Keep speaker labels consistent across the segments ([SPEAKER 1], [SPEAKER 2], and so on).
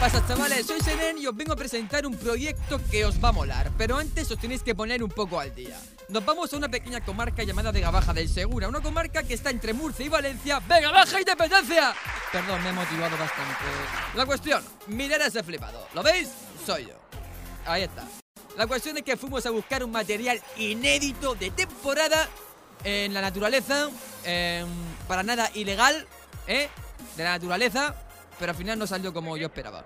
[SPEAKER 1] pasa chavales? Soy Seren y os vengo a presentar un proyecto que os va a molar Pero antes os tenéis que poner un poco al día Nos vamos a una pequeña comarca llamada Vega Baja del Segura Una comarca que está entre Murcia y Valencia ¡Vega Baja Independencia! Perdón, me he motivado bastante La cuestión, mirad a ese flipado ¿Lo veis? Soy yo Ahí está La cuestión es que fuimos a buscar un material inédito de temporada En la naturaleza em, Para nada ilegal ¿Eh? De la naturaleza pero al final no salió como yo esperaba.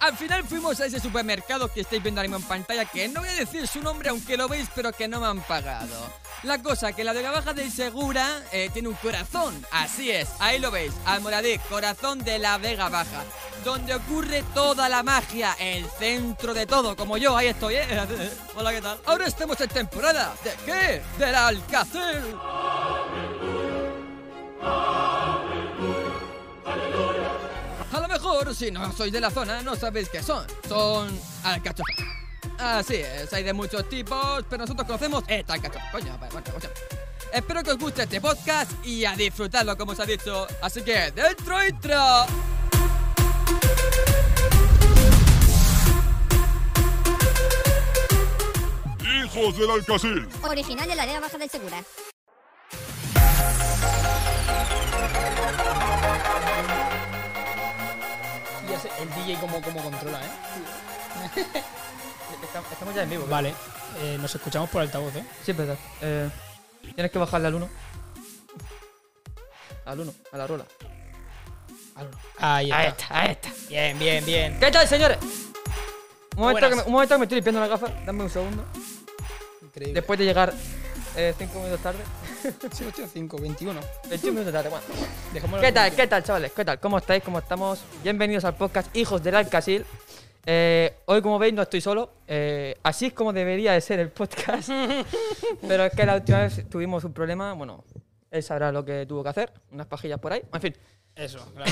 [SPEAKER 1] Al final fuimos a ese supermercado que estáis viendo ahora mismo en pantalla, que no voy a decir su nombre aunque lo veis, pero que no me han pagado. La cosa, que la de Baja del Segura eh, tiene un corazón. Así es, ahí lo veis, Almoradí, corazón de la Vega Baja. Donde ocurre toda la magia, el centro de todo, como yo, ahí estoy, ¿eh? Hola, ¿qué tal? Ahora estamos en temporada. ¿De qué? Del Alcácer. A lo mejor, si no sois de la zona, no sabéis qué son. Son alcachofas. Así es, hay de muchos tipos, pero nosotros conocemos esta alcachofa. Coño, vale, vale, vale. Espero que os guste este podcast y a disfrutarlo, como os ha dicho. Así que, dentro intro.
[SPEAKER 2] ¡Hijos del Alcacil!
[SPEAKER 3] Original de la Vega Baja del Segura.
[SPEAKER 4] Ya sé, el DJ como, como controla, ¿eh?
[SPEAKER 5] Estamos, estamos ya en vivo. ¿qué?
[SPEAKER 4] Vale, eh, nos escuchamos por altavoz, ¿eh?
[SPEAKER 5] Sí, es verdad. Eh, tienes que bajarle al 1. Al 1, a la rola.
[SPEAKER 4] Ahí está.
[SPEAKER 5] Ahí está, ahí está.
[SPEAKER 4] Bien, bien, bien.
[SPEAKER 5] ¿Qué tal, señores? Un momento,
[SPEAKER 4] Buenas.
[SPEAKER 5] que me, un momento que me estoy limpiando la gafa. Dame un segundo.
[SPEAKER 4] Increíble.
[SPEAKER 5] Después de llegar 5 minutos tarde.
[SPEAKER 4] Sí, hostia, 5, 21.
[SPEAKER 5] 21 minutos tarde, bueno.
[SPEAKER 4] Dejémoslo
[SPEAKER 5] ¿Qué
[SPEAKER 4] en
[SPEAKER 5] tal?
[SPEAKER 4] punto.
[SPEAKER 5] ¿Qué tal, chavales? ¿Qué tal? ¿Cómo estáis? ¿Cómo estamos? Bienvenidos al podcast Hijos del Alcacil. Eh, hoy, como veis, no estoy solo. Eh, así es como debería de ser el podcast. Pero es que la última vez tuvimos un problema. Bueno, él sabrá lo que tuvo que hacer. Unas pajillas por ahí. En fin.
[SPEAKER 4] Eso, claro.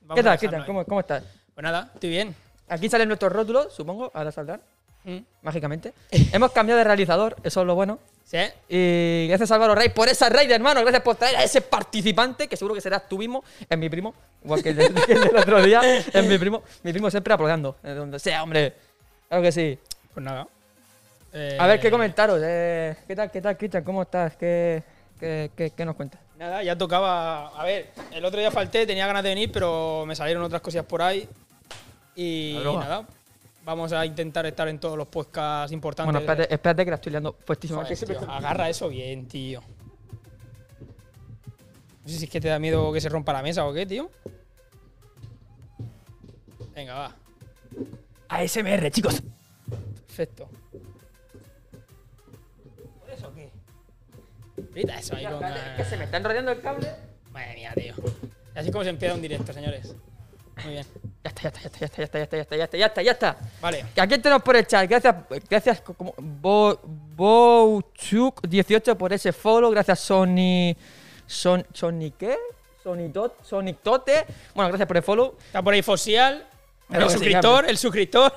[SPEAKER 4] Vamos
[SPEAKER 5] ¿Qué
[SPEAKER 4] a
[SPEAKER 5] tal? ¿Qué
[SPEAKER 4] dejarlo
[SPEAKER 5] tal?
[SPEAKER 4] ahí.
[SPEAKER 5] ¿Cómo, ¿Cómo estás?
[SPEAKER 4] Pues nada, estoy bien.
[SPEAKER 5] Aquí salen nuestros rótulos, supongo. Ahora saldrán,
[SPEAKER 4] Mm.
[SPEAKER 5] mágicamente. Hemos cambiado de realizador. Eso es lo bueno.
[SPEAKER 4] ¿Sí?
[SPEAKER 5] Y Eh, gracias Álvaro Rey por esa raid, hermano. Gracias por traer a ese participante que seguro que serás tú mismo. Es mi primo, igual que el, del, que el del otro día. Es mi primo. Mi primo siempre apoyando. eh, Donde sea, hombre. Claro que sí.
[SPEAKER 4] Pues nada.
[SPEAKER 5] A ver qué
[SPEAKER 4] comentar
[SPEAKER 5] comentaros. eh, ¿Qué tal, qué tal, Cristian? ¿Cómo estás? ¿Qué, qué, qué- qué nos cuentas?
[SPEAKER 4] Nada, ya tocaba. A ver, el otro día falté, tenía ganas de venir, pero me salieron otras cosillas por ahí. Y
[SPEAKER 5] La droga.
[SPEAKER 4] nada, vamos a intentar estar en todos los podcasts importantes.
[SPEAKER 5] Bueno, espérate, espérate que la estoy liando puestísima.
[SPEAKER 4] Joder, tío, agarra eso bien, tío. No sé si es que te da miedo que se rompa la mesa o qué, tío. Venga, va.
[SPEAKER 5] ASMR, chicos.
[SPEAKER 4] Perfecto. ¿Por eso qué? Grita eso ahí con
[SPEAKER 5] Espérate,
[SPEAKER 4] la-
[SPEAKER 5] es que se me está enrollando el cable.
[SPEAKER 4] Madre mía, tío. Así es como se empieza un directo, señores. Muy bien.
[SPEAKER 5] Ya está, ya está, ya está, ya está, ya está, ya está, ya está, ya está, ya está.
[SPEAKER 4] Vale.
[SPEAKER 5] ¿A quién tenemos por el chat? Gracias, gracias co- como Bo- Bouchuk18 por ese follow. Gracias, Sony. Son, ¿Sony qué? Sony Tot- Sonic Tote. Bueno, gracias por el follow.
[SPEAKER 4] Está por ahí Fosial,
[SPEAKER 5] Claro
[SPEAKER 4] el
[SPEAKER 5] que sí,
[SPEAKER 4] suscriptor, el suscriptor.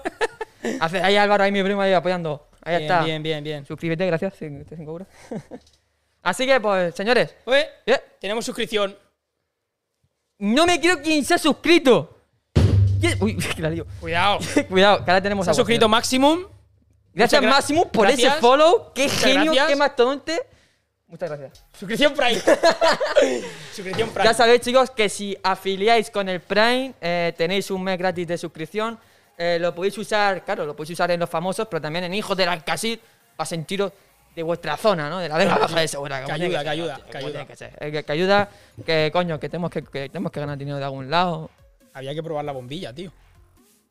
[SPEAKER 5] Hace- Ahí Álvaro, ahí mi primo ahí apoyando. Ahí
[SPEAKER 4] bien,
[SPEAKER 5] está.
[SPEAKER 4] Bien, bien, bien.
[SPEAKER 5] Suscríbete, gracias. 5 euros. Así que, pues, señores.
[SPEAKER 4] Pues,
[SPEAKER 5] eh,
[SPEAKER 4] tenemos suscripción.
[SPEAKER 5] No me quiero quien se ha suscrito. ¿Quién- Uy, que la lío.
[SPEAKER 4] Cuidado.
[SPEAKER 5] Cuidado, que ahora tenemos
[SPEAKER 4] Se ha
[SPEAKER 5] agua,
[SPEAKER 4] suscrito
[SPEAKER 5] señores.
[SPEAKER 4] Maximum.
[SPEAKER 5] Gracias,
[SPEAKER 4] Muchas gra-
[SPEAKER 5] Máximo, por
[SPEAKER 4] gracias.
[SPEAKER 5] ese follow. Qué
[SPEAKER 4] Muchas
[SPEAKER 5] genio,
[SPEAKER 4] gracias.
[SPEAKER 5] qué mastodonte. Muchas gracias.
[SPEAKER 4] Suscripción Prime. suscripción Prime.
[SPEAKER 5] Ya sabéis, chicos, que si afiliáis con el Prime, eh, tenéis un mes gratis de suscripción. Eh, lo podéis usar, claro, lo podéis usar en los famosos, pero también en Hijos del Alcacid para sentiros de vuestra zona, ¿no? De la verga baja de segura. como
[SPEAKER 4] Que
[SPEAKER 5] tiene ser,
[SPEAKER 4] ayuda, que ayuda,
[SPEAKER 5] tío,
[SPEAKER 4] que
[SPEAKER 5] como
[SPEAKER 4] ayuda.
[SPEAKER 5] tiene ser. Eh, que- que ayuda, que coño, que tenemos que, que tenemos que ganar dinero de algún lado.
[SPEAKER 4] Había que probar la bombilla, tío.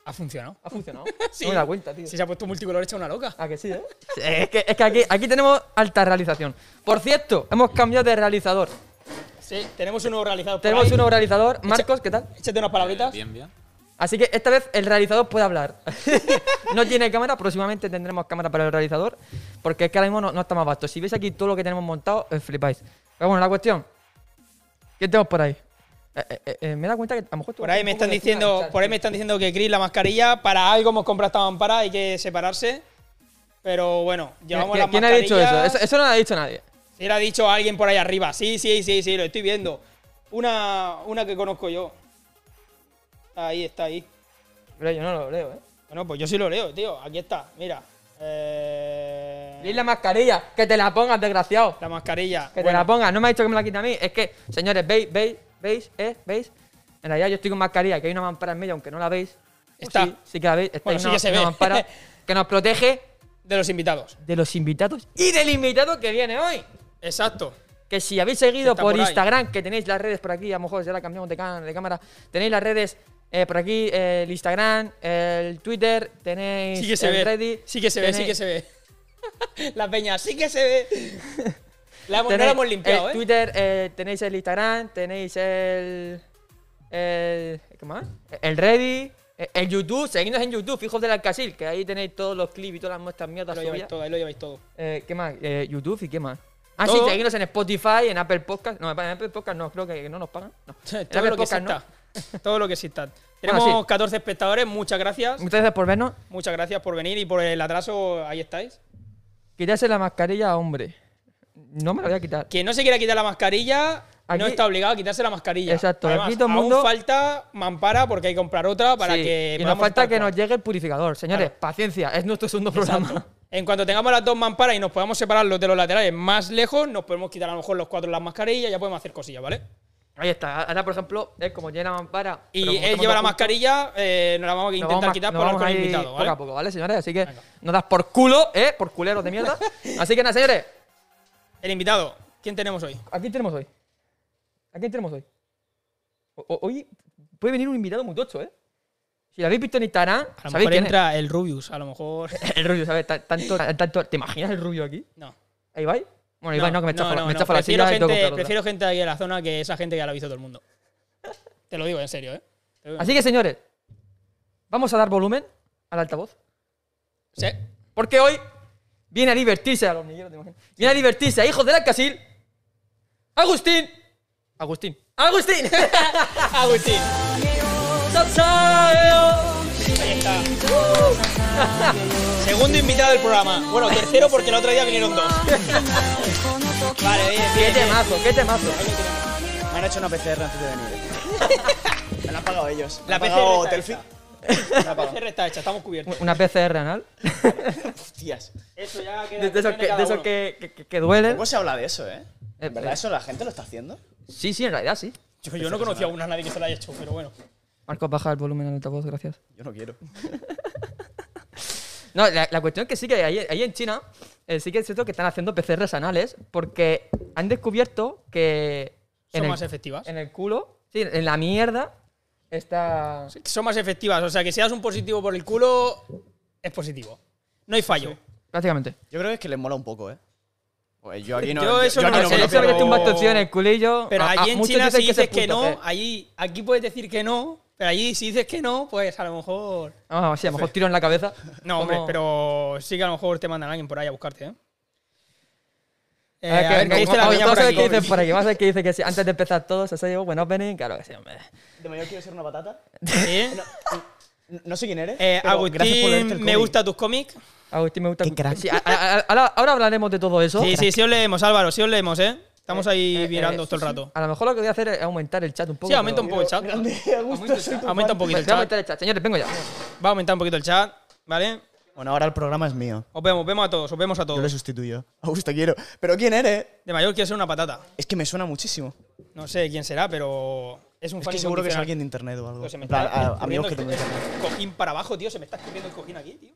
[SPEAKER 4] Ha funcionado.
[SPEAKER 5] Ha funcionado.
[SPEAKER 4] Sí.
[SPEAKER 5] No me da cuenta, tío.
[SPEAKER 4] Si se ha puesto multicolor, hecha una loca.
[SPEAKER 5] ¿A que sí, eh? Es que, es que aquí, aquí tenemos alta realización. Por cierto, hemos cambiado de realizador.
[SPEAKER 4] Sí, tenemos un nuevo realizado. por
[SPEAKER 5] Tenemos
[SPEAKER 4] ahí.
[SPEAKER 5] un nuevo realizador. Marcos, ¿qué tal?
[SPEAKER 4] Échate unas palabritas.
[SPEAKER 6] Bien, bien.
[SPEAKER 5] Así que esta vez el realizador puede hablar. no tiene cámara, próximamente tendremos cámara para el realizador, porque es que ahora mismo no, no estamos abastos. Si veis aquí todo lo que tenemos montado, os flipáis. Pero bueno, la cuestión. ¿Qué tenemos por ahí? Eh, eh, eh, eh, me da cuenta que a lo mejor...
[SPEAKER 4] Por ahí me están diciendo, por ahí me están diciendo que Chris la mascarilla para algo hemos comprado esta mampara, hay que separarse. Pero bueno, llevamos
[SPEAKER 5] ¿Quién,
[SPEAKER 4] las
[SPEAKER 5] ¿quién ha dicho eso?
[SPEAKER 4] mascarillas.
[SPEAKER 5] eso? eso no lo ha dicho nadie.
[SPEAKER 4] Sí, hubiera dicho a alguien por ahí arriba, sí, sí, sí, sí, lo estoy viendo. Una, una que conozco yo. Ahí está, ahí.
[SPEAKER 7] Pero yo no lo leo, ¿eh?
[SPEAKER 4] Bueno, pues yo sí lo leo, tío. Aquí está, mira. Eh,
[SPEAKER 7] Y la mascarilla, que te la pongas, desgraciado.
[SPEAKER 4] la mascarilla.
[SPEAKER 7] Que te
[SPEAKER 4] Bueno,
[SPEAKER 7] la pongas. No me ha dicho que me la quite a mí. Es que, señores, veis, veis, veis, eh, veis. En realidad yo estoy con mascarilla, que hay una mampara en medio, aunque no la veis.
[SPEAKER 4] Está.
[SPEAKER 7] Sí, sí que la veis. Está
[SPEAKER 4] Bueno,
[SPEAKER 7] ahí
[SPEAKER 4] sí
[SPEAKER 7] una,
[SPEAKER 4] que se
[SPEAKER 7] una
[SPEAKER 4] ve.
[SPEAKER 7] mampara que nos protege
[SPEAKER 4] de los invitados.
[SPEAKER 7] de los invitados y del invitado que viene hoy.
[SPEAKER 4] Exacto.
[SPEAKER 7] Que si habéis seguido
[SPEAKER 4] Está
[SPEAKER 7] por,
[SPEAKER 4] por ahí.
[SPEAKER 7] Instagram, que tenéis las redes por aquí, a lo mejor ya la cambiamos de, can- de cámara, tenéis las redes eh, por aquí, eh, el Instagram, eh, el Twitter, tenéis
[SPEAKER 4] Sí que se
[SPEAKER 7] el
[SPEAKER 4] ve.
[SPEAKER 7] Reddit,
[SPEAKER 4] Sí que se ve, sí
[SPEAKER 7] tenéis-
[SPEAKER 4] que se ve. la peña, sí que se ve. La hemos, no
[SPEAKER 7] tenéis
[SPEAKER 4] la hemos limpiado,
[SPEAKER 7] el
[SPEAKER 4] ¿eh?
[SPEAKER 7] Twitter, eh, tenéis el Instagram, tenéis el. el ¿Qué más? El Reddit, eh, el YouTube, seguidnos en YouTube, hijos del Alcasil, que ahí tenéis todos los clips y todas las muestras mierdas
[SPEAKER 4] Ahí lo
[SPEAKER 7] subidas.
[SPEAKER 4] lleváis todo, ahí lo lleváis todo.
[SPEAKER 7] Eh, ¿Qué más? Eh, YouTube y qué más. Ah, sí,
[SPEAKER 4] Todo.
[SPEAKER 7] seguidnos en Spotify, en Apple Podcast. No, en Apple Podcast no, creo que no nos pagan. No. En
[SPEAKER 4] todo
[SPEAKER 7] Apple
[SPEAKER 4] lo que
[SPEAKER 7] Podcast
[SPEAKER 4] exista.
[SPEAKER 7] no.
[SPEAKER 4] Todo lo que exista. Tenemos
[SPEAKER 7] Bueno, sí.
[SPEAKER 4] 14 espectadores, muchas gracias.
[SPEAKER 7] Muchas gracias por vernos.
[SPEAKER 4] Muchas gracias por venir y por el atraso, ahí estáis.
[SPEAKER 7] Quitarse la mascarilla, hombre. No me la voy a quitar.
[SPEAKER 4] Quien no se quiera quitar la mascarilla,
[SPEAKER 7] Aquí-
[SPEAKER 4] no está obligado a quitarse la mascarilla.
[SPEAKER 7] Exacto,
[SPEAKER 4] Además,
[SPEAKER 7] aquí todo el
[SPEAKER 4] aún
[SPEAKER 7] mundo-
[SPEAKER 4] falta mampara porque hay que comprar otra para
[SPEAKER 7] Sí,
[SPEAKER 4] que.
[SPEAKER 7] y nos
[SPEAKER 4] podamos
[SPEAKER 7] falta
[SPEAKER 4] estar
[SPEAKER 7] que
[SPEAKER 4] cuatro.
[SPEAKER 7] nos llegue el purificador. Señores,
[SPEAKER 4] Claro.
[SPEAKER 7] paciencia, es nuestro segundo programa.
[SPEAKER 4] En cuanto tengamos las dos mamparas y nos podamos separar los de los laterales más lejos, nos podemos quitar a lo mejor los cuatro las mascarillas y ya podemos hacer cosillas, ¿vale?
[SPEAKER 7] Ahí está. Ahora, por ejemplo, es como llena mampara.
[SPEAKER 4] Y
[SPEAKER 7] pero como
[SPEAKER 4] él
[SPEAKER 7] estamos
[SPEAKER 4] lleva la
[SPEAKER 7] todos juntos,
[SPEAKER 4] mascarilla, eh, nos la vamos a
[SPEAKER 7] nos
[SPEAKER 4] intentar
[SPEAKER 7] vamos a-
[SPEAKER 4] quitar
[SPEAKER 7] nos
[SPEAKER 4] por hablar
[SPEAKER 7] vamos
[SPEAKER 4] con el
[SPEAKER 7] a ir
[SPEAKER 4] invitado,
[SPEAKER 7] Poco
[SPEAKER 4] ¿vale?
[SPEAKER 7] a poco, ¿vale, señores? Así que no das por culo, ¿eh? Por culeros de mierda. Así que nada, señores,
[SPEAKER 4] El invitado, ¿quién tenemos hoy?
[SPEAKER 7] ¿a quién tenemos hoy? ¿A quién tenemos hoy? O- o- hoy puede venir un invitado muy tocho, ¿eh? Si lo habéis visto en Instagram,
[SPEAKER 4] A lo
[SPEAKER 7] sabéis
[SPEAKER 4] mejor
[SPEAKER 7] quién es.
[SPEAKER 4] entra el Rubius, a lo mejor.
[SPEAKER 7] El rubio, ¿sabes? Ta- Tanto, tanto, ¿Te imaginas el rubio aquí?
[SPEAKER 4] No.
[SPEAKER 7] ¿Ahí va? Bueno, Ibai no, que me
[SPEAKER 4] no,
[SPEAKER 7] chafa, la-
[SPEAKER 4] no,
[SPEAKER 7] me
[SPEAKER 4] no.
[SPEAKER 7] chafa la
[SPEAKER 4] prefiero
[SPEAKER 7] silla y tengo que
[SPEAKER 4] gente,
[SPEAKER 7] comprar otra.
[SPEAKER 4] prefiero gente de aquí de la zona que esa gente que ya lo ha visto todo el mundo. Te lo digo en serio, ¿eh? Te lo digo en
[SPEAKER 7] Así que, señores, vamos a dar volumen al altavoz.
[SPEAKER 4] serio. Sí.
[SPEAKER 7] Porque hoy viene a divertirse a los hormigueros, te imaginas. Viene a divertirse a hijos de la Casil. Agustín. Agustín. Agustín.
[SPEAKER 4] Agustín.
[SPEAKER 7] Sasaeo.
[SPEAKER 4] Ahí está. Segundo invitado del programa. Bueno, tercero porque el otro día vinieron dos. vale, bien, bien,
[SPEAKER 7] qué
[SPEAKER 4] bien.
[SPEAKER 7] temazo, qué temazo.
[SPEAKER 8] Me han hecho una PCR antes de venir. Me la han pagado ellos.
[SPEAKER 4] La
[SPEAKER 8] Me han pagado
[SPEAKER 4] PCR está
[SPEAKER 8] Telfi. Me la ha
[SPEAKER 4] La
[SPEAKER 8] pagado.
[SPEAKER 4] PCR está hecha, estamos cubiertos.
[SPEAKER 7] Una PCR anal.
[SPEAKER 8] Hostias.
[SPEAKER 4] Eso ya queda.
[SPEAKER 7] De, de esos,
[SPEAKER 4] depende
[SPEAKER 7] que,
[SPEAKER 4] cada
[SPEAKER 7] de esos
[SPEAKER 4] uno.
[SPEAKER 7] que, que- que- que duelen.
[SPEAKER 8] ¿Cómo se habla de eso, eh?
[SPEAKER 7] Eh,
[SPEAKER 8] ¿En verdad eso la gente lo está haciendo?
[SPEAKER 7] Sí, sí, en realidad sí.
[SPEAKER 4] Yo, yo no conocía a una nadie que se la haya hecho, pero bueno.
[SPEAKER 7] Marcos, baja el volumen al altavoz, gracias.
[SPEAKER 8] Yo no quiero.
[SPEAKER 7] No, la, la cuestión es que sí que ahí, ahí en China eh, sí que es cierto que están haciendo PCRs anales porque han descubierto que
[SPEAKER 4] Son
[SPEAKER 7] en,
[SPEAKER 4] más
[SPEAKER 7] el,
[SPEAKER 4] efectivas.
[SPEAKER 7] en el culo, sí, en la mierda está...
[SPEAKER 4] Son más efectivas. O sea, que seas un positivo por el culo, es positivo. No hay fallo.
[SPEAKER 7] Prácticamente.
[SPEAKER 8] Yo creo que es que les mola un poco, eh. Pues yo aquí no.
[SPEAKER 4] Yo eso no
[SPEAKER 8] aquí
[SPEAKER 4] lo no
[SPEAKER 7] Pero si
[SPEAKER 4] sé,
[SPEAKER 7] le
[SPEAKER 4] pero-
[SPEAKER 7] metes un bastoncillo en el culillo...
[SPEAKER 4] Pero
[SPEAKER 7] a- a-
[SPEAKER 4] allí en
[SPEAKER 7] muchos
[SPEAKER 4] China,
[SPEAKER 7] dicen
[SPEAKER 4] si dices
[SPEAKER 7] ese
[SPEAKER 4] que
[SPEAKER 7] punto
[SPEAKER 4] no,
[SPEAKER 7] G.
[SPEAKER 4] allí, aquí puedes decir que no, pero allí si dices que no, pues a lo mejor.
[SPEAKER 7] Ah, sí, a lo mejor tiro en la cabeza.
[SPEAKER 4] No, hombre,
[SPEAKER 7] Como-
[SPEAKER 4] pero sí que a lo mejor te mandan a alguien por ahí a buscarte, ¿eh? Eh,
[SPEAKER 7] A ver, que-
[SPEAKER 4] ¿qué
[SPEAKER 7] que-
[SPEAKER 4] dice la
[SPEAKER 7] vamos
[SPEAKER 4] peña
[SPEAKER 7] a
[SPEAKER 4] por
[SPEAKER 7] ver
[SPEAKER 4] aquí?
[SPEAKER 7] qué dicen por aquí. Vamos a ver qué dicen que sí. Antes de empezar todo, se ha llevado buen opening. Claro que sí, hombre.
[SPEAKER 8] De mayor quiero ser una patata.
[SPEAKER 4] ¿Sí?
[SPEAKER 8] N- No sé quién eres.
[SPEAKER 4] Eh,
[SPEAKER 8] pero gracias por leerte el
[SPEAKER 4] Agustín, me
[SPEAKER 8] cómic.
[SPEAKER 4] gusta tus cómics.
[SPEAKER 7] Agustín, me gusta...
[SPEAKER 8] Qué crack.
[SPEAKER 7] Sí, a- a- a- ahora, ahora hablaremos de todo eso.
[SPEAKER 4] Sí, sí, sí os leemos, Álvaro, sí os leemos, ¿eh? Estamos ahí
[SPEAKER 7] Eh,
[SPEAKER 4] mirando
[SPEAKER 7] eh,
[SPEAKER 4] todo el
[SPEAKER 7] sí,
[SPEAKER 4] rato.
[SPEAKER 7] sí. A lo mejor lo que voy a hacer es aumentar el chat un poco.
[SPEAKER 4] Sí, aumenta
[SPEAKER 7] pero-
[SPEAKER 4] un poco el chat.
[SPEAKER 8] Grande, a gusto, soy tu
[SPEAKER 4] Aumenta un
[SPEAKER 8] fan.
[SPEAKER 4] poquito el
[SPEAKER 7] Voy a
[SPEAKER 4] chat.
[SPEAKER 7] aumentar el chat. Señores, vengo ya.
[SPEAKER 4] Va a aumentar un poquito el chat, ¿vale?
[SPEAKER 8] Bueno, ahora el programa es mío.
[SPEAKER 4] Os vemos, vemos a todos, os vemos a
[SPEAKER 8] Yo le
[SPEAKER 4] todos.
[SPEAKER 8] sustituyo. A gusto quiero. Pero ¿quién eres?
[SPEAKER 4] De mayor quiero ser una patata.
[SPEAKER 8] Es que me suena muchísimo.
[SPEAKER 4] No sé quién será, pero es un
[SPEAKER 8] Es
[SPEAKER 4] fan
[SPEAKER 8] que seguro que es
[SPEAKER 4] incondicional.
[SPEAKER 8] alguien de internet o algo.
[SPEAKER 4] Tío, se me
[SPEAKER 8] En plan,
[SPEAKER 4] está
[SPEAKER 8] a-
[SPEAKER 4] escurriendo
[SPEAKER 8] amigos que tengo
[SPEAKER 4] el,
[SPEAKER 8] en internet.
[SPEAKER 4] el cojín para abajo, tío. Se me está escurriendo el cojín aquí, tío.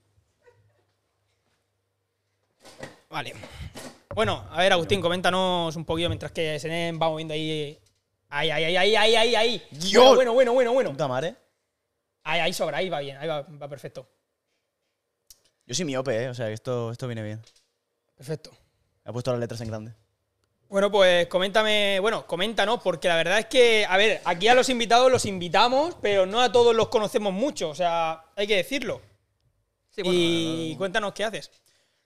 [SPEAKER 4] Vale. Bueno, a ver, Agustín, coméntanos un poquito mientras que Senen va moviendo ahí. Ahí, ahí, ahí, ahí, ahí, ahí, ahí.
[SPEAKER 8] Dios.
[SPEAKER 4] Bueno, bueno, bueno, bueno.
[SPEAKER 8] Puta madre.
[SPEAKER 4] Ahí, ahí sobra, ahí va bien, ahí va, va perfecto.
[SPEAKER 8] Yo soy miope, eh. O sea, que esto, esto viene bien.
[SPEAKER 4] Perfecto.
[SPEAKER 8] He puesto las letras en grande.
[SPEAKER 4] Bueno, pues coméntame, bueno, coméntanos, porque la verdad es que, a ver, aquí a los invitados los invitamos, pero no a todos los conocemos mucho, o sea, hay que decirlo.
[SPEAKER 7] Sí, bueno,
[SPEAKER 4] y cuéntanos qué haces.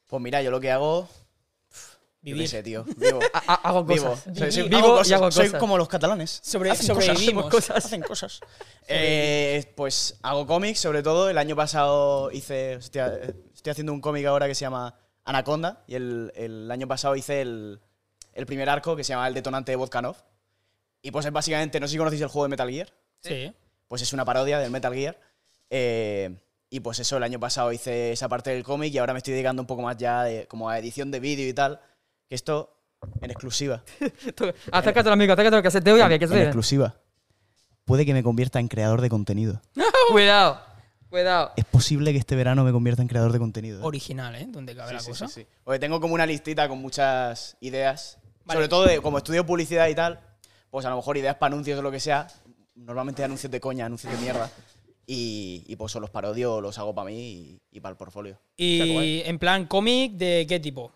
[SPEAKER 8] Pues mira, yo lo que hago. Yo qué
[SPEAKER 4] Vivir.
[SPEAKER 8] sé, tío. Vivo.
[SPEAKER 7] ha- ha- hago
[SPEAKER 8] Vivo.
[SPEAKER 7] cosas.
[SPEAKER 8] Soy- soy-
[SPEAKER 7] Vivo
[SPEAKER 8] hago
[SPEAKER 7] y
[SPEAKER 8] cosas.
[SPEAKER 7] hago
[SPEAKER 8] Soy
[SPEAKER 7] cosas.
[SPEAKER 8] como los catalanes.
[SPEAKER 4] Sobre-
[SPEAKER 8] Hacen cosas,
[SPEAKER 4] sobrevivimos.
[SPEAKER 8] hacemos cosas. Hacen cosas. Eh, pues hago cómics, sobre todo. El año pasado hice. hostia, eh, estoy haciendo un cómic ahora que se llama Anaconda. Y el, el año pasado hice el, el primer arco que se llama El detonante de Volkanov. Y pues es básicamente, no sé si conocéis el juego de Metal Gear,
[SPEAKER 4] Sí.
[SPEAKER 8] pues es una parodia del Metal Gear. Eh, y pues eso, el año pasado hice esa parte del cómic y ahora me estoy dedicando un poco más ya de- como a edición de vídeo y tal. Que esto en exclusiva.
[SPEAKER 7] Tú- Acércate al amigo, acércate al cassette. Te voy a ver, que ¿eh?
[SPEAKER 8] en
[SPEAKER 7] se te ve.
[SPEAKER 8] exclusiva. Puede que me convierta en creador de contenido.
[SPEAKER 7] Cuidado, cuidado.
[SPEAKER 8] Es posible que este verano me convierta en creador de contenido. ¿eh?
[SPEAKER 4] Original, ¿eh? Donde cabe la
[SPEAKER 8] Sí, sí,
[SPEAKER 4] cosa.
[SPEAKER 8] sí, sí. Porque tengo como una listita con muchas ideas.
[SPEAKER 4] Vale.
[SPEAKER 8] Sobre todo, de, como estudio publicidad y tal, pues a lo mejor ideas para anuncios o lo que sea. Normalmente anuncios de coña, anuncios de mierda. Y, y pues o los parodio, los hago para mí y, para el portfolio.
[SPEAKER 7] Está
[SPEAKER 4] Y
[SPEAKER 7] guay.
[SPEAKER 4] en plan cómic, ¿de qué tipo?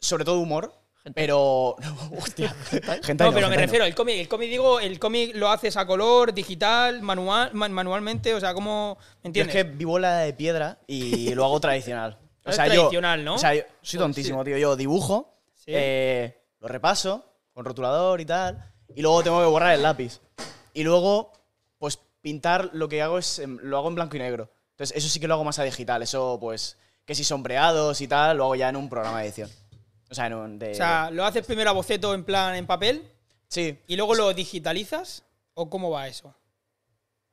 [SPEAKER 8] Sobre todo humor, pero... Hostia. Hentai
[SPEAKER 4] no, pero me
[SPEAKER 8] hentai
[SPEAKER 4] refiero, el cómic, el cómic digo, el cómic lo haces a color, digital, manual, man- manualmente, o sea, ¿cómo me
[SPEAKER 8] Yo
[SPEAKER 4] entiendes?
[SPEAKER 8] es que vivo la de piedra y lo hago tradicional. O
[SPEAKER 4] Es
[SPEAKER 8] sea,
[SPEAKER 4] tradicional,
[SPEAKER 8] yo,
[SPEAKER 4] ¿no? Pues
[SPEAKER 8] O sea, yo soy tontísimo, tío. Yo dibujo,
[SPEAKER 4] Sí.
[SPEAKER 8] eh, lo repaso con rotulador y tal, y luego tengo que borrar el lápiz. Y luego, pues pintar lo que hago es em, lo hago en blanco y negro. Entonces, eso sí que lo hago más a digital. Eso, pues, que si sombreados y tal, lo hago ya en un programa de edición. O sea, en un. De,
[SPEAKER 4] o sea, ¿lo haces primero a boceto en plan en papel
[SPEAKER 8] sí.
[SPEAKER 4] y luego lo digitalizas? ¿O cómo va eso?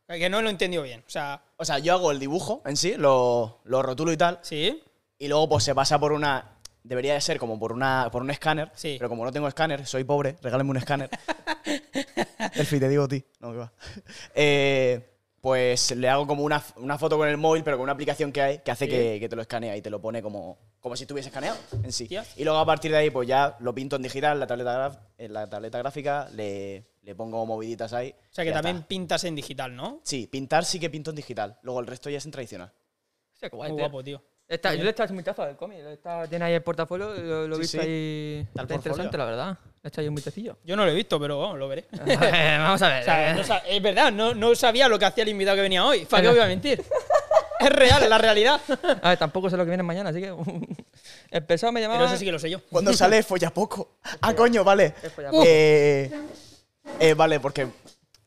[SPEAKER 4] Que no lo he entendido bien. O sea,
[SPEAKER 8] O sea, yo hago el dibujo en sí, lo, lo rotulo y tal,
[SPEAKER 4] sí,
[SPEAKER 8] Y luego pues se pasa por una... Debería de ser como por, una, por un escáner.
[SPEAKER 4] Sí.
[SPEAKER 8] Pero como no tengo escáner, soy pobre, regálame un escáner. Elfi, te digo a ti. No, que va. Eh, pues le hago como una, una foto con el móvil, pero con una aplicación que hay que hace que, que te lo escanea y te lo pone como, como si estuviese escaneado en sí.
[SPEAKER 4] Hostias.
[SPEAKER 8] Y luego a partir de ahí pues ya lo pinto en digital, la tableta, graf- en la tableta gráfica, le, le pongo moviditas ahí.
[SPEAKER 4] o sea que
[SPEAKER 8] y ya
[SPEAKER 4] también
[SPEAKER 8] está.
[SPEAKER 4] pintas en digital, ¿no?
[SPEAKER 8] Sí, pintar sí que pinto en digital. Luego el resto ya es en tradicional.
[SPEAKER 7] Hostia, qué guay,
[SPEAKER 4] Muy
[SPEAKER 7] tío.
[SPEAKER 4] guapo, tío.
[SPEAKER 7] Está, yo le he echado un vistazo al cómic. lo está- Tiene ahí el portafolio, lo, lo he
[SPEAKER 8] Sí,
[SPEAKER 7] visto
[SPEAKER 8] sí.
[SPEAKER 7] ahí.
[SPEAKER 8] Está el
[SPEAKER 7] Está interesante,
[SPEAKER 8] portfolio.
[SPEAKER 7] la verdad. Le he echado ahí un vistacillo.
[SPEAKER 4] Yo no lo he visto, pero vamos, lo veré. O
[SPEAKER 7] Vamos a ver.
[SPEAKER 4] sea,
[SPEAKER 7] eh.
[SPEAKER 4] no sa- es verdad, no, no sabía lo que hacía el invitado que venía hoy. ¿Para qué voy a mentir? es real, es la realidad.
[SPEAKER 7] A ver, Ah, tampoco sé lo que viene mañana, así que. el pesado me llamaba.
[SPEAKER 4] pero eso sí que lo sé yo.
[SPEAKER 8] Cuando sale folla poco. Ah, coño, vale.
[SPEAKER 7] follapoco.
[SPEAKER 8] Eh, eh, vale, porque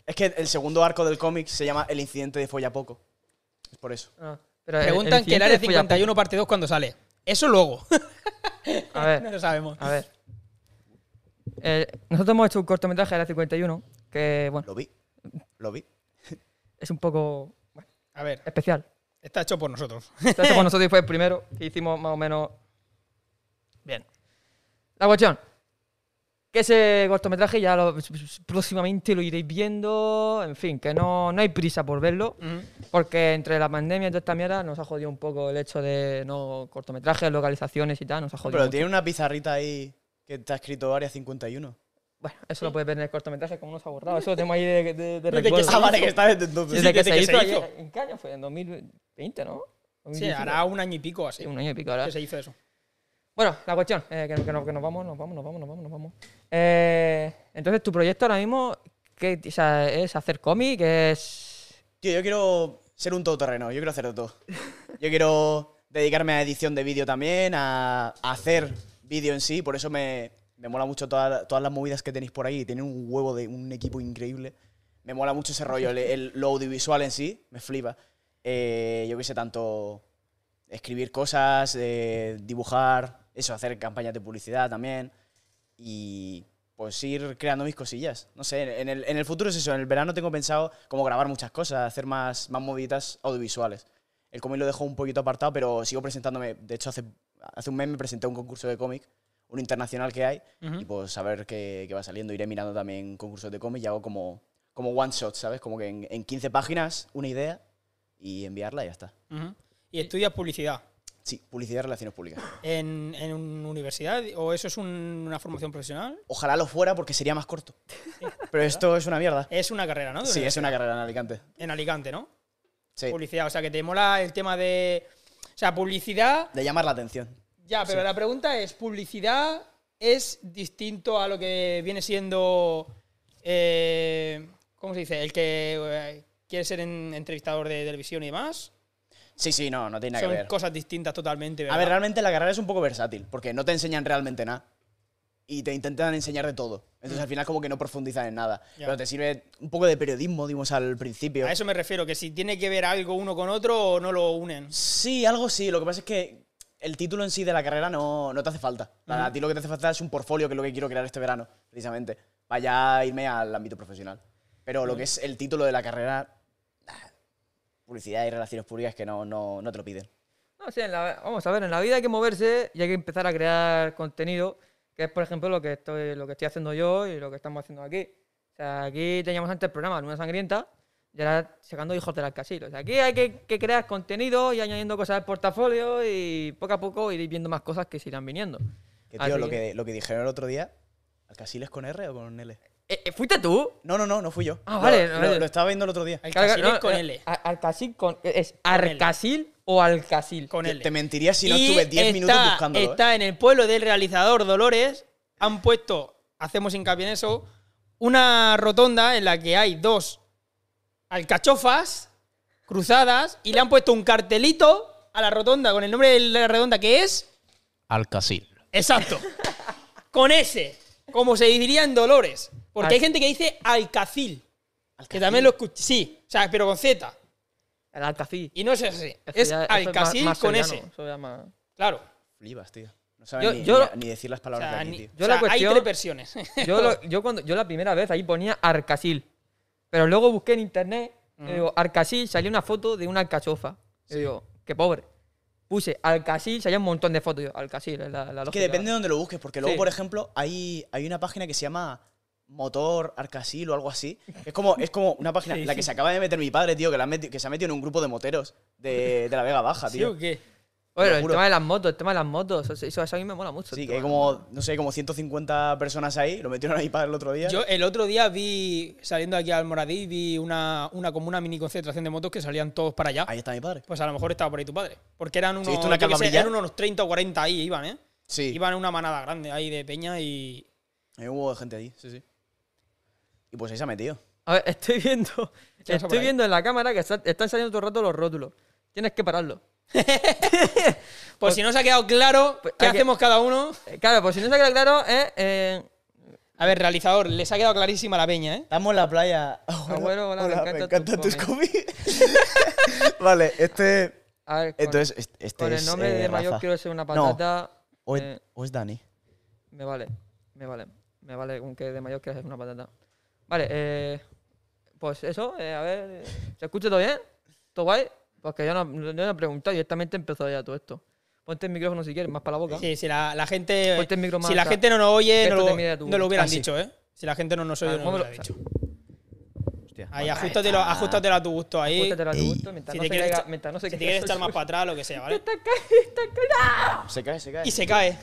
[SPEAKER 8] es que el segundo arco del cómic se llama El incidente de folla poco. Es por eso.
[SPEAKER 7] Ah, pero el- el
[SPEAKER 4] Preguntan que el
[SPEAKER 7] siguiente
[SPEAKER 4] área
[SPEAKER 7] fue ya
[SPEAKER 4] 51 parte 2 cuando sale. Eso luego.
[SPEAKER 7] poco. A ver.
[SPEAKER 4] no lo sabemos.
[SPEAKER 7] A ver. Eh, nosotros hemos hecho un cortometraje de la 51 que, bueno,
[SPEAKER 8] Lo vi. Lo vi.
[SPEAKER 7] es un poco bueno,
[SPEAKER 4] A ver,
[SPEAKER 7] especial.
[SPEAKER 4] está hecho por nosotros.
[SPEAKER 7] Entonces, con nosotros fue el primero que hicimos más o menos. Bien. La cuestión. Que ese cortometraje ya lo- próximamente lo iréis viendo. En fin, que no, no hay prisa por verlo. Porque entre la pandemia y toda esta mierda nos ha jodido un poco el hecho de no cortometrajes, localizaciones y tal. Nos ha jodido.
[SPEAKER 8] Pero
[SPEAKER 7] mucho.
[SPEAKER 8] tiene una pizarrita ahí que está escrito Área 51.
[SPEAKER 7] Bueno, eso lo puedes ver en el cortometraje, como nos ha borrado. Eso lo tenemos ahí de, de,
[SPEAKER 4] que
[SPEAKER 7] de recuerdo.
[SPEAKER 4] se
[SPEAKER 8] Ah, vale,
[SPEAKER 4] hizo.
[SPEAKER 8] que está desde entonces.
[SPEAKER 7] Desde que,
[SPEAKER 4] desde
[SPEAKER 7] se,
[SPEAKER 4] que
[SPEAKER 7] hizo,
[SPEAKER 4] se
[SPEAKER 7] ayer-
[SPEAKER 4] hizo.
[SPEAKER 7] ¿En qué año fue? ¿En 2020, no?
[SPEAKER 4] Sí,
[SPEAKER 7] 2019.
[SPEAKER 4] hará un año y pico
[SPEAKER 7] Sí,
[SPEAKER 4] así
[SPEAKER 7] un año y pico ahora.
[SPEAKER 4] que se hizo eso.
[SPEAKER 7] Bueno, la cuestión, eh, que, que no- que nos vamos, nos vamos, nos vamos, nos vamos, nos vamos. Eh, entonces, tu proyecto ahora mismo ¿qué, o sea, es hacer cómic, es...
[SPEAKER 8] Tío, yo quiero ser un todoterreno. Yo quiero hacer de todo. Yo quiero dedicarme a edición de vídeo también, a, a hacer vídeo en sí. Por eso me, me mola mucho toda- todas las movidas que tenéis por ahí. Tienen un huevo de un equipo increíble. Me mola mucho ese rollo, el, el- lo audiovisual en sí. Me flipa. Eh, yo qué sé, tanto escribir cosas, eh, dibujar, eso, hacer campañas de publicidad también. Y pues ir creando mis cosillas. No sé, en el, en el futuro es eso. En el verano tengo pensado como grabar muchas cosas, hacer más, más moviditas audiovisuales. El cómic lo dejo un poquito apartado, pero sigo presentándome. De hecho, hace, hace un mes me presenté a un concurso de cómic, un internacional que hay, y pues a ver qué, qué va saliendo. Iré mirando también concursos de cómic y hago como, como one shot, ¿sabes? Como que en, en 15 páginas una idea y enviarla y ya está.
[SPEAKER 4] Ujú. Y estudias publicidad.
[SPEAKER 8] Sí, publicidad y relaciones públicas.
[SPEAKER 4] ¿En, en una universidad? ¿O eso es un- una formación profesional?
[SPEAKER 8] Ojalá lo fuera porque sería más corto. Pero esto es una mierda.
[SPEAKER 4] Es una carrera, Eh, ¿no? De
[SPEAKER 8] Sí,
[SPEAKER 4] una-
[SPEAKER 8] es una carrera en Alicante.
[SPEAKER 4] En Alicante, ¿no?
[SPEAKER 8] Sí,
[SPEAKER 4] Publicidad. O sea, que te mola el tema de. O sea, publicidad.
[SPEAKER 8] de llamar la atención.
[SPEAKER 4] Ya, pero la pregunta es: ¿publicidad es distinto a lo que viene siendo. eh, ¿Cómo se dice? El que eh, quiere ser en- entrevistador de televisión y demás.
[SPEAKER 8] Sí, sí, no, no tiene nada
[SPEAKER 4] Son
[SPEAKER 8] que ver.
[SPEAKER 4] cosas distintas totalmente.
[SPEAKER 8] A
[SPEAKER 4] ¿verdad?
[SPEAKER 8] ver, realmente la carrera es un poco versátil, porque no te enseñan realmente nada. Y te intentan enseñar de todo. Entonces al final como que no profundizan en nada.
[SPEAKER 4] Mm. Ya.
[SPEAKER 8] Pero te sirve un poco de periodismo, dimos al principio.
[SPEAKER 4] A eso me refiero, que si tiene que ver algo uno con otro, no lo unen.
[SPEAKER 8] Sí, algo sí. Lo que pasa es que el título en sí de la carrera no, no te hace falta.
[SPEAKER 4] Mm.
[SPEAKER 8] A a ti lo que te hace falta es un portfolio, que es lo que quiero crear este verano, precisamente. Vaya a irme al ámbito profesional. Pero
[SPEAKER 4] Mm.
[SPEAKER 8] lo que es el título de la carrera, ah, publicidad y relaciones públicas, que no, no, no te lo piden.
[SPEAKER 7] No, sí, en la- vamos a ver, en la vida hay que moverse y hay que empezar a crear contenido, que es, por ejemplo, lo que estoy, lo que estoy haciendo yo y lo que estamos haciendo aquí. O sea, aquí teníamos antes el programa Luna Sangrienta y ahora sacando Hijos del Alcasil. O sea, aquí hay que, que crear contenido y añadiendo cosas al portafolio y poco a poco ir viendo más cosas que se irán viniendo.
[SPEAKER 8] Que
[SPEAKER 4] ¿Ah,
[SPEAKER 7] Así
[SPEAKER 8] tío, lo que, lo que dijeron el otro día, ¿Alcasiles con R o con L?
[SPEAKER 7] Eh, eh, ¿Fuiste tú?
[SPEAKER 8] No, no, no, no fui yo.
[SPEAKER 7] Ah,
[SPEAKER 8] Lo-
[SPEAKER 7] vale,
[SPEAKER 8] lo,
[SPEAKER 7] vale.
[SPEAKER 8] lo estaba viendo el otro día.
[SPEAKER 4] Al
[SPEAKER 7] Claro,
[SPEAKER 4] Casil es
[SPEAKER 7] no,
[SPEAKER 4] con
[SPEAKER 7] eh,
[SPEAKER 4] L.
[SPEAKER 7] a- Alcacil con... eh, ¿Es
[SPEAKER 4] L.
[SPEAKER 7] Arcasil o Alcacil?
[SPEAKER 4] Con
[SPEAKER 8] Te-
[SPEAKER 4] L.
[SPEAKER 8] Te mentiría si no
[SPEAKER 4] Y
[SPEAKER 8] estuve 10 minutos
[SPEAKER 4] está-
[SPEAKER 8] buscándolo. ¿eh?
[SPEAKER 4] Está en el pueblo del realizador Dolores. Han puesto, hacemos hincapié en eso, una rotonda en la que hay dos alcachofas cruzadas y le han puesto un cartelito a la rotonda con el nombre de la redonda que es.
[SPEAKER 9] Alcacil.
[SPEAKER 4] Exacto. con ese. Como se diría en Dolores. Porque
[SPEAKER 7] Al-
[SPEAKER 4] hay gente que dice Alcacil. Que también lo escuché. Sí, o sea, pero con Z.
[SPEAKER 7] El Alcacil.
[SPEAKER 4] Y no es así.
[SPEAKER 7] Esto
[SPEAKER 4] Es
[SPEAKER 7] ya- esto más-
[SPEAKER 4] Alcacil
[SPEAKER 7] más
[SPEAKER 4] con
[SPEAKER 7] sevillano,
[SPEAKER 4] S.
[SPEAKER 7] eso ya más-
[SPEAKER 4] Claro.
[SPEAKER 8] Flipas, tío. No sabes
[SPEAKER 7] Yo-
[SPEAKER 8] ni,
[SPEAKER 7] yo-
[SPEAKER 8] ni- ni decir las
[SPEAKER 4] O
[SPEAKER 8] palabras
[SPEAKER 4] sea,
[SPEAKER 8] de aquí,
[SPEAKER 4] ni-
[SPEAKER 8] tío.
[SPEAKER 7] Yo
[SPEAKER 4] o sea,
[SPEAKER 7] la
[SPEAKER 4] hay
[SPEAKER 7] cuestión-
[SPEAKER 4] tres versiones.
[SPEAKER 7] Yo, lo- yo, cuando, yo la primera vez ahí ponía Arcasil. Pero luego busqué en internet, yo digo, Arcasil, salía una foto de una alcachofa. Yo digo, qué pobre. Puse Alcasil, salía un montón de fotos. Yo, Alcasil, es la, la
[SPEAKER 8] Es
[SPEAKER 7] lógica.
[SPEAKER 8] que depende de donde lo busques, porque
[SPEAKER 7] Sí.
[SPEAKER 8] luego, por ejemplo, hay, hay una página que se llama Motor Arcasil o algo así. Es como, es como una página, la que se acaba de meter mi padre, tío, que, la han meti- que se ha metido en un grupo de moteros de, de la Vega Baja,
[SPEAKER 4] ¿Sí
[SPEAKER 8] tío.
[SPEAKER 4] o qué?
[SPEAKER 7] Oye,
[SPEAKER 8] te lo
[SPEAKER 7] el
[SPEAKER 8] juro.
[SPEAKER 7] tema de las motos, el tema de las motos, eso, eso- eso a mí me mola mucho.
[SPEAKER 8] Sí,
[SPEAKER 7] el
[SPEAKER 8] que hay
[SPEAKER 7] tema.
[SPEAKER 8] como, no sé, como 150 personas ahí. Lo metieron a mi padre el otro día.
[SPEAKER 4] Yo el otro día vi, saliendo aquí al Moradí, vi una, una como una mini concentración de motos que salían todos para allá.
[SPEAKER 8] Ahí está mi padre.
[SPEAKER 4] Pues a lo mejor estaba por ahí tu padre. Porque eran unos,
[SPEAKER 8] ¿Sí viste
[SPEAKER 4] yo
[SPEAKER 8] una
[SPEAKER 4] qué sé,
[SPEAKER 8] calabrilla?
[SPEAKER 4] eran unos 30 o 40 ahí, iban, ¿eh?
[SPEAKER 8] Sí.
[SPEAKER 4] Iban una manada grande ahí de peña y...
[SPEAKER 8] Ahí hubo gente allí, sí, sí. Y pues ahí se ha metido.
[SPEAKER 7] A ver, estoy viendo,
[SPEAKER 4] ¿Qué pasa por
[SPEAKER 7] estoy
[SPEAKER 4] ahí?
[SPEAKER 7] viendo en la cámara que está- están saliendo todo el rato los rótulos. Tienes que pararlo.
[SPEAKER 4] Pues, si no se ha quedado claro,
[SPEAKER 7] Pues
[SPEAKER 4] ¿qué
[SPEAKER 7] hay que-
[SPEAKER 4] hacemos cada uno?
[SPEAKER 7] Eh, Claro, pues si no se queda claro, eh, eh,
[SPEAKER 4] A ver, realizador, les ha quedado clarísima la peña, ¿eh?
[SPEAKER 8] Estamos en la playa. Abuelo,
[SPEAKER 7] Abuelo, hola, Ah, me encantan tus
[SPEAKER 8] cómics. vale, este.
[SPEAKER 7] a ver, con,
[SPEAKER 8] Entonces, es- este
[SPEAKER 7] con
[SPEAKER 8] es.
[SPEAKER 7] el nombre
[SPEAKER 8] eh,
[SPEAKER 7] de mayor
[SPEAKER 8] Rafa.
[SPEAKER 7] quiero ser una
[SPEAKER 8] No,
[SPEAKER 7] patata.
[SPEAKER 8] o, es-
[SPEAKER 7] eh,
[SPEAKER 8] o es Dani.
[SPEAKER 7] Me vale, me vale. Me vale con que de mayor quieras hacer una patata. Vale, eh, pues eso, eh, a ver, eh, ¿se escucha todo bien? ¿Todo guay? Porque yo no, no, no he preguntado, directamente empezó ya todo esto. Ponte el micrófono si quieres, más para la boca.
[SPEAKER 4] Sí, si la, la gente...
[SPEAKER 7] Ponte el micro más
[SPEAKER 4] Si la
[SPEAKER 7] acá.
[SPEAKER 4] gente no nos oye,
[SPEAKER 7] Que
[SPEAKER 4] no
[SPEAKER 7] esto te
[SPEAKER 4] lo,
[SPEAKER 7] mide a tu-
[SPEAKER 4] no lo hubieran
[SPEAKER 7] Ah, sí.
[SPEAKER 4] dicho, ¿eh? Si la gente no nos oye,
[SPEAKER 7] Vale,
[SPEAKER 4] Ah, no lo hubiera
[SPEAKER 7] muévelo.
[SPEAKER 4] dicho. Ahí, ajustatelo, ajústatelo a tu gusto ahí.
[SPEAKER 7] Apúntatelo a tu gusto, mientras
[SPEAKER 4] Si
[SPEAKER 7] no
[SPEAKER 4] te
[SPEAKER 7] se
[SPEAKER 4] quieres
[SPEAKER 7] caiga-
[SPEAKER 4] echar-
[SPEAKER 7] mientras no se
[SPEAKER 4] Si te
[SPEAKER 7] caiga
[SPEAKER 4] quieres
[SPEAKER 7] eso.
[SPEAKER 4] echar más para atrás, lo que sea, ¿vale?
[SPEAKER 8] Se cae, se cae.
[SPEAKER 4] Y se cae.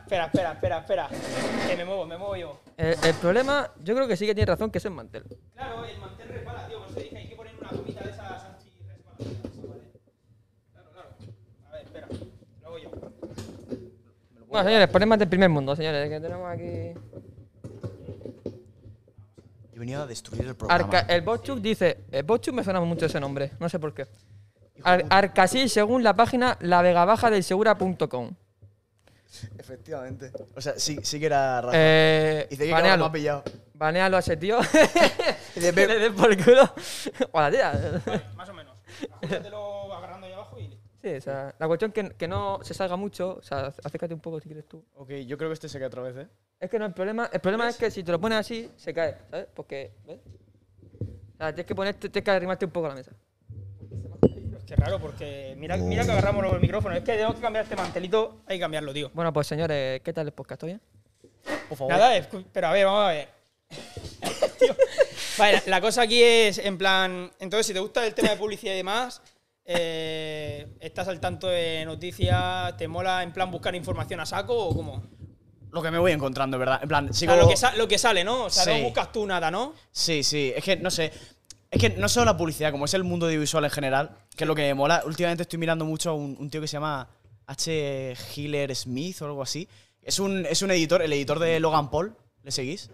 [SPEAKER 4] espera, espera, espera, espera. Que me muevo, me muevo yo.
[SPEAKER 7] Eh, el problema, yo creo que sí que tiene razón, que es el mantel.
[SPEAKER 4] Claro, el mantel resbala, tío. Por eso dije, hay que poner una gomita de esas anti-resbaladoras, ¿vale? Claro, claro. A ver, espera. Lo hago yo.
[SPEAKER 7] Bueno, señores, problemas del primer mundo, señores, que tenemos aquí...
[SPEAKER 8] Yo he venido a destruir el programa.
[SPEAKER 7] Arca- el Botchuk dice, el Botchuk me suena mucho ese nombre, no sé por qué. Ar- Arcasil, según la página lavegabajadelsegura.com.
[SPEAKER 8] Efectivamente. O sea, sí, sí que era Rafa.
[SPEAKER 7] Eh,
[SPEAKER 8] Dice que cabrón, me
[SPEAKER 7] banealo.
[SPEAKER 8] ha pillado.
[SPEAKER 7] Banealo a ese tío.
[SPEAKER 8] Dice,
[SPEAKER 7] que
[SPEAKER 8] "Ve".
[SPEAKER 7] le den por culo. O a la tía.
[SPEAKER 4] Más o menos. Ajústatelo agarrando ahí abajo y listo.
[SPEAKER 7] Sí, o sea, la cuestión que, que no se salga mucho. O sea, acércate un poco si quieres tú.
[SPEAKER 8] Ok, yo creo que este se cae otra vez, ¿eh?
[SPEAKER 7] Es que no, el problema, el problema es que si te lo pones así, se cae, ¿sabes? Porque, ¿ves? O sea, tienes que ponerte, tienes que arrimarte un poco a la mesa.
[SPEAKER 4] Qué raro, porque mira, mira que agarramos los micrófonos. Es que tengo que cambiar este mantelito. Hay que cambiarlo, tío.
[SPEAKER 7] Bueno, pues señores, ¿qué tal el podcast? ¿Todo bien?
[SPEAKER 8] Por favor.
[SPEAKER 4] Nada, escu- pero a ver, vamos a ver. Tío. vale, la cosa aquí es, en plan, entonces si te gusta el tema de publicidad y demás, eh, estás al tanto de noticias, te mola en plan buscar información a saco o cómo? O
[SPEAKER 8] Lo que me voy encontrando, ¿verdad? En plan, sigo.
[SPEAKER 4] sea, lo que, sa- lo que sale, ¿no? O sea,
[SPEAKER 8] Sí.
[SPEAKER 4] no buscas tú nada, ¿no?
[SPEAKER 8] Sí, sí, es que no sé. Es que no solo la publicidad, como es el mundo audiovisual en general, que es lo que me mola. Últimamente estoy mirando mucho a un, un tío que se llama H. Hiller Smith o algo así. Es un, es un editor, el editor de Logan Paul. ¿Le seguís?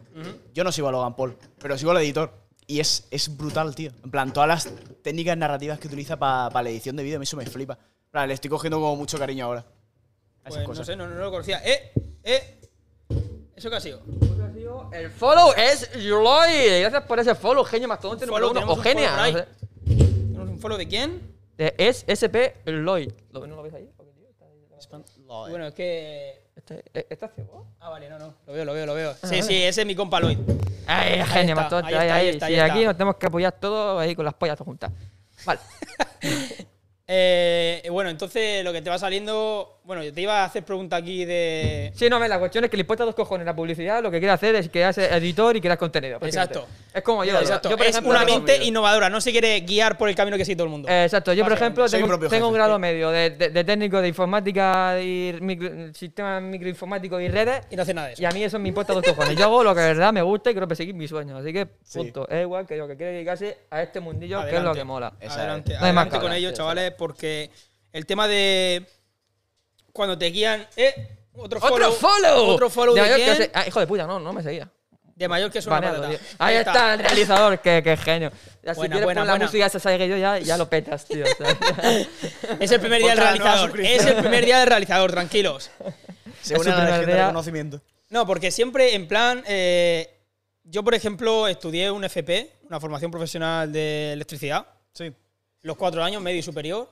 [SPEAKER 8] Yo no sigo a Logan Paul, pero sigo al editor. Y es, es brutal, tío. En plan, todas las técnicas narrativas que utiliza para la edición de vídeo, a mí eso me flipa. En plan, le estoy cogiendo como mucho cariño ahora. A
[SPEAKER 4] Pues
[SPEAKER 8] esas
[SPEAKER 4] no
[SPEAKER 8] cosas.
[SPEAKER 4] sé, no, no lo conocía. ¡Eh! ¡Eh! ¿Eso qué ha sido?
[SPEAKER 7] El follow es Lloyd. Gracias por ese follow, genio mastodonte número
[SPEAKER 4] Follow, tenemos
[SPEAKER 7] uno. O
[SPEAKER 4] un follow
[SPEAKER 7] genia.
[SPEAKER 4] por ahí.
[SPEAKER 7] no sé.
[SPEAKER 4] ¿Tenemos un follow de quién?
[SPEAKER 7] De- Es SP Lloyd. ¿Lo- ¿No lo veis ahí?
[SPEAKER 4] Y Bueno, es que.
[SPEAKER 7] ¿Este, eh, ¿Está ciego?
[SPEAKER 4] Ah, vale, no, no. Lo veo, lo veo, lo veo. Sí, sí, ese es mi compa Lloyd.
[SPEAKER 7] Ay, genio,
[SPEAKER 4] está, ahí
[SPEAKER 7] matote, ahí,
[SPEAKER 4] está,
[SPEAKER 7] ahí.
[SPEAKER 4] ahí está,
[SPEAKER 7] Sí,
[SPEAKER 4] ahí está.
[SPEAKER 7] aquí nos tenemos que apoyar todos ahí con las pollas todas juntas. Vale.
[SPEAKER 4] Eh, bueno, entonces lo que te va saliendo. Bueno, yo te iba a hacer pregunta aquí de.
[SPEAKER 7] Sí, no, a ver, la cuestión es que le importa dos cojones la publicidad, lo que quiere hacer es crear editor y crear contenido. prácticamente.
[SPEAKER 4] Exacto.
[SPEAKER 7] Es como yo.
[SPEAKER 4] Exacto.
[SPEAKER 7] yo, por
[SPEAKER 4] es
[SPEAKER 7] ejemplo,
[SPEAKER 4] una
[SPEAKER 7] tengo-
[SPEAKER 4] mente innovadora, no se quiere guiar por el camino que sigue todo el mundo.
[SPEAKER 7] Eh, Exacto, yo por
[SPEAKER 4] Básicamente,
[SPEAKER 7] ejemplo
[SPEAKER 8] soy mi
[SPEAKER 7] tengo,
[SPEAKER 8] propio
[SPEAKER 7] tengo un
[SPEAKER 8] jefe.
[SPEAKER 7] grado medio de, de- de técnico de informática y micro- sistemas microinformáticos y redes
[SPEAKER 4] y no hace nada de eso.
[SPEAKER 7] y a mí eso me importa dos cojones. Yo hago lo que de verdad me gusta y quiero perseguir mis sueños, así que punto. Es igual que yo que quiere dedicarse a este mundillo que es lo
[SPEAKER 4] Adelante.
[SPEAKER 7] que mola.
[SPEAKER 8] Esa-
[SPEAKER 4] Adelante,
[SPEAKER 7] No hay más
[SPEAKER 4] adelante
[SPEAKER 7] que
[SPEAKER 4] con
[SPEAKER 7] hablar,
[SPEAKER 4] ello,
[SPEAKER 7] sí,
[SPEAKER 4] chavales, porque el tema de. Cuando te guían. ¡Eh! Otro follow.
[SPEAKER 7] ¡Otro follow!
[SPEAKER 4] Otro follow de,
[SPEAKER 7] mayor que
[SPEAKER 4] quién?
[SPEAKER 7] se- ah, hijo de puta, no, no me seguía.
[SPEAKER 4] De mayor que es una
[SPEAKER 7] Baneado,
[SPEAKER 4] patata.
[SPEAKER 7] tío. Ahí está el realizador, que, que genio. Ya, si
[SPEAKER 4] Buena,
[SPEAKER 7] quieres
[SPEAKER 4] buena,
[SPEAKER 7] poner la
[SPEAKER 4] buena.
[SPEAKER 7] música esa sabe que yo ya, ya lo petas, tío. o sea.
[SPEAKER 4] Es el primer día del
[SPEAKER 8] Otra nueva
[SPEAKER 4] realizador. Es
[SPEAKER 8] suscripción.
[SPEAKER 4] el primer día del realizador, tranquilos.
[SPEAKER 8] Se
[SPEAKER 7] Es su
[SPEAKER 8] une a la
[SPEAKER 7] primera
[SPEAKER 8] legión del
[SPEAKER 7] idea.
[SPEAKER 8] reconocimiento.
[SPEAKER 4] No, porque siempre en plan. eh, yo, por ejemplo, estudié un FP, una formación profesional de electricidad,
[SPEAKER 8] Sí.
[SPEAKER 4] los cuatro años, medio y superior.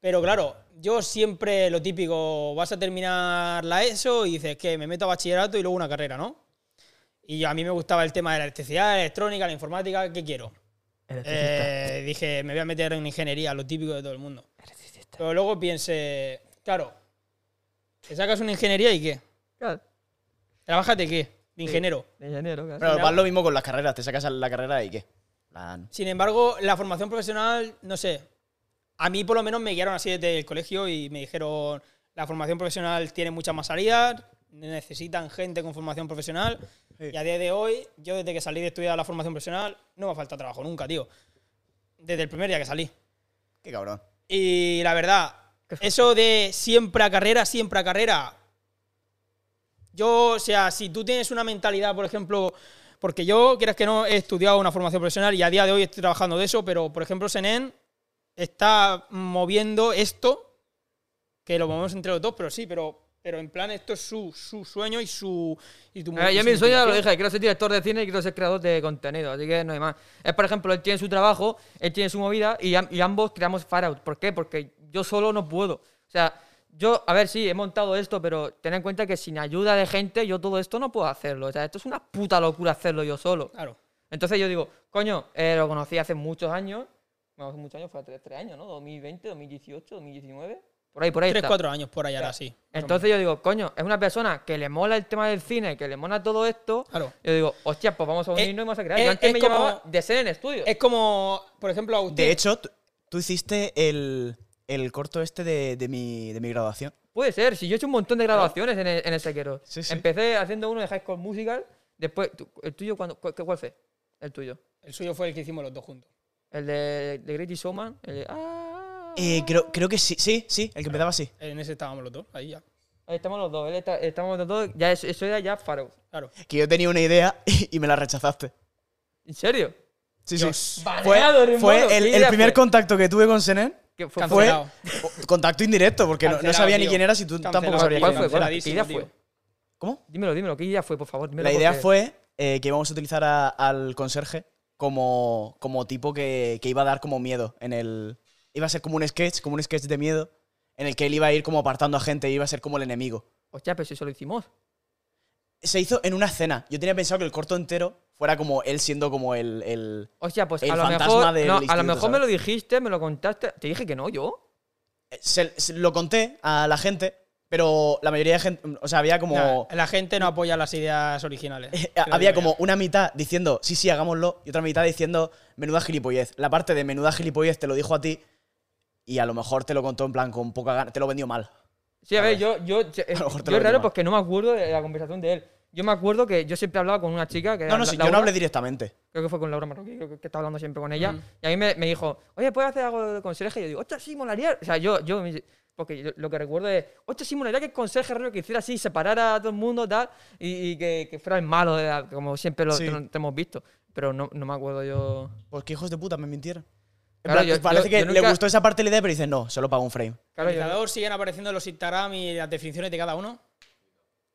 [SPEAKER 4] Pero claro, yo siempre lo típico, vas a terminar la ESO y dices que me meto a bachillerato y luego una carrera, ¿no? Y a mí me gustaba el tema de la electricidad, la electrónica, la informática, ¿qué quiero? Eh, dije, me voy a meter en ingeniería, lo típico de todo el mundo. Pero luego piense, claro, te sacas una ingeniería y qué?
[SPEAKER 7] Claro,
[SPEAKER 4] ¿Trabajas de qué? De ingeniero.
[SPEAKER 7] de ingeniero, claro.
[SPEAKER 8] Pero va lo mismo con las carreras. Te sacas la carrera y qué. Plan.
[SPEAKER 4] Sin embargo, la formación profesional, no sé. A mí por lo menos me guiaron así desde el colegio y me dijeron, la formación profesional tiene muchas más salidas, necesitan gente con formación profesional.
[SPEAKER 8] Sí.
[SPEAKER 4] Y a día de hoy, yo desde que salí de estudiar la formación profesional, no me falta trabajo nunca, tío. Desde el primer día que salí.
[SPEAKER 8] Qué cabrón.
[SPEAKER 4] Y la verdad, eso de siempre a carrera, siempre a carrera. Yo, o sea, si tú tienes una mentalidad, por ejemplo, porque yo, quieras que no, he estudiado una formación profesional y a día de hoy estoy trabajando de eso, pero por ejemplo, Senen está moviendo esto, que lo movemos entre los dos, pero sí, pero, pero en plan, esto es su, su sueño y su. Y tu,
[SPEAKER 7] Eh,
[SPEAKER 4] y
[SPEAKER 7] yo
[SPEAKER 4] su
[SPEAKER 7] mi sueño ya lo
[SPEAKER 4] motivación.
[SPEAKER 7] dije, quiero ser director de cine y quiero ser creador de contenido, así que no hay más. Es, por ejemplo, él tiene su trabajo, él tiene su movida y, am- y ambos creamos Far Out. ¿Por qué? Porque yo solo no puedo. O sea, yo, a ver, sí, he montado esto, pero ten en cuenta que sin ayuda de gente yo todo esto no puedo hacerlo. O sea, esto es una puta locura hacerlo yo solo.
[SPEAKER 4] Claro.
[SPEAKER 7] Entonces yo digo, coño, eh, lo conocí hace muchos años, bueno, hace muchos años, fue hace tres, tres años, ¿no? 2020, 2018, 2019, por ahí, por ahí.
[SPEAKER 4] Tres,
[SPEAKER 7] está.
[SPEAKER 4] cuatro años por ahí ahora, sí.
[SPEAKER 7] Entonces yo digo, coño, es una persona que le mola el tema del cine, que le mola todo esto.
[SPEAKER 4] Claro.
[SPEAKER 7] Yo digo, hostia, pues vamos a
[SPEAKER 4] Eh,
[SPEAKER 7] unirnos y vamos a crear.
[SPEAKER 4] eh,
[SPEAKER 7] yo antes
[SPEAKER 4] es
[SPEAKER 7] me
[SPEAKER 4] como- eh,
[SPEAKER 7] llamaba de ser en estudio.
[SPEAKER 4] Es como, por ejemplo, Agustín.
[SPEAKER 8] De hecho, tú- tú hiciste el, el corto este de, de mi, de mi graduación.
[SPEAKER 7] Puede ser, si yo he hecho un montón de graduaciones en, el, en el Sequero.
[SPEAKER 8] Sí, sí.
[SPEAKER 7] Empecé haciendo uno de High School Musical, después, tu- ¿el tuyo cuándo- cu- qué- cuál fue? El tuyo.
[SPEAKER 4] El suyo fue el que hicimos los dos juntos.
[SPEAKER 7] El de, de Greatest Showman, el de... "Ah".
[SPEAKER 8] Eh, creo, creo que sí, sí, sí, el que empezaba así.
[SPEAKER 4] En ese estábamos los dos, ahí ya.
[SPEAKER 7] Ahí estamos los dos, él está- estamos los dos, ya eso, eso era ya Faro.
[SPEAKER 4] Claro.
[SPEAKER 8] Que yo tenía una idea y, y me la rechazaste.
[SPEAKER 7] ¿En serio?
[SPEAKER 8] Sí, sí.
[SPEAKER 7] Baneado,
[SPEAKER 8] Fue,
[SPEAKER 7] Rimbolo,
[SPEAKER 8] fue el,
[SPEAKER 7] ¿qué
[SPEAKER 8] el
[SPEAKER 7] idea
[SPEAKER 8] primer
[SPEAKER 7] fue?
[SPEAKER 8] contacto que tuve con Senen.
[SPEAKER 7] ¿Qué fue?
[SPEAKER 8] Fue
[SPEAKER 4] Cancelado.
[SPEAKER 8] o- contacto indirecto, porque no- no,
[SPEAKER 4] Cancelado,
[SPEAKER 8] sabía ni
[SPEAKER 4] tío.
[SPEAKER 8] quién eras y tú tampoco
[SPEAKER 4] Cancelado.
[SPEAKER 8] sabías
[SPEAKER 7] ¿Cuál
[SPEAKER 8] quién
[SPEAKER 7] fue?
[SPEAKER 8] era.
[SPEAKER 7] ¿Cuál-
[SPEAKER 4] Canceladísimo,
[SPEAKER 7] ¿Qué idea
[SPEAKER 4] tío.
[SPEAKER 7] fue?
[SPEAKER 8] ¿Cómo?
[SPEAKER 7] Dímelo, dímelo, ¿qué idea fue, por favor? dímelo,
[SPEAKER 8] La idea
[SPEAKER 7] porque-
[SPEAKER 8] fue eh, que íbamos a utilizar a- al conserje como, como tipo que, que iba a dar como miedo en el... Iba a ser como un sketch, como un sketch de miedo, en el que él iba a ir como apartando a gente y iba a ser como el enemigo.
[SPEAKER 7] Hostia, pero si eso lo hicimos.
[SPEAKER 8] Se hizo en una cena. Yo tenía pensado que el corto entero fuera como él siendo como el... el-
[SPEAKER 7] Hostia, pues
[SPEAKER 8] El
[SPEAKER 7] a lo
[SPEAKER 8] fantasma
[SPEAKER 7] mejor,
[SPEAKER 8] del
[SPEAKER 7] no, a lo
[SPEAKER 8] instituto,
[SPEAKER 7] mejor me
[SPEAKER 8] ¿sabes?
[SPEAKER 7] lo dijiste, me lo contaste. Te dije que no, yo.
[SPEAKER 8] se- se- lo conté a la gente, pero la mayoría de gente... O sea, había como... Eh,
[SPEAKER 4] Nah, la gente no apoya las ideas originales. Te lo
[SPEAKER 8] Había
[SPEAKER 4] digo
[SPEAKER 8] como
[SPEAKER 4] ya.
[SPEAKER 8] una mitad diciendo, sí, sí, hagámoslo, y otra mitad diciendo, menuda gilipollez. La parte de menuda gilipollez te lo dijo a ti y a lo mejor te lo contó en plan con poca gana, te lo vendió mal.
[SPEAKER 7] Sí, a, ver, yo, yo, yo,
[SPEAKER 8] lo mejor te
[SPEAKER 7] yo
[SPEAKER 8] lo
[SPEAKER 7] es raro
[SPEAKER 8] digo.
[SPEAKER 7] porque no me acuerdo de la conversación de él. Yo me acuerdo que yo siempre hablaba con una chica que
[SPEAKER 8] No,
[SPEAKER 7] era
[SPEAKER 8] no,
[SPEAKER 7] la-
[SPEAKER 8] sí, yo
[SPEAKER 7] Laura,
[SPEAKER 8] no hablé directamente.
[SPEAKER 7] Creo que fue con Laura Marroquí, creo que, que estaba hablando siempre con ella. Y a mí me, me dijo, oye, ¿puedes hacer algo de conserje? Y yo digo, hostia, sí, molaría. O sea, yo, yo me- porque yo- lo que recuerdo es, hostia, sí, molaría que el conserje rollo que hiciera así, separara a todo el mundo, tal, y, y que, que fuera el malo, de la- como siempre lo
[SPEAKER 8] Sí.
[SPEAKER 7] te, lo- te hemos visto. Pero no, no me acuerdo yo.
[SPEAKER 8] Pues que hijos de puta me mintieron. En
[SPEAKER 7] Claro,
[SPEAKER 8] plan,
[SPEAKER 7] yo-
[SPEAKER 8] parece
[SPEAKER 7] yo-
[SPEAKER 8] que
[SPEAKER 7] yo nunca-
[SPEAKER 8] le gustó esa parte de la idea, pero dice, no, solo pago un frame.
[SPEAKER 7] Claro, yo-
[SPEAKER 4] Organizador, siguen apareciendo los Instagram y las definiciones de cada uno.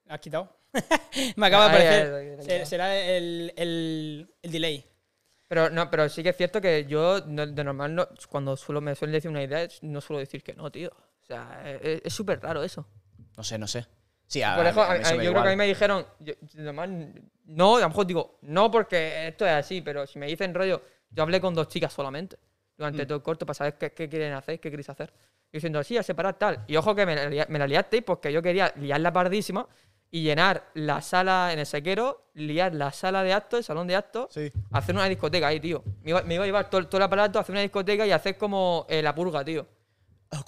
[SPEAKER 4] ¿La has quitado? Me acaba de
[SPEAKER 7] Ay, ay,
[SPEAKER 4] aparecer.
[SPEAKER 7] ay, ay, ay,
[SPEAKER 4] Se-
[SPEAKER 7] ay.
[SPEAKER 4] será el, el- el delay.
[SPEAKER 7] Pero, no, pero sí que es cierto que yo no- de normal no- cuando suelo, me suelen decir una idea no suelo decir que no, tío. O sea, eh, es súper raro eso.
[SPEAKER 8] No sé, no sé. Sí, a,
[SPEAKER 7] Por
[SPEAKER 8] a-
[SPEAKER 7] eso,
[SPEAKER 8] a mí
[SPEAKER 7] a-
[SPEAKER 8] eso
[SPEAKER 7] yo
[SPEAKER 8] me
[SPEAKER 7] creo
[SPEAKER 8] igual.
[SPEAKER 7] que a mí me dijeron, yo- nomás, no, a lo mejor digo, no porque esto es así, pero si me dicen rollo, yo hablé con dos chicas solamente
[SPEAKER 8] Mm.
[SPEAKER 7] durante todo el corto para saber qué, qué quieren hacer, qué queréis hacer. Y diciendo, sí, a separar tal. Y ojo que me la, lia- me la liasteis porque yo quería liar la pardísima y llenar la sala en el sequero, liar la sala de actos, el salón de actos,
[SPEAKER 8] Sí.
[SPEAKER 7] hacer una discoteca ahí, tío. Me iba, me iba a llevar todo, todo el aparato, hacer una discoteca y hacer como eh, la purga, tío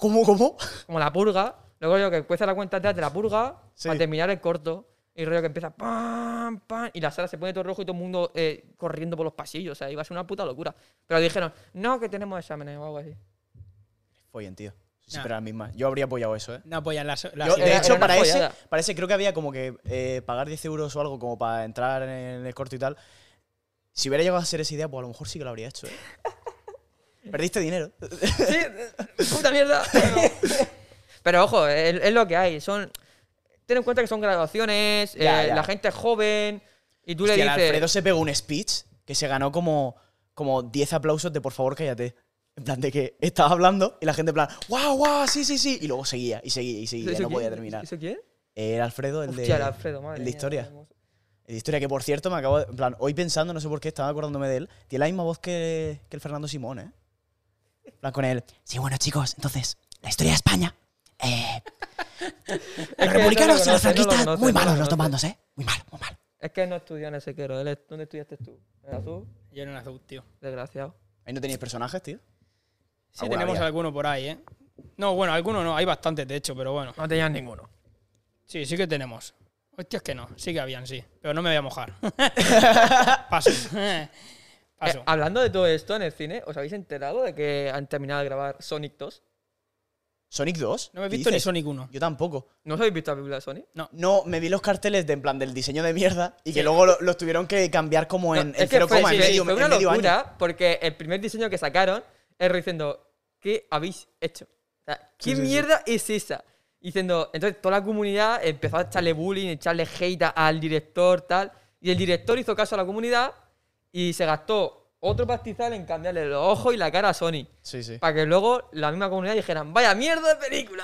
[SPEAKER 8] ¿Cómo, cómo?
[SPEAKER 7] como la purga. Luego yo que empieza la cuenta atrás de la purga
[SPEAKER 8] Sí.
[SPEAKER 7] para terminar el corto. Y rollo que empieza pam, pam, y la sala se pone todo rojo y todo el mundo eh, corriendo por los pasillos. O sea, iba a ser una puta locura. Pero dijeron, no, que tenemos exámenes o algo así.
[SPEAKER 8] Follen, tío. Sí,
[SPEAKER 4] Nah.
[SPEAKER 8] pero la misma. Yo habría apoyado eso, ¿eh?
[SPEAKER 4] No apoyan las. las
[SPEAKER 8] Yo,
[SPEAKER 7] era-
[SPEAKER 8] de
[SPEAKER 7] era
[SPEAKER 8] hecho,
[SPEAKER 7] una
[SPEAKER 8] para ese,
[SPEAKER 7] follada.
[SPEAKER 8] para ese creo que había como que eh, pagar 10 euros o algo como para entrar en el corto y tal. Si hubiera llegado a ser esa idea, pues a lo mejor sí que lo habría hecho, ¿eh? Perdiste dinero.
[SPEAKER 7] sí, puta mierda. Pero ojo, es, es lo que hay. Son, ten en cuenta que son graduaciones,
[SPEAKER 8] Ya,
[SPEAKER 7] eh,
[SPEAKER 8] ya.
[SPEAKER 7] la gente es joven y tú
[SPEAKER 8] Hostia,
[SPEAKER 7] le
[SPEAKER 8] el
[SPEAKER 7] dices...
[SPEAKER 8] Alfredo se pegó un speech que se ganó como, como 10 aplausos de por favor cállate. En plan de que estaba hablando y la gente en plan, guau, guau, sí, sí, sí. Y luego seguía y seguía y seguía,
[SPEAKER 7] ¿Eso
[SPEAKER 8] no
[SPEAKER 7] quién?
[SPEAKER 8] podía terminar.
[SPEAKER 7] ¿Eso quién?
[SPEAKER 8] El Alfredo, el de,
[SPEAKER 7] Hostia, el Alfredo, madre
[SPEAKER 8] el de
[SPEAKER 7] mía,
[SPEAKER 8] historia.
[SPEAKER 7] hermoso.
[SPEAKER 8] El de historia, que por cierto me acabo de, En plan, hoy pensando, no sé por qué, estaba acordándome de él. Tiene la misma voz que, que el Fernando Simón, ¿eh? En plan, con él. Sí, bueno, chicos, entonces, la historia de España. eh,
[SPEAKER 7] Es que
[SPEAKER 8] los
[SPEAKER 7] no lo conoce,
[SPEAKER 8] republicanos y los
[SPEAKER 7] no lo
[SPEAKER 8] franquistas,
[SPEAKER 7] conoce,
[SPEAKER 8] muy
[SPEAKER 7] no lo
[SPEAKER 8] malos
[SPEAKER 7] conoce.
[SPEAKER 8] los dos bandos, ¿eh? Muy malos, muy malos.
[SPEAKER 7] Es que no estudió en el sequero. Él es- ¿Dónde estudiaste tú? ¿En el azul?
[SPEAKER 4] Yo no las doy, tío.
[SPEAKER 7] Desgraciado.
[SPEAKER 8] Ahí no tenéis personajes, tío.
[SPEAKER 4] Sí,
[SPEAKER 8] Alguna
[SPEAKER 4] tenemos
[SPEAKER 8] había.
[SPEAKER 4] alguno por ahí, ¿eh? No, bueno, alguno no. Hay bastantes, de hecho, pero bueno.
[SPEAKER 7] No tenían ninguno.
[SPEAKER 4] Sí, sí que tenemos. Hostia, es que no. Sí que habían, sí. Pero no me voy a mojar. Paso.
[SPEAKER 8] Eh,
[SPEAKER 4] Paso.
[SPEAKER 8] ah,
[SPEAKER 7] hablando de todo esto en el cine, ¿os habéis enterado de que han terminado de grabar Sonic 2?
[SPEAKER 8] ¿Sonic 2?
[SPEAKER 4] No me he
[SPEAKER 8] ¿Qué
[SPEAKER 4] visto ni
[SPEAKER 8] dices?
[SPEAKER 4] Sonic 1.
[SPEAKER 8] Yo tampoco.
[SPEAKER 7] ¿No os habéis visto la película de Sonic?
[SPEAKER 8] No, me vi los carteles de en plan del diseño de mierda y que luego lo- los tuvieron que cambiar como en,
[SPEAKER 7] No,
[SPEAKER 8] en
[SPEAKER 7] es que
[SPEAKER 8] 0,
[SPEAKER 7] fue,
[SPEAKER 8] en
[SPEAKER 7] sí,
[SPEAKER 8] medio,
[SPEAKER 7] fue
[SPEAKER 8] en
[SPEAKER 7] una
[SPEAKER 8] medio año.
[SPEAKER 7] locura porque el primer diseño que sacaron es diciendo, ¿qué habéis hecho? O sea, ¿qué mierda es esa? Y Diciendo, entonces toda la comunidad empezó a echarle bullying, echarle hate a- al director, tal. Y el director hizo caso a la comunidad y se gastó otro pastizal en cambiarle los ojos y la cara a Sonic.
[SPEAKER 8] Sí, sí.
[SPEAKER 7] Para que luego la misma comunidad dijeran, vaya mierda de película.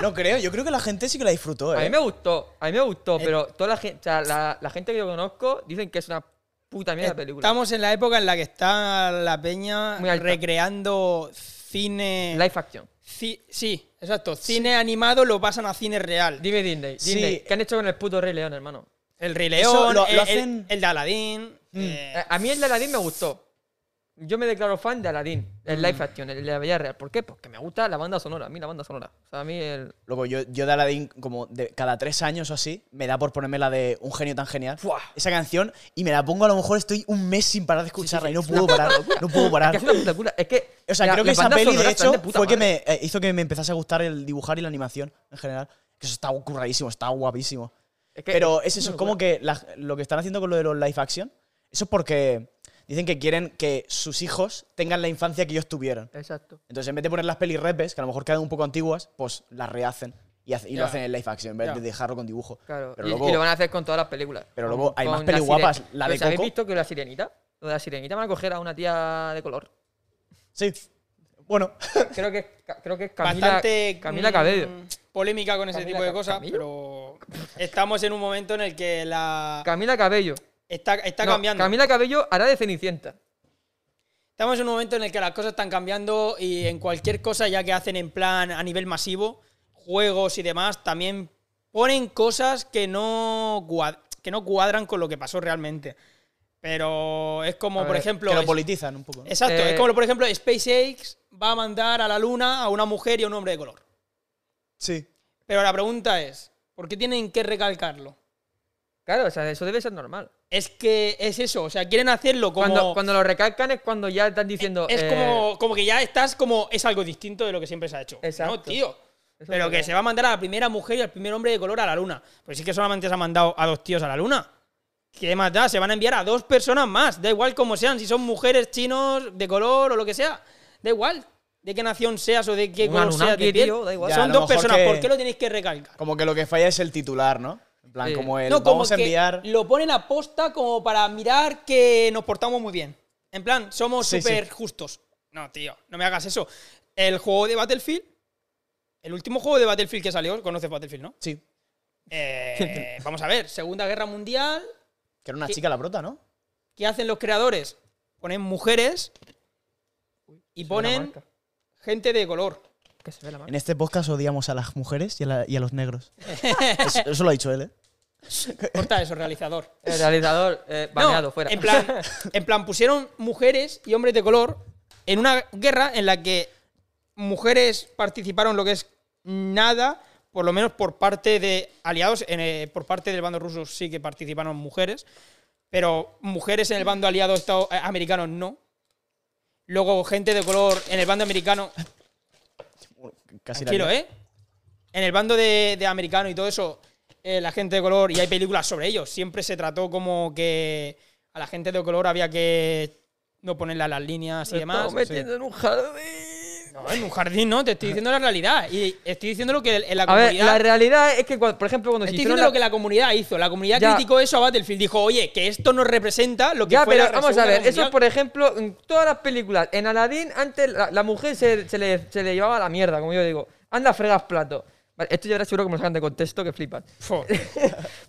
[SPEAKER 8] No creo, yo creo que la gente sí que la disfrutó, ¿eh?
[SPEAKER 7] a mí me gustó, a mí me gustó, pero toda la gente, o sea, la, la gente que yo conozco dicen que es una puta mierda
[SPEAKER 8] Eh,
[SPEAKER 7] de película.
[SPEAKER 4] Estamos en la época en la que está la peña
[SPEAKER 7] Muy alta.
[SPEAKER 4] recreando cine.
[SPEAKER 7] Live action.
[SPEAKER 4] ci- sí, exacto. Cine animado lo pasan a cine real.
[SPEAKER 7] Dime Disney,
[SPEAKER 8] Sí.
[SPEAKER 7] Disney, ¿qué han hecho con el puto Rey León, hermano?
[SPEAKER 4] El Rey
[SPEAKER 8] Eso
[SPEAKER 4] León,
[SPEAKER 8] lo- lo
[SPEAKER 4] el- el,
[SPEAKER 8] hacen-
[SPEAKER 4] el de Aladdin. eh,
[SPEAKER 7] Eh, A mí el de Aladdin me gustó. Yo me declaro fan de Aladdin,
[SPEAKER 8] Mm.
[SPEAKER 7] el live action, el de la Bella Real. ¿Por qué? Porque me gusta la banda sonora, a mí la banda sonora. O sea, a mí el...
[SPEAKER 8] Luego yo, yo de Aladdin, como de cada tres años o así, me da por ponerme la de Un genio tan genial.
[SPEAKER 7] Fuah.
[SPEAKER 8] Esa canción, y me la pongo a lo mejor estoy un mes sin parar de escucharla y no puedo parar. No puedo
[SPEAKER 7] Es
[SPEAKER 8] parar.
[SPEAKER 7] que es una puta locura, es que...
[SPEAKER 8] O sea,
[SPEAKER 7] la-
[SPEAKER 8] creo que
[SPEAKER 7] las
[SPEAKER 8] esa
[SPEAKER 7] bandas
[SPEAKER 8] peli, de
[SPEAKER 7] sonoras
[SPEAKER 8] hecho,
[SPEAKER 7] están puta
[SPEAKER 8] fue que
[SPEAKER 7] madre.
[SPEAKER 8] me eh, hizo que me empezase a gustar el dibujar y la animación en general. Que eso está curradísimo, está guapísimo.
[SPEAKER 7] Es que-
[SPEAKER 8] Pero
[SPEAKER 7] es
[SPEAKER 8] es
[SPEAKER 7] una
[SPEAKER 8] eso, es
[SPEAKER 7] locura.
[SPEAKER 8] como que la- lo que están haciendo con lo de los live action, eso es porque dicen que quieren que sus hijos tengan la infancia que ellos tuvieron.
[SPEAKER 7] Exacto.
[SPEAKER 8] Entonces, en vez de poner las pelis repes, que a lo mejor quedan un poco antiguas, pues las rehacen y, hace- y
[SPEAKER 4] Ya.
[SPEAKER 8] lo hacen en live action, en vez
[SPEAKER 4] Ya.
[SPEAKER 8] de dejarlo con dibujo.
[SPEAKER 7] Claro,
[SPEAKER 8] Pero
[SPEAKER 7] y,
[SPEAKER 8] luego-
[SPEAKER 7] y lo van a hacer con todas las películas.
[SPEAKER 8] Pero
[SPEAKER 7] Con-
[SPEAKER 8] luego hay más
[SPEAKER 7] con
[SPEAKER 8] pelis
[SPEAKER 7] Sire-
[SPEAKER 8] guapas, la de
[SPEAKER 7] ¿Os ¿Habéis
[SPEAKER 8] Coco?
[SPEAKER 7] visto que la sirenita? Lo de la sirenita van a coger a una tía de color.
[SPEAKER 8] Sí. Bueno,
[SPEAKER 7] Creo que, es Ca- creo que es Camila,
[SPEAKER 4] bastante
[SPEAKER 7] Camila
[SPEAKER 4] mm,
[SPEAKER 7] Cabello.
[SPEAKER 4] polémica con ese
[SPEAKER 7] Camila
[SPEAKER 4] tipo de
[SPEAKER 7] Ca-
[SPEAKER 4] cosas,
[SPEAKER 7] ¿Camila?
[SPEAKER 4] pero estamos en un momento en el que la
[SPEAKER 7] Camila Cabello.
[SPEAKER 4] está, está
[SPEAKER 7] No,
[SPEAKER 4] cambiando.
[SPEAKER 7] Camila Cabello hará de Cenicienta.
[SPEAKER 4] Estamos en un momento en el que las cosas están cambiando y en cualquier cosa ya que hacen en plan a nivel masivo, juegos y demás, también ponen cosas que no, cuad- que no cuadran con lo que pasó realmente. Pero es como,
[SPEAKER 7] A
[SPEAKER 4] por
[SPEAKER 7] ver,
[SPEAKER 4] ejemplo...
[SPEAKER 8] que lo
[SPEAKER 4] es-
[SPEAKER 8] politizan un poco. ¿no?
[SPEAKER 4] exacto,
[SPEAKER 7] Eh,
[SPEAKER 4] es como, por ejemplo, SpaceX va a mandar a la luna a una mujer y a un hombre de color.
[SPEAKER 8] Sí.
[SPEAKER 4] Pero la pregunta es, ¿por qué tienen que recalcarlo?
[SPEAKER 7] Claro, o sea, eso debe ser normal.
[SPEAKER 4] Es que es eso, o sea, quieren hacerlo como...
[SPEAKER 7] Cuando, cuando lo recalcan es cuando ya están diciendo.
[SPEAKER 4] es
[SPEAKER 7] eh,
[SPEAKER 4] como, como que ya estás como... Es algo distinto de lo que siempre se ha hecho.
[SPEAKER 7] Exacto.
[SPEAKER 4] No, tío.
[SPEAKER 7] es
[SPEAKER 4] Pero que
[SPEAKER 7] verdad.
[SPEAKER 4] se va a mandar a la primera mujer y al primer hombre de color a la luna. Pues sí que solamente se ha mandado a dos tíos a la luna. ¿Qué más da? Se van a enviar a dos personas más. Da igual como sean, si son mujeres chinos de color o lo que sea. Da igual. De qué nación seas o de qué
[SPEAKER 7] Un
[SPEAKER 4] color seas
[SPEAKER 7] Anunnaki,
[SPEAKER 4] de piel.
[SPEAKER 7] tío, da igual.
[SPEAKER 8] Ya, a
[SPEAKER 4] son
[SPEAKER 8] lo
[SPEAKER 4] dos
[SPEAKER 8] mejor
[SPEAKER 4] personas.
[SPEAKER 8] que-
[SPEAKER 4] ¿Por qué lo tenéis que recalcar?
[SPEAKER 8] Como que lo que falla es el titular, ¿no? En plan,
[SPEAKER 7] Sí.
[SPEAKER 8] como el
[SPEAKER 4] No, como
[SPEAKER 8] vamos a
[SPEAKER 4] que
[SPEAKER 8] enviar.
[SPEAKER 4] Lo ponen a posta como para mirar que nos portamos muy bien. En plan, somos
[SPEAKER 8] Sí,
[SPEAKER 4] súper justos. No, tío, no me hagas eso. El juego de Battlefield El último juego de Battlefield que salió, conoces Battlefield, ¿no?
[SPEAKER 8] Sí.
[SPEAKER 4] Eh, vamos a ver, Segunda Guerra Mundial,
[SPEAKER 8] Que era una
[SPEAKER 4] ¿Qué?
[SPEAKER 8] chica la brota, ¿no?
[SPEAKER 4] ¿qué hacen los creadores? Ponen mujeres y
[SPEAKER 7] Se ve la
[SPEAKER 4] ponen
[SPEAKER 7] marca,
[SPEAKER 4] gente de color.
[SPEAKER 7] Que se ve la marca.
[SPEAKER 8] En este podcast odiamos a las mujeres y a, la- y a los negros. eso, eso lo ha dicho él, ¿eh?
[SPEAKER 4] Corta eso, realizador.
[SPEAKER 7] El realizador, eh, baneado,
[SPEAKER 4] No,
[SPEAKER 7] fuera.
[SPEAKER 4] En plan, en plan, pusieron mujeres y hombres de color en una guerra en la que mujeres participaron lo que es nada, por lo menos por parte de aliados, en, eh, por parte del bando ruso sí que participaron mujeres, pero mujeres en el bando aliado estado- eh, americano no. Luego gente de color en el bando americano
[SPEAKER 8] Casi la
[SPEAKER 4] Tranquilo,
[SPEAKER 8] lío.
[SPEAKER 4] ¿eh? En el bando de, de americano y todo eso, eh, la gente de color, y hay películas sobre ellos, siempre se trató como que a la gente de color había que no ponerle a las líneas y
[SPEAKER 7] Me
[SPEAKER 4] demás.
[SPEAKER 7] estaba metiendo en un jardín.
[SPEAKER 4] No, en un jardín no, te estoy diciendo la realidad. Y estoy diciendo lo que en la
[SPEAKER 7] A ver,
[SPEAKER 4] comunidad...
[SPEAKER 7] la realidad es que, cuando- por ejemplo, cuando se
[SPEAKER 4] estoy
[SPEAKER 7] hicieron
[SPEAKER 4] diciendo
[SPEAKER 7] la-
[SPEAKER 4] lo que la comunidad hizo. La comunidad
[SPEAKER 7] Ya.
[SPEAKER 4] criticó eso a Battlefield. Dijo, oye, que esto no representa lo que
[SPEAKER 7] Ya,
[SPEAKER 4] fue
[SPEAKER 7] pero
[SPEAKER 4] la
[SPEAKER 7] vamos a
[SPEAKER 4] Segunda
[SPEAKER 7] ver,
[SPEAKER 4] Guerra
[SPEAKER 7] eso es,
[SPEAKER 4] Mundial".
[SPEAKER 7] por ejemplo, en todas las películas. En Aladdin, antes la, la mujer se, se le, se le llevaba a la mierda, como yo digo. Anda, fregas plato. Vale, esto ya verás seguro que me lo sacan de contexto, que flipas.
[SPEAKER 4] Fo.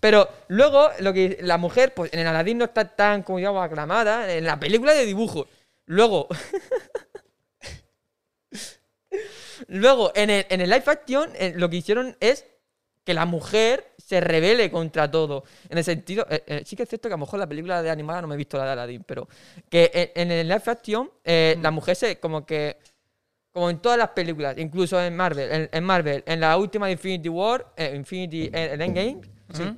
[SPEAKER 7] Pero luego, lo que la mujer, pues en el Aladdin no está tan, como digamos, aclamada. En la película de dibujo. Luego. luego, en el, en el live action, eh, lo que hicieron es que la mujer se rebele contra todo. En el sentido. eh, eh, sí que es cierto que a lo mejor la película de animada no me he visto la de Aladdin, pero. Que en, en el live action, eh, la mujer se. como que. Como en todas las películas, incluso en Marvel, en, en Marvel, en la última de Infinity War, eh, Infinity, eh, el Endgame,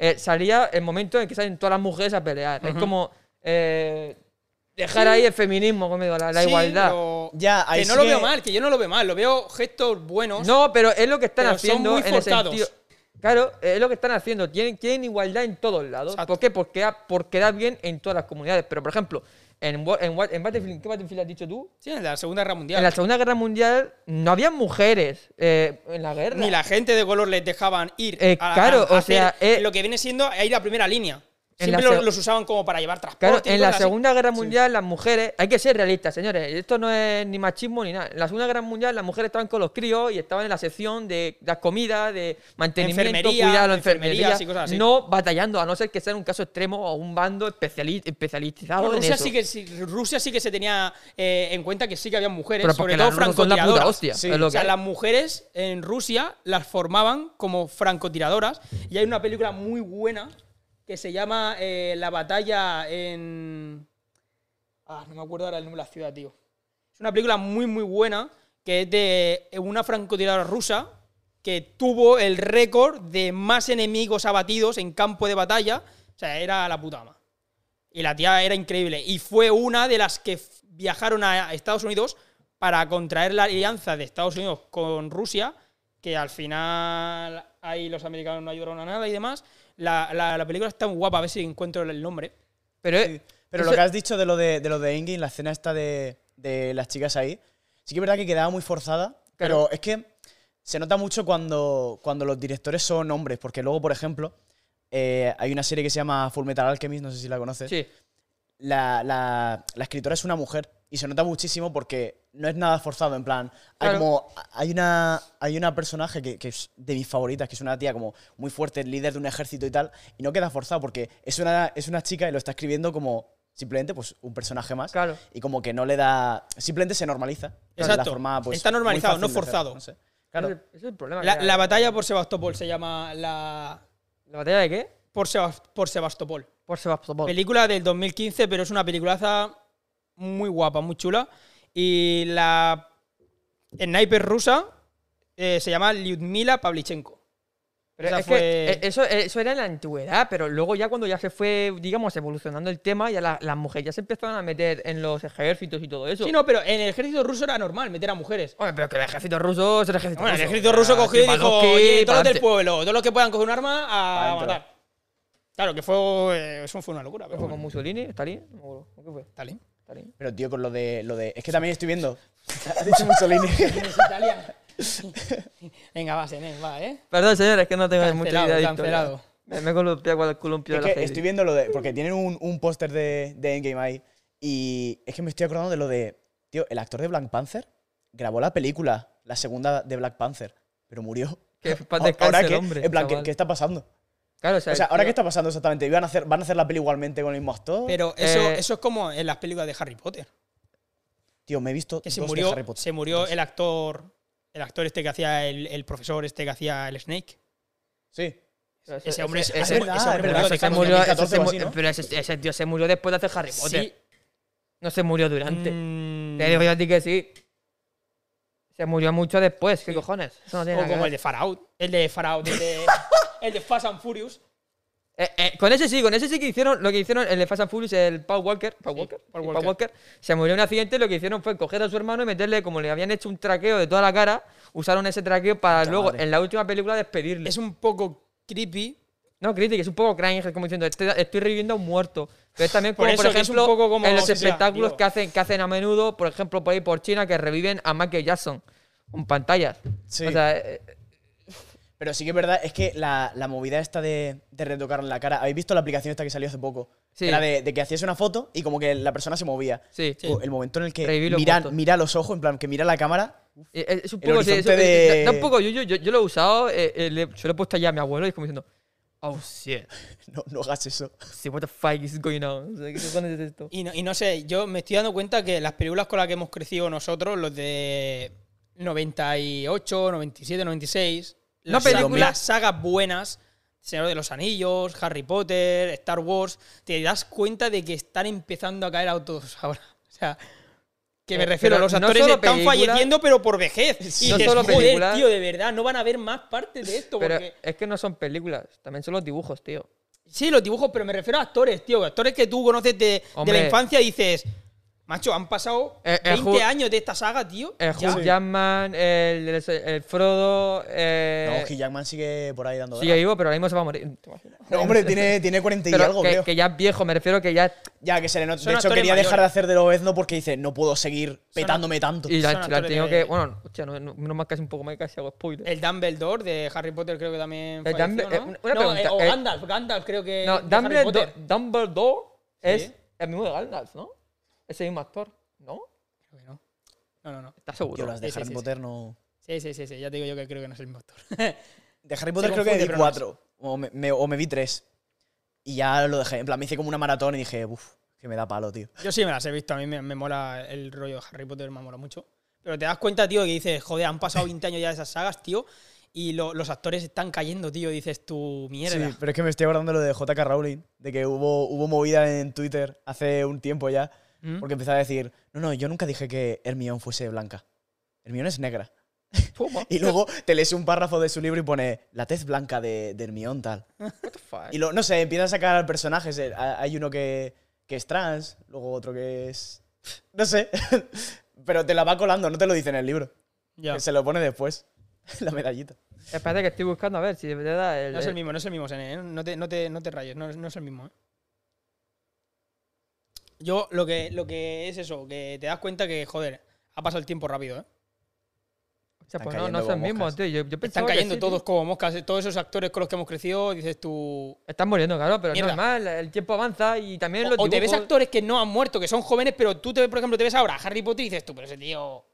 [SPEAKER 7] eh, salía el momento en el que salen todas las mujeres a pelear. Es como eh, dejar ahí el feminismo, como digo, la, la
[SPEAKER 4] Sí,
[SPEAKER 7] igualdad.
[SPEAKER 4] pero
[SPEAKER 8] Ya, ahí
[SPEAKER 4] que no
[SPEAKER 8] sí
[SPEAKER 4] lo
[SPEAKER 8] que-
[SPEAKER 4] veo mal, que yo no lo veo mal. Lo veo gestos buenos.
[SPEAKER 7] No, pero es lo que están
[SPEAKER 4] Pero son
[SPEAKER 7] haciendo
[SPEAKER 4] muy
[SPEAKER 7] en el
[SPEAKER 4] forzados.
[SPEAKER 7] sentido- Claro, es lo que están haciendo. Tienen, tienen igualdad en todos lados.
[SPEAKER 4] Exacto.
[SPEAKER 7] ¿Por qué? Porque ha- por quedar bien en todas las comunidades. Pero, por ejemplo, en, Wa- en, Wa- en Battlefield, ¿qué Battlefield has dicho tú?
[SPEAKER 4] Sí, en la Segunda Guerra Mundial.
[SPEAKER 7] En la Segunda Guerra Mundial no había mujeres eh, en la guerra.
[SPEAKER 4] ni la gente de color les dejaban ir.
[SPEAKER 7] Eh, claro, o
[SPEAKER 4] hacer
[SPEAKER 7] sea, eh,
[SPEAKER 4] lo que viene siendo ahí la primera línea.
[SPEAKER 7] en
[SPEAKER 4] Siempre
[SPEAKER 7] la
[SPEAKER 4] lo-
[SPEAKER 7] seg-
[SPEAKER 4] los, usaban como para llevar transporte.
[SPEAKER 7] Claro,
[SPEAKER 4] y
[SPEAKER 7] en la
[SPEAKER 4] cosas así.
[SPEAKER 7] Segunda Guerra Mundial las mujeres, hay que ser realistas, señores, esto no es ni machismo ni nada. En la Segunda Guerra Mundial las mujeres estaban con los críos y estaban en la sección de las comidas, de mantenimiento,
[SPEAKER 4] Enfermería,
[SPEAKER 7] cuidado,
[SPEAKER 4] enfermerías
[SPEAKER 7] enfermería,
[SPEAKER 4] y cosas así.
[SPEAKER 7] no batallando, a no ser que sea en un caso extremo o un bando especiali- especializado
[SPEAKER 4] Bueno,
[SPEAKER 7] en
[SPEAKER 4] Rusia,
[SPEAKER 7] eso.
[SPEAKER 4] sí que, sí- Rusia sí que se tenía eh, en cuenta que sí que había mujeres,
[SPEAKER 7] Pero porque
[SPEAKER 4] sobre
[SPEAKER 7] las
[SPEAKER 4] todo
[SPEAKER 7] rusas son la puta
[SPEAKER 4] francotiradores.
[SPEAKER 7] hostia,
[SPEAKER 8] Sí,
[SPEAKER 7] es lo
[SPEAKER 4] O sea,
[SPEAKER 7] que hay.
[SPEAKER 4] las mujeres en Rusia las formaban como francotiradoras. Y hay una película muy buena que se llama eh, La batalla en. Ah, no me acuerdo ahora el nombre de la ciudad, tío. Es una película muy, muy buena que es de una francotiradora rusa que tuvo el récord de más enemigos abatidos en campo de batalla. O sea, era la puta ama. Y la tía era increíble. Y fue una de las que f- viajaron a Estados Unidos para contraer la alianza de Estados Unidos con Rusia, que al final ahí los americanos no ayudaron a nada y demás. La, la- la película está muy guapa, a ver si encuentro el nombre.
[SPEAKER 7] Pero, eh,
[SPEAKER 8] Pero
[SPEAKER 7] eso-
[SPEAKER 8] lo que has dicho de lo de, de, lo de Endgame, la escena esta de, de las chicas ahí, sí que es verdad que quedaba muy forzada, pero es que se nota mucho cuando, cuando los directores son hombres, porque luego, por ejemplo, eh, hay una serie que se llama Full Metal Alchemist, no sé si la conoces.
[SPEAKER 7] sí.
[SPEAKER 8] La, la- la escritora es una mujer y se nota muchísimo porque no es nada forzado, en plan, hay
[SPEAKER 7] Claro.
[SPEAKER 8] como, hay una, hay una personaje que, que es de mis favoritas, que es una tía como muy fuerte, líder de un ejército y tal, y no queda forzado porque es una, es una chica y lo está escribiendo como simplemente pues un personaje más
[SPEAKER 7] Claro.
[SPEAKER 8] y como que no le da, simplemente se normaliza. de la
[SPEAKER 4] Exacto.
[SPEAKER 8] forma, pues,
[SPEAKER 4] Está
[SPEAKER 8] muy
[SPEAKER 4] normalizado,
[SPEAKER 8] fácil
[SPEAKER 4] no
[SPEAKER 8] de hacer,
[SPEAKER 4] forzado.
[SPEAKER 8] no sé.
[SPEAKER 7] Claro.
[SPEAKER 8] Claro,
[SPEAKER 7] Ese es el problema.
[SPEAKER 4] La,
[SPEAKER 7] que hay.
[SPEAKER 4] la batalla por Sebastopol se llama la...
[SPEAKER 7] ¿La batalla de qué?
[SPEAKER 4] Por, Sebas- por Sebastopol.
[SPEAKER 7] Por Sebastopol.
[SPEAKER 4] Película del 2015, pero es una peliculaza muy guapa, muy chula. Y la sniper rusa eh, se llama Lyudmila Pavlichenko.
[SPEAKER 7] Pero
[SPEAKER 4] Esa
[SPEAKER 7] es que,
[SPEAKER 4] fue-
[SPEAKER 7] eh, eso, eh, eso era en la antigüedad, pero luego ya cuando ya se fue, digamos, evolucionando el tema, ya la- las mujeres ya se empezaron a meter en los ejércitos y todo eso.
[SPEAKER 4] Sí, no, pero en el ejército ruso era normal meter a mujeres.
[SPEAKER 7] Hombre, pero que el ejército ruso es el ejército
[SPEAKER 4] Bueno, el
[SPEAKER 7] ruso.
[SPEAKER 4] ejército ruso
[SPEAKER 7] Ah,
[SPEAKER 4] cogió y
[SPEAKER 7] sí,
[SPEAKER 4] dijo,
[SPEAKER 7] Pavlovsky,
[SPEAKER 4] oye, todos los
[SPEAKER 7] pa'lante".
[SPEAKER 4] del pueblo, todos los que puedan coger un arma a
[SPEAKER 8] Pa'lante.
[SPEAKER 4] matar. Claro, que fue, eh, eso fue una locura. Pero
[SPEAKER 7] ¿Qué fue con
[SPEAKER 4] bueno,
[SPEAKER 7] Mussolini? ¿Stalin? No me acuerdo. ¿Qué fue?
[SPEAKER 4] tal, ¿eh?
[SPEAKER 7] ¿Stalin?
[SPEAKER 8] pero tío, con lo de, lo de, es que también estoy viendo, ha dicho Mussolini.
[SPEAKER 4] Venga, va, Senén, va, ¿eh?
[SPEAKER 7] Perdón, señores, que no tengo mucha
[SPEAKER 4] Cancelado,
[SPEAKER 7] idea de historia.
[SPEAKER 4] cancelado.
[SPEAKER 7] Me, me he columpiado con el columpio de
[SPEAKER 8] Es
[SPEAKER 7] la
[SPEAKER 8] que
[SPEAKER 7] serie.
[SPEAKER 8] estoy viendo lo de. Porque tienen un, un póster de, de Endgame ahí. Y es que me estoy acordando de lo de. Tío, el actor de Black Panther grabó la película, la segunda de Black Panther. pero murió.
[SPEAKER 7] Que en paz
[SPEAKER 8] Ahora
[SPEAKER 7] descanse el
[SPEAKER 8] qué,
[SPEAKER 7] hombre,
[SPEAKER 8] En plan, ¿qué,
[SPEAKER 7] chaval.
[SPEAKER 8] qué está pasando?
[SPEAKER 7] Claro, o sea,
[SPEAKER 8] O sea,
[SPEAKER 7] el
[SPEAKER 8] ¿ahora
[SPEAKER 7] tío-
[SPEAKER 8] qué está pasando exactamente? ¿Iban a hacer, ¿Van a hacer la peli igualmente con el mismo actor?
[SPEAKER 4] Pero eso,
[SPEAKER 7] Eh,
[SPEAKER 4] eso es como en las películas de Harry Potter.
[SPEAKER 8] Tío, me he visto
[SPEAKER 4] Que se
[SPEAKER 8] dos de
[SPEAKER 4] murió,
[SPEAKER 8] Harry Potter.
[SPEAKER 4] se murió
[SPEAKER 8] Dos.
[SPEAKER 4] el actor. El actor este que hacía el, el profesor este que hacía el Snake.
[SPEAKER 8] Sí.
[SPEAKER 7] ese-
[SPEAKER 4] Ese hombre,
[SPEAKER 7] ese-
[SPEAKER 4] ese-
[SPEAKER 7] ese-
[SPEAKER 8] es verdad,
[SPEAKER 4] ese hombre
[SPEAKER 8] es verdad,
[SPEAKER 4] murió
[SPEAKER 7] ese
[SPEAKER 4] de
[SPEAKER 7] se
[SPEAKER 8] en
[SPEAKER 4] cáncer.
[SPEAKER 7] murió, ese
[SPEAKER 8] 2014
[SPEAKER 7] se
[SPEAKER 8] o
[SPEAKER 7] mu-
[SPEAKER 8] así, ¿no?
[SPEAKER 7] pero ese, ese tío se murió después de hacer Harry Potter.
[SPEAKER 4] Sí.
[SPEAKER 7] No se murió durante.
[SPEAKER 4] Mm,
[SPEAKER 7] Te digo yo a ti que sí. Se murió mucho después, ¿qué cojones? Eso no tiene
[SPEAKER 4] o
[SPEAKER 7] nada que
[SPEAKER 4] como el
[SPEAKER 7] ver.
[SPEAKER 4] de Faraud. El de Faraud, el de, el de Fast and Furious.
[SPEAKER 7] Eh, eh, con ese sí, con ese sí que hicieron lo que hicieron el de Fast and Furious, el Paul Walker. Paul
[SPEAKER 4] Sí,
[SPEAKER 7] Walker.
[SPEAKER 4] Paul
[SPEAKER 7] sí,
[SPEAKER 4] Walker.
[SPEAKER 7] Se murió en un accidente y lo que hicieron fue coger a su hermano y meterle, como le habían hecho un traqueo de toda la cara, usaron ese traqueo para luego,
[SPEAKER 8] madre.
[SPEAKER 7] en la última película, despedirle.
[SPEAKER 4] Es un poco creepy.
[SPEAKER 7] No, crítica, es un poco cringe, es como diciendo, estoy, estoy reviviendo a un muerto. Pero es también
[SPEAKER 4] Por
[SPEAKER 7] como, por,
[SPEAKER 4] eso, que es un
[SPEAKER 7] ejemplo,
[SPEAKER 4] poco como
[SPEAKER 7] en los
[SPEAKER 4] si sea,
[SPEAKER 7] espectáculos
[SPEAKER 4] digo.
[SPEAKER 7] que hacen, que hacen a menudo, por ejemplo, por ahí por China, que reviven a Michael Jackson con pantallas.
[SPEAKER 8] Sí.
[SPEAKER 7] O sea, eh, eh,
[SPEAKER 8] Pero sí que es verdad, es que la, la movida esta de, de retocar la cara. ¿Habéis visto la aplicación esta que salió hace poco?
[SPEAKER 7] Sí.
[SPEAKER 8] Era de, de que hacías una foto y como que la persona se movía.
[SPEAKER 7] sí.
[SPEAKER 8] O El momento en el que
[SPEAKER 7] Reviví los
[SPEAKER 8] mira,
[SPEAKER 7] fotos.
[SPEAKER 8] mira los ojos, en plan, que mira la cámara.
[SPEAKER 7] Eh, eh, Es un
[SPEAKER 8] El
[SPEAKER 7] poco, sí, es un-
[SPEAKER 8] horizonte
[SPEAKER 7] eh, da- da
[SPEAKER 8] de-
[SPEAKER 7] un poco, yo, yo, yo, yo lo he usado, eh, eh, le- yo lo he puesto allá a mi abuelo y es como diciendo, oh shit,
[SPEAKER 8] No, no hagas eso.
[SPEAKER 7] shit, what the fuck is going on? O sea, ¿Qué cojones es esto?
[SPEAKER 4] Y no, y no sé, yo me estoy dando cuenta que las películas con las que hemos crecido nosotros, los de 98, 97, 96,
[SPEAKER 7] Una
[SPEAKER 4] las, sa-
[SPEAKER 7] película-
[SPEAKER 4] las sagas buenas, Señor de los Anillos, Harry Potter, Star Wars, te das cuenta de que están empezando a caer autos ahora. O sea, que me
[SPEAKER 7] Eh,
[SPEAKER 4] refiero,
[SPEAKER 7] pero
[SPEAKER 4] los
[SPEAKER 7] no
[SPEAKER 4] actores
[SPEAKER 7] solo
[SPEAKER 4] están
[SPEAKER 7] películas-
[SPEAKER 4] falleciendo, pero por vejez. Y
[SPEAKER 7] No
[SPEAKER 4] dices,
[SPEAKER 7] solo
[SPEAKER 4] "Joder,
[SPEAKER 7] películas".
[SPEAKER 4] tío, de verdad, no van a ver más partes de esto.
[SPEAKER 7] Pero
[SPEAKER 4] porque...
[SPEAKER 7] es que no son películas, también son los dibujos, tío.
[SPEAKER 4] Sí, los dibujos, pero me refiero a actores, tío. Actores que tú conoces de, de
[SPEAKER 7] Hombre.
[SPEAKER 4] la infancia y dices, macho, han pasado
[SPEAKER 7] Eh, eh,
[SPEAKER 4] 20
[SPEAKER 7] ju- eh,
[SPEAKER 4] años de esta saga, tío.
[SPEAKER 7] El
[SPEAKER 4] ya".
[SPEAKER 7] Hugh Jackman, el, el, el Frodo, eh,
[SPEAKER 8] no, Hugh Jackman sigue por ahí dando.
[SPEAKER 7] sigue vivo, pero ahora mismo se va a morir. ¿te imaginas?
[SPEAKER 8] No, hombre, tiene, tiene 40 y
[SPEAKER 7] Pero
[SPEAKER 8] algo,
[SPEAKER 7] que,
[SPEAKER 8] creo.
[SPEAKER 7] que ya es viejo, me refiero que ya.
[SPEAKER 8] Ya, que se le nota.
[SPEAKER 4] Son
[SPEAKER 8] De hecho,
[SPEAKER 4] actores
[SPEAKER 8] quería dejar de
[SPEAKER 4] mayores.
[SPEAKER 8] hacer de lo no porque dice, no puedo seguir petándome tanto.
[SPEAKER 7] Y la,
[SPEAKER 4] Son
[SPEAKER 7] la han
[SPEAKER 4] actores
[SPEAKER 7] tenido
[SPEAKER 4] de-
[SPEAKER 7] que. Bueno, hostia, no, no, menos mal casi un poco más, casi hago spoiler.
[SPEAKER 4] El Dumbledore de Harry Potter creo que también
[SPEAKER 7] El
[SPEAKER 4] falleció,
[SPEAKER 7] Dumble- eh,
[SPEAKER 4] ¿no?
[SPEAKER 7] una- una
[SPEAKER 4] No,
[SPEAKER 7] pregunta,
[SPEAKER 4] eh, o
[SPEAKER 7] eh,
[SPEAKER 4] Gandalf, Gandalf creo que
[SPEAKER 7] no,
[SPEAKER 4] de Harry
[SPEAKER 7] Dumbledore,
[SPEAKER 4] Potter.
[SPEAKER 7] Dumbledore es
[SPEAKER 4] Sí.
[SPEAKER 7] el mismo de Gandalf, ¿no? Ese mismo actor, ¿no?
[SPEAKER 4] Creo que no. No, no, no.
[SPEAKER 7] ¿Estás seguro?
[SPEAKER 8] Yo las de
[SPEAKER 4] Sí, sí,
[SPEAKER 8] Harry
[SPEAKER 4] sí,
[SPEAKER 8] Potter no.
[SPEAKER 4] Sí, sí, sí, sí, ya te digo yo que creo que no es el mismo actor.
[SPEAKER 8] De Harry Potter creo que
[SPEAKER 4] confunde,
[SPEAKER 8] vi
[SPEAKER 4] pero no es.
[SPEAKER 8] cuatro. O me, me- o me vi tres. Y ya lo dejé. En plan, me hice como una maratón y dije, uff, que me da palo, tío.
[SPEAKER 4] Yo sí me las he visto, a mí me, me mola el rollo de Harry Potter, me mola mucho. Pero te das cuenta, tío, que dices, joder, han pasado 20 años ya de esas sagas, tío, y lo- los actores están cayendo, tío, y dices, tu mierda.
[SPEAKER 8] Sí, pero es que me estoy acordando de lo de JK Rowling, de que hubo, hubo movida en Twitter hace un tiempo ya,
[SPEAKER 4] ¿Mm?
[SPEAKER 8] porque empezaba a decir, no, no, yo nunca dije que Hermione fuese blanca. Hermione es negra.
[SPEAKER 7] Toma.
[SPEAKER 8] Y luego te lees un párrafo de su libro y pone, la tez blanca de, de Hermione tal. Y lo, no sé, empieza a sacar personajes. eh, ha- Hay uno que, que es trans, luego otro que es... No sé, pero te la va colando, no te lo dice en el libro.
[SPEAKER 4] Ya.
[SPEAKER 8] Se lo pone después, la medallita.
[SPEAKER 7] Espérate que estoy buscando a ver si de verdad. El,
[SPEAKER 4] No es el
[SPEAKER 7] el-
[SPEAKER 4] mismo, no es el mismo, Sene, ¿eh? no, te, no, te, no te rayes, no, es- no es el mismo. ¿eh? Yo lo que, lo que es eso, que te das cuenta que, joder, ha pasado el tiempo rápido. ¿eh?
[SPEAKER 7] o sea,
[SPEAKER 8] Están
[SPEAKER 7] pues no, no
[SPEAKER 8] cayendo
[SPEAKER 7] es el
[SPEAKER 8] como
[SPEAKER 7] mismo,
[SPEAKER 8] moscas.
[SPEAKER 7] tío. Yo, yo
[SPEAKER 4] Están
[SPEAKER 7] pensaba que
[SPEAKER 4] cayendo
[SPEAKER 7] sí, tío.
[SPEAKER 4] todos como moscas, ¿eh? todos esos actores con los que hemos crecido, dices tú...
[SPEAKER 7] Están muriendo, claro, pero es
[SPEAKER 4] Mierda.
[SPEAKER 7] normal. El tiempo avanza y también
[SPEAKER 4] O,
[SPEAKER 7] los
[SPEAKER 4] o te ves
[SPEAKER 7] dibujos-
[SPEAKER 4] actores que no han muerto, que son jóvenes, pero tú, te, ves, por ejemplo, te ves ahora a Harry Potter y dices tú, pero ese tío...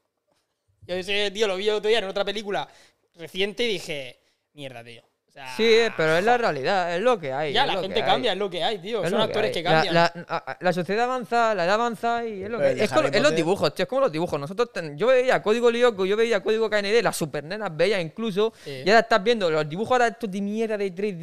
[SPEAKER 4] Yo ese tío lo vi el otro día en otra película reciente y dije, mierda, tío. O sea,
[SPEAKER 7] Sí, eh, pero es la realidad, es lo que hay.
[SPEAKER 4] Ya,
[SPEAKER 7] es
[SPEAKER 4] la
[SPEAKER 7] lo que
[SPEAKER 4] gente
[SPEAKER 7] hay.
[SPEAKER 4] cambia, es lo que hay, tío.
[SPEAKER 7] Es
[SPEAKER 4] Son
[SPEAKER 7] lo
[SPEAKER 4] actores
[SPEAKER 7] hay.
[SPEAKER 4] que
[SPEAKER 7] La-
[SPEAKER 4] cambian.
[SPEAKER 7] La, a- la sociedad avanza, la edad avanza y es lo que
[SPEAKER 8] Pero el de
[SPEAKER 7] es, como-
[SPEAKER 8] Harry
[SPEAKER 7] es los
[SPEAKER 8] Potter-
[SPEAKER 7] dibujos, tío, es como los dibujos. Nosotros ten- yo veía Código Lyoko, yo veía Código KND, las supernenas bellas incluso,
[SPEAKER 4] Sí.
[SPEAKER 7] y ahora estás viendo los dibujos ahora estos de mierda de 3D,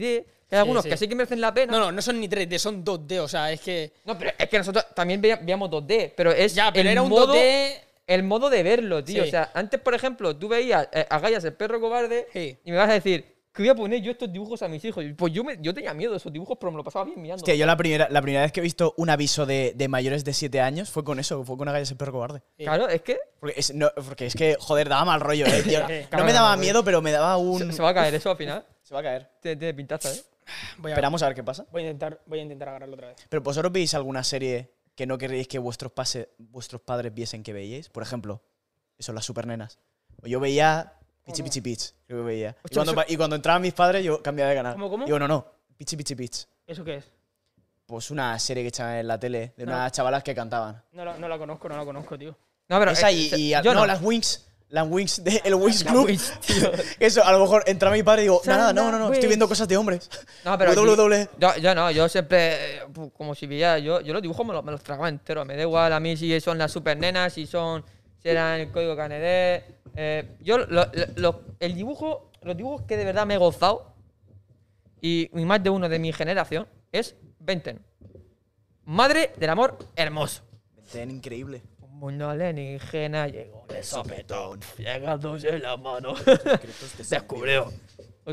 [SPEAKER 7] que hay algunos
[SPEAKER 4] sí.
[SPEAKER 7] que sí que merecen la pena.
[SPEAKER 4] No, no, no son ni 3D, son 2D, o sea, es que.
[SPEAKER 7] No, pero es que nosotros también veía- veíamos 2D, pero es
[SPEAKER 4] Ya, pero
[SPEAKER 7] el
[SPEAKER 4] era un
[SPEAKER 7] modo,
[SPEAKER 4] 2D.
[SPEAKER 7] el modo de verlo, tío.
[SPEAKER 4] Sí.
[SPEAKER 7] O sea, antes, por ejemplo, tú veías eh, a Gaias el perro cobarde
[SPEAKER 4] Sí.
[SPEAKER 7] y me vas a decir, ¿qué voy a poner yo estos dibujos a mis hijos? Y Pues yo, me- yo tenía miedo de esos dibujos, pero me lo pasaba bien mirando.
[SPEAKER 8] Hostia, yo la primera, la primera vez que he visto un aviso de, de mayores de 7 años fue con eso, fue con una calle ese perro cobarde.
[SPEAKER 7] Claro, es que
[SPEAKER 8] Porque es, no, porque es que, joder, daba mal rollo, eh, tío. No
[SPEAKER 7] Cabrón,
[SPEAKER 8] me daba
[SPEAKER 7] cabrón.
[SPEAKER 8] miedo, pero me daba
[SPEAKER 7] se,
[SPEAKER 8] un.
[SPEAKER 7] se va a caer eso al final.
[SPEAKER 8] Se va a caer.
[SPEAKER 7] Tiene, tiene pintaza, ¿eh?
[SPEAKER 4] Voy a,
[SPEAKER 8] Esperamos a ver qué pasa.
[SPEAKER 4] voy a intentar, voy a intentar agarrarlo otra vez.
[SPEAKER 8] Pero vosotros veis alguna serie que no querréis que vuestros, pase, vuestros padres viesen que veíais. Por ejemplo, eso, las supernenas. O yo veía Pichi Pichi Pich, creo que veía. Y
[SPEAKER 7] Hostia,
[SPEAKER 8] cuando,
[SPEAKER 7] eso-
[SPEAKER 8] pa- y cuando entraban mis padres, yo cambiaba de canal.
[SPEAKER 4] ¿Cómo, cómo?
[SPEAKER 8] Digo, no, no, Pichi Pichi Pich.
[SPEAKER 4] ¿Eso qué es?
[SPEAKER 8] Pues una serie que echaban en la tele de
[SPEAKER 4] No.
[SPEAKER 8] unas chavalas que cantaban.
[SPEAKER 4] No la, no la conozco, no la conozco, tío.
[SPEAKER 7] No, pero
[SPEAKER 8] Esa
[SPEAKER 7] eh,
[SPEAKER 8] y,
[SPEAKER 7] se-
[SPEAKER 8] y-
[SPEAKER 7] yo
[SPEAKER 8] no,
[SPEAKER 7] no.
[SPEAKER 8] las Wings. La Wings, de- el Wings
[SPEAKER 7] La
[SPEAKER 8] Club.
[SPEAKER 7] Wings, tío.
[SPEAKER 8] Eso, a lo mejor entra mi padre y digo,
[SPEAKER 7] Sana
[SPEAKER 8] nada, no, no, no, estoy viendo
[SPEAKER 7] Wings.
[SPEAKER 8] cosas de hombres. E.
[SPEAKER 7] No, pero. aquí-
[SPEAKER 8] WW.
[SPEAKER 7] Yo, yo no, yo siempre. eh, pu- Como si pillara. Yo, yo los dibujos me los, me los tragaba entero. Me da igual a mí si son las super nenas, si son. Si eran el código Canedé. eh, yo. lo- lo- lo- el dibujo. Los dibujos que de verdad me he gozado. Y, y más de uno de mi generación. Es Benten. Madre del amor hermoso.
[SPEAKER 8] Ten increíble.
[SPEAKER 7] Un mundo alienígena llegó de sopetón. Llegándose la mano. Descubrió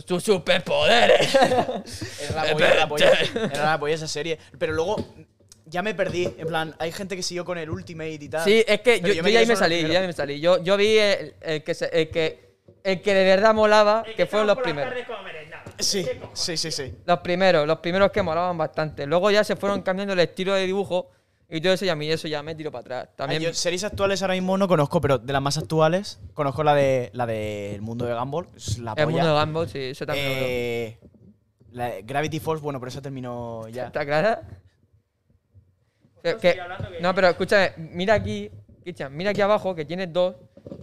[SPEAKER 7] sus superpoderes.
[SPEAKER 8] Era la polla, era la polla. Era la polla esa serie. Pero luego ya me perdí. En plan, hay gente que siguió con el Ultimate y tal.
[SPEAKER 7] Sí, es que
[SPEAKER 8] Pero
[SPEAKER 7] yo, yo
[SPEAKER 8] quedé
[SPEAKER 7] ya ahí me
[SPEAKER 8] solo en
[SPEAKER 7] salí,
[SPEAKER 8] el
[SPEAKER 7] yo ya
[SPEAKER 8] primero.
[SPEAKER 7] me salí. Yo, yo vi el, el que se- el que el que de verdad molaba, que, fueron los primeros.
[SPEAKER 8] Sí, sí, sí, sí.
[SPEAKER 7] Los primeros, los primeros que molaban bastante. Luego ya se fueron cambiando el estilo de dibujo y todo eso y a mí eso ya me tiro para atrás. También
[SPEAKER 8] Ay, yo series actuales ahora mismo no conozco, pero de las más actuales conozco la de la del mundo de Gumball. Es la
[SPEAKER 7] el mundo de
[SPEAKER 8] polla.
[SPEAKER 7] Gumball, sí, eso también. lo veo.
[SPEAKER 8] Eh, la de Gravity Falls, bueno, pero esa terminó ya.
[SPEAKER 7] ¿Está clara? Que- que- Pues no, pero escúchame, mira aquí, Cristian, mira aquí abajo que tienes dos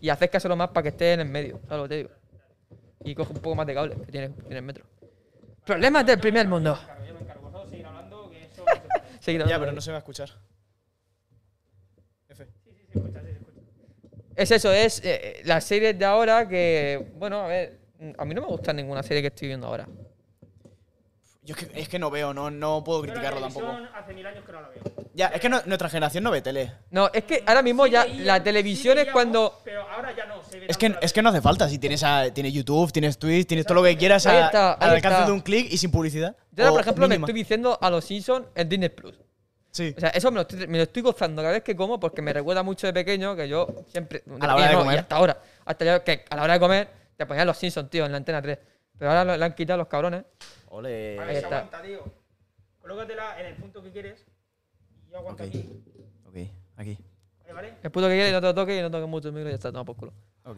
[SPEAKER 7] y acércaselo más para que esté en el medio, ¿sabes lo que te digo? Y coge un poco más de cable que tienes, tienes metro. Problemas del primer mundo. Seguir hablando,
[SPEAKER 8] Ya, pero no se va a escuchar.
[SPEAKER 7] Es eso, es eh, eh, las series de ahora que, bueno, a ver, a mí no me gusta ninguna serie que estoy viendo ahora.
[SPEAKER 8] Yo es que, es que no veo, no, no puedo criticarlo tampoco.
[SPEAKER 9] Hace mil años que no la veo.
[SPEAKER 8] Ya, es que no- nuestra generación no ve tele.
[SPEAKER 7] No, es que ahora mismo ya la televisión es cuando...
[SPEAKER 9] Pero ahora ya no. Se ve
[SPEAKER 8] Es
[SPEAKER 9] tanto
[SPEAKER 8] que,
[SPEAKER 9] la
[SPEAKER 8] es que no hace falta. Si tienes, a- tienes YouTube, tienes Twitch, tienes todo lo que quieras a-
[SPEAKER 7] Ahí está,
[SPEAKER 8] al
[SPEAKER 7] ahí
[SPEAKER 8] alcance
[SPEAKER 7] está.
[SPEAKER 8] de un clic y sin publicidad.
[SPEAKER 7] Yo ahora,
[SPEAKER 8] O
[SPEAKER 7] por ejemplo,
[SPEAKER 8] Oh, mínima.
[SPEAKER 7] me estoy diciendo a los Simpsons en Disney Plus.
[SPEAKER 8] Sí.
[SPEAKER 7] O sea, eso me lo, estoy, me lo estoy gozando cada vez que como porque me recuerda mucho de pequeño que yo siempre.
[SPEAKER 8] A la hora de
[SPEAKER 7] no, y
[SPEAKER 8] comer.
[SPEAKER 7] hasta ahora. Hasta ya que a la hora de comer te ponían los Simpsons, tío, en la antena 3. Pero ahora lo, le han quitado los cabrones.
[SPEAKER 8] Ole.
[SPEAKER 7] Ahí
[SPEAKER 9] televisión.
[SPEAKER 7] está.
[SPEAKER 9] Aguanta, tío. Colócatela en el punto que quieres. Y yo aguanto
[SPEAKER 8] Ok.
[SPEAKER 9] aquí.
[SPEAKER 8] Ok, aquí.
[SPEAKER 9] ¿Vale, vale?
[SPEAKER 7] El puto que quiere y no te lo toque y no toques mucho el micro y ya está, toma por culo.
[SPEAKER 8] Ok.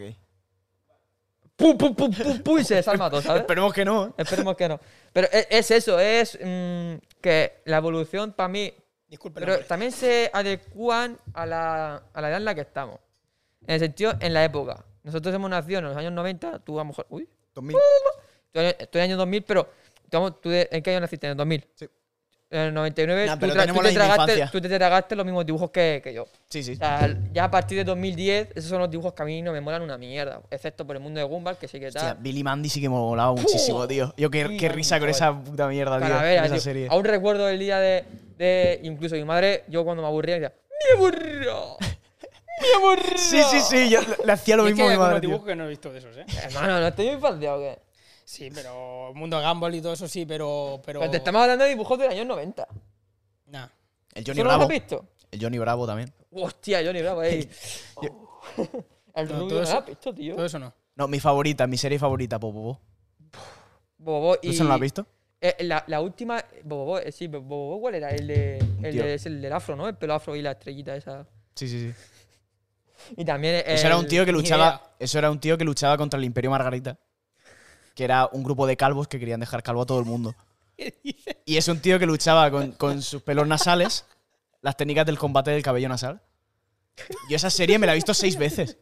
[SPEAKER 7] ¡Pum, pum, pum, pum, pum! Y se desarma todo, ¿sabes?
[SPEAKER 8] Esperemos que no. ¿eh?
[SPEAKER 7] Esperemos que no. Pero es, es eso, es mm, que la evolución para mí
[SPEAKER 4] Disculpe,
[SPEAKER 7] Pero también se adecúan a la, a la edad en la que estamos. En el sentido, en la época. Nosotros hemos nacido en los años 90, tú a lo mejor. Uy,
[SPEAKER 8] 2000.
[SPEAKER 7] tú eres- tú en el año 2000, pero. digamos, ¿tú de- ¿En qué año naciste? ¿En el 2000?
[SPEAKER 8] Sí.
[SPEAKER 7] En el 99,
[SPEAKER 8] Nah,
[SPEAKER 7] tú,
[SPEAKER 8] pero
[SPEAKER 7] tra- tú
[SPEAKER 8] tenemos
[SPEAKER 7] te
[SPEAKER 8] la misma
[SPEAKER 7] tragaste,
[SPEAKER 8] infancia.
[SPEAKER 7] tú te tragaste los mismos dibujos que, que yo.
[SPEAKER 8] Sí, sí.
[SPEAKER 7] O sea, ya a partir de 2010, esos son los dibujos que a mí no me molan una mierda. Excepto por el mundo de Gumball, que sí que
[SPEAKER 8] Hostia,
[SPEAKER 7] tal.
[SPEAKER 8] Billy Mandy sí que me molaba muchísimo, tío. Yo qué, qué risa con esa puta mierda, tío.
[SPEAKER 7] Calavera,
[SPEAKER 8] con esa
[SPEAKER 7] tío.
[SPEAKER 8] serie.
[SPEAKER 7] Aún recuerdo el día de, de- Incluso mi madre, yo cuando me aburría, decía: ¡Me aburro! ¡Me aburro!
[SPEAKER 8] Sí, sí, sí. Yo le- le hacía lo
[SPEAKER 4] Yo es que
[SPEAKER 8] mismo a
[SPEAKER 4] hay
[SPEAKER 8] mi
[SPEAKER 4] algunos
[SPEAKER 8] madre. tío.
[SPEAKER 4] dibujos que no he visto de esos, ¿eh?
[SPEAKER 7] Hermano, ¿no estoy muy infancia o qué?
[SPEAKER 4] Sí, pero Mundo Gumball y todo eso sí, pero... Pero,
[SPEAKER 7] Pero te estamos hablando de dibujos del año 90.
[SPEAKER 4] Nah.
[SPEAKER 8] El
[SPEAKER 7] ¿Tú
[SPEAKER 8] Johnny
[SPEAKER 7] no los has
[SPEAKER 8] Bravo.
[SPEAKER 7] visto?
[SPEAKER 8] El Johnny Bravo también.
[SPEAKER 7] Hostia, Johnny Bravo, ey. El
[SPEAKER 4] Todo-
[SPEAKER 7] rubio
[SPEAKER 4] todo
[SPEAKER 7] no
[SPEAKER 4] eso-
[SPEAKER 7] lo has visto, tío.
[SPEAKER 4] Todo eso no.
[SPEAKER 8] No, mi favorita, mi serie favorita, Popopo.
[SPEAKER 7] Bobo
[SPEAKER 8] ¿Tú
[SPEAKER 7] y...
[SPEAKER 8] eso no lo has visto?
[SPEAKER 7] Eh, la, la última... Bobo, eh, sí, Bobo, Bobo, ¿cuál era? El de... El,
[SPEAKER 8] Tío.
[SPEAKER 7] de- es el del afro, ¿no? El pelo afro y la estrellita esa.
[SPEAKER 8] Sí, sí, sí.
[SPEAKER 7] Y también el-
[SPEAKER 8] Eso era un tío que
[SPEAKER 7] ni idea.
[SPEAKER 8] luchaba. Eso era un tío que luchaba contra el Imperio Margarita. Que era un grupo de calvos que querían dejar calvo a todo el mundo. Y es un tío que luchaba con, con sus pelos nasales, las técnicas del combate del cabello nasal. Yo esa serie me la he visto seis veces.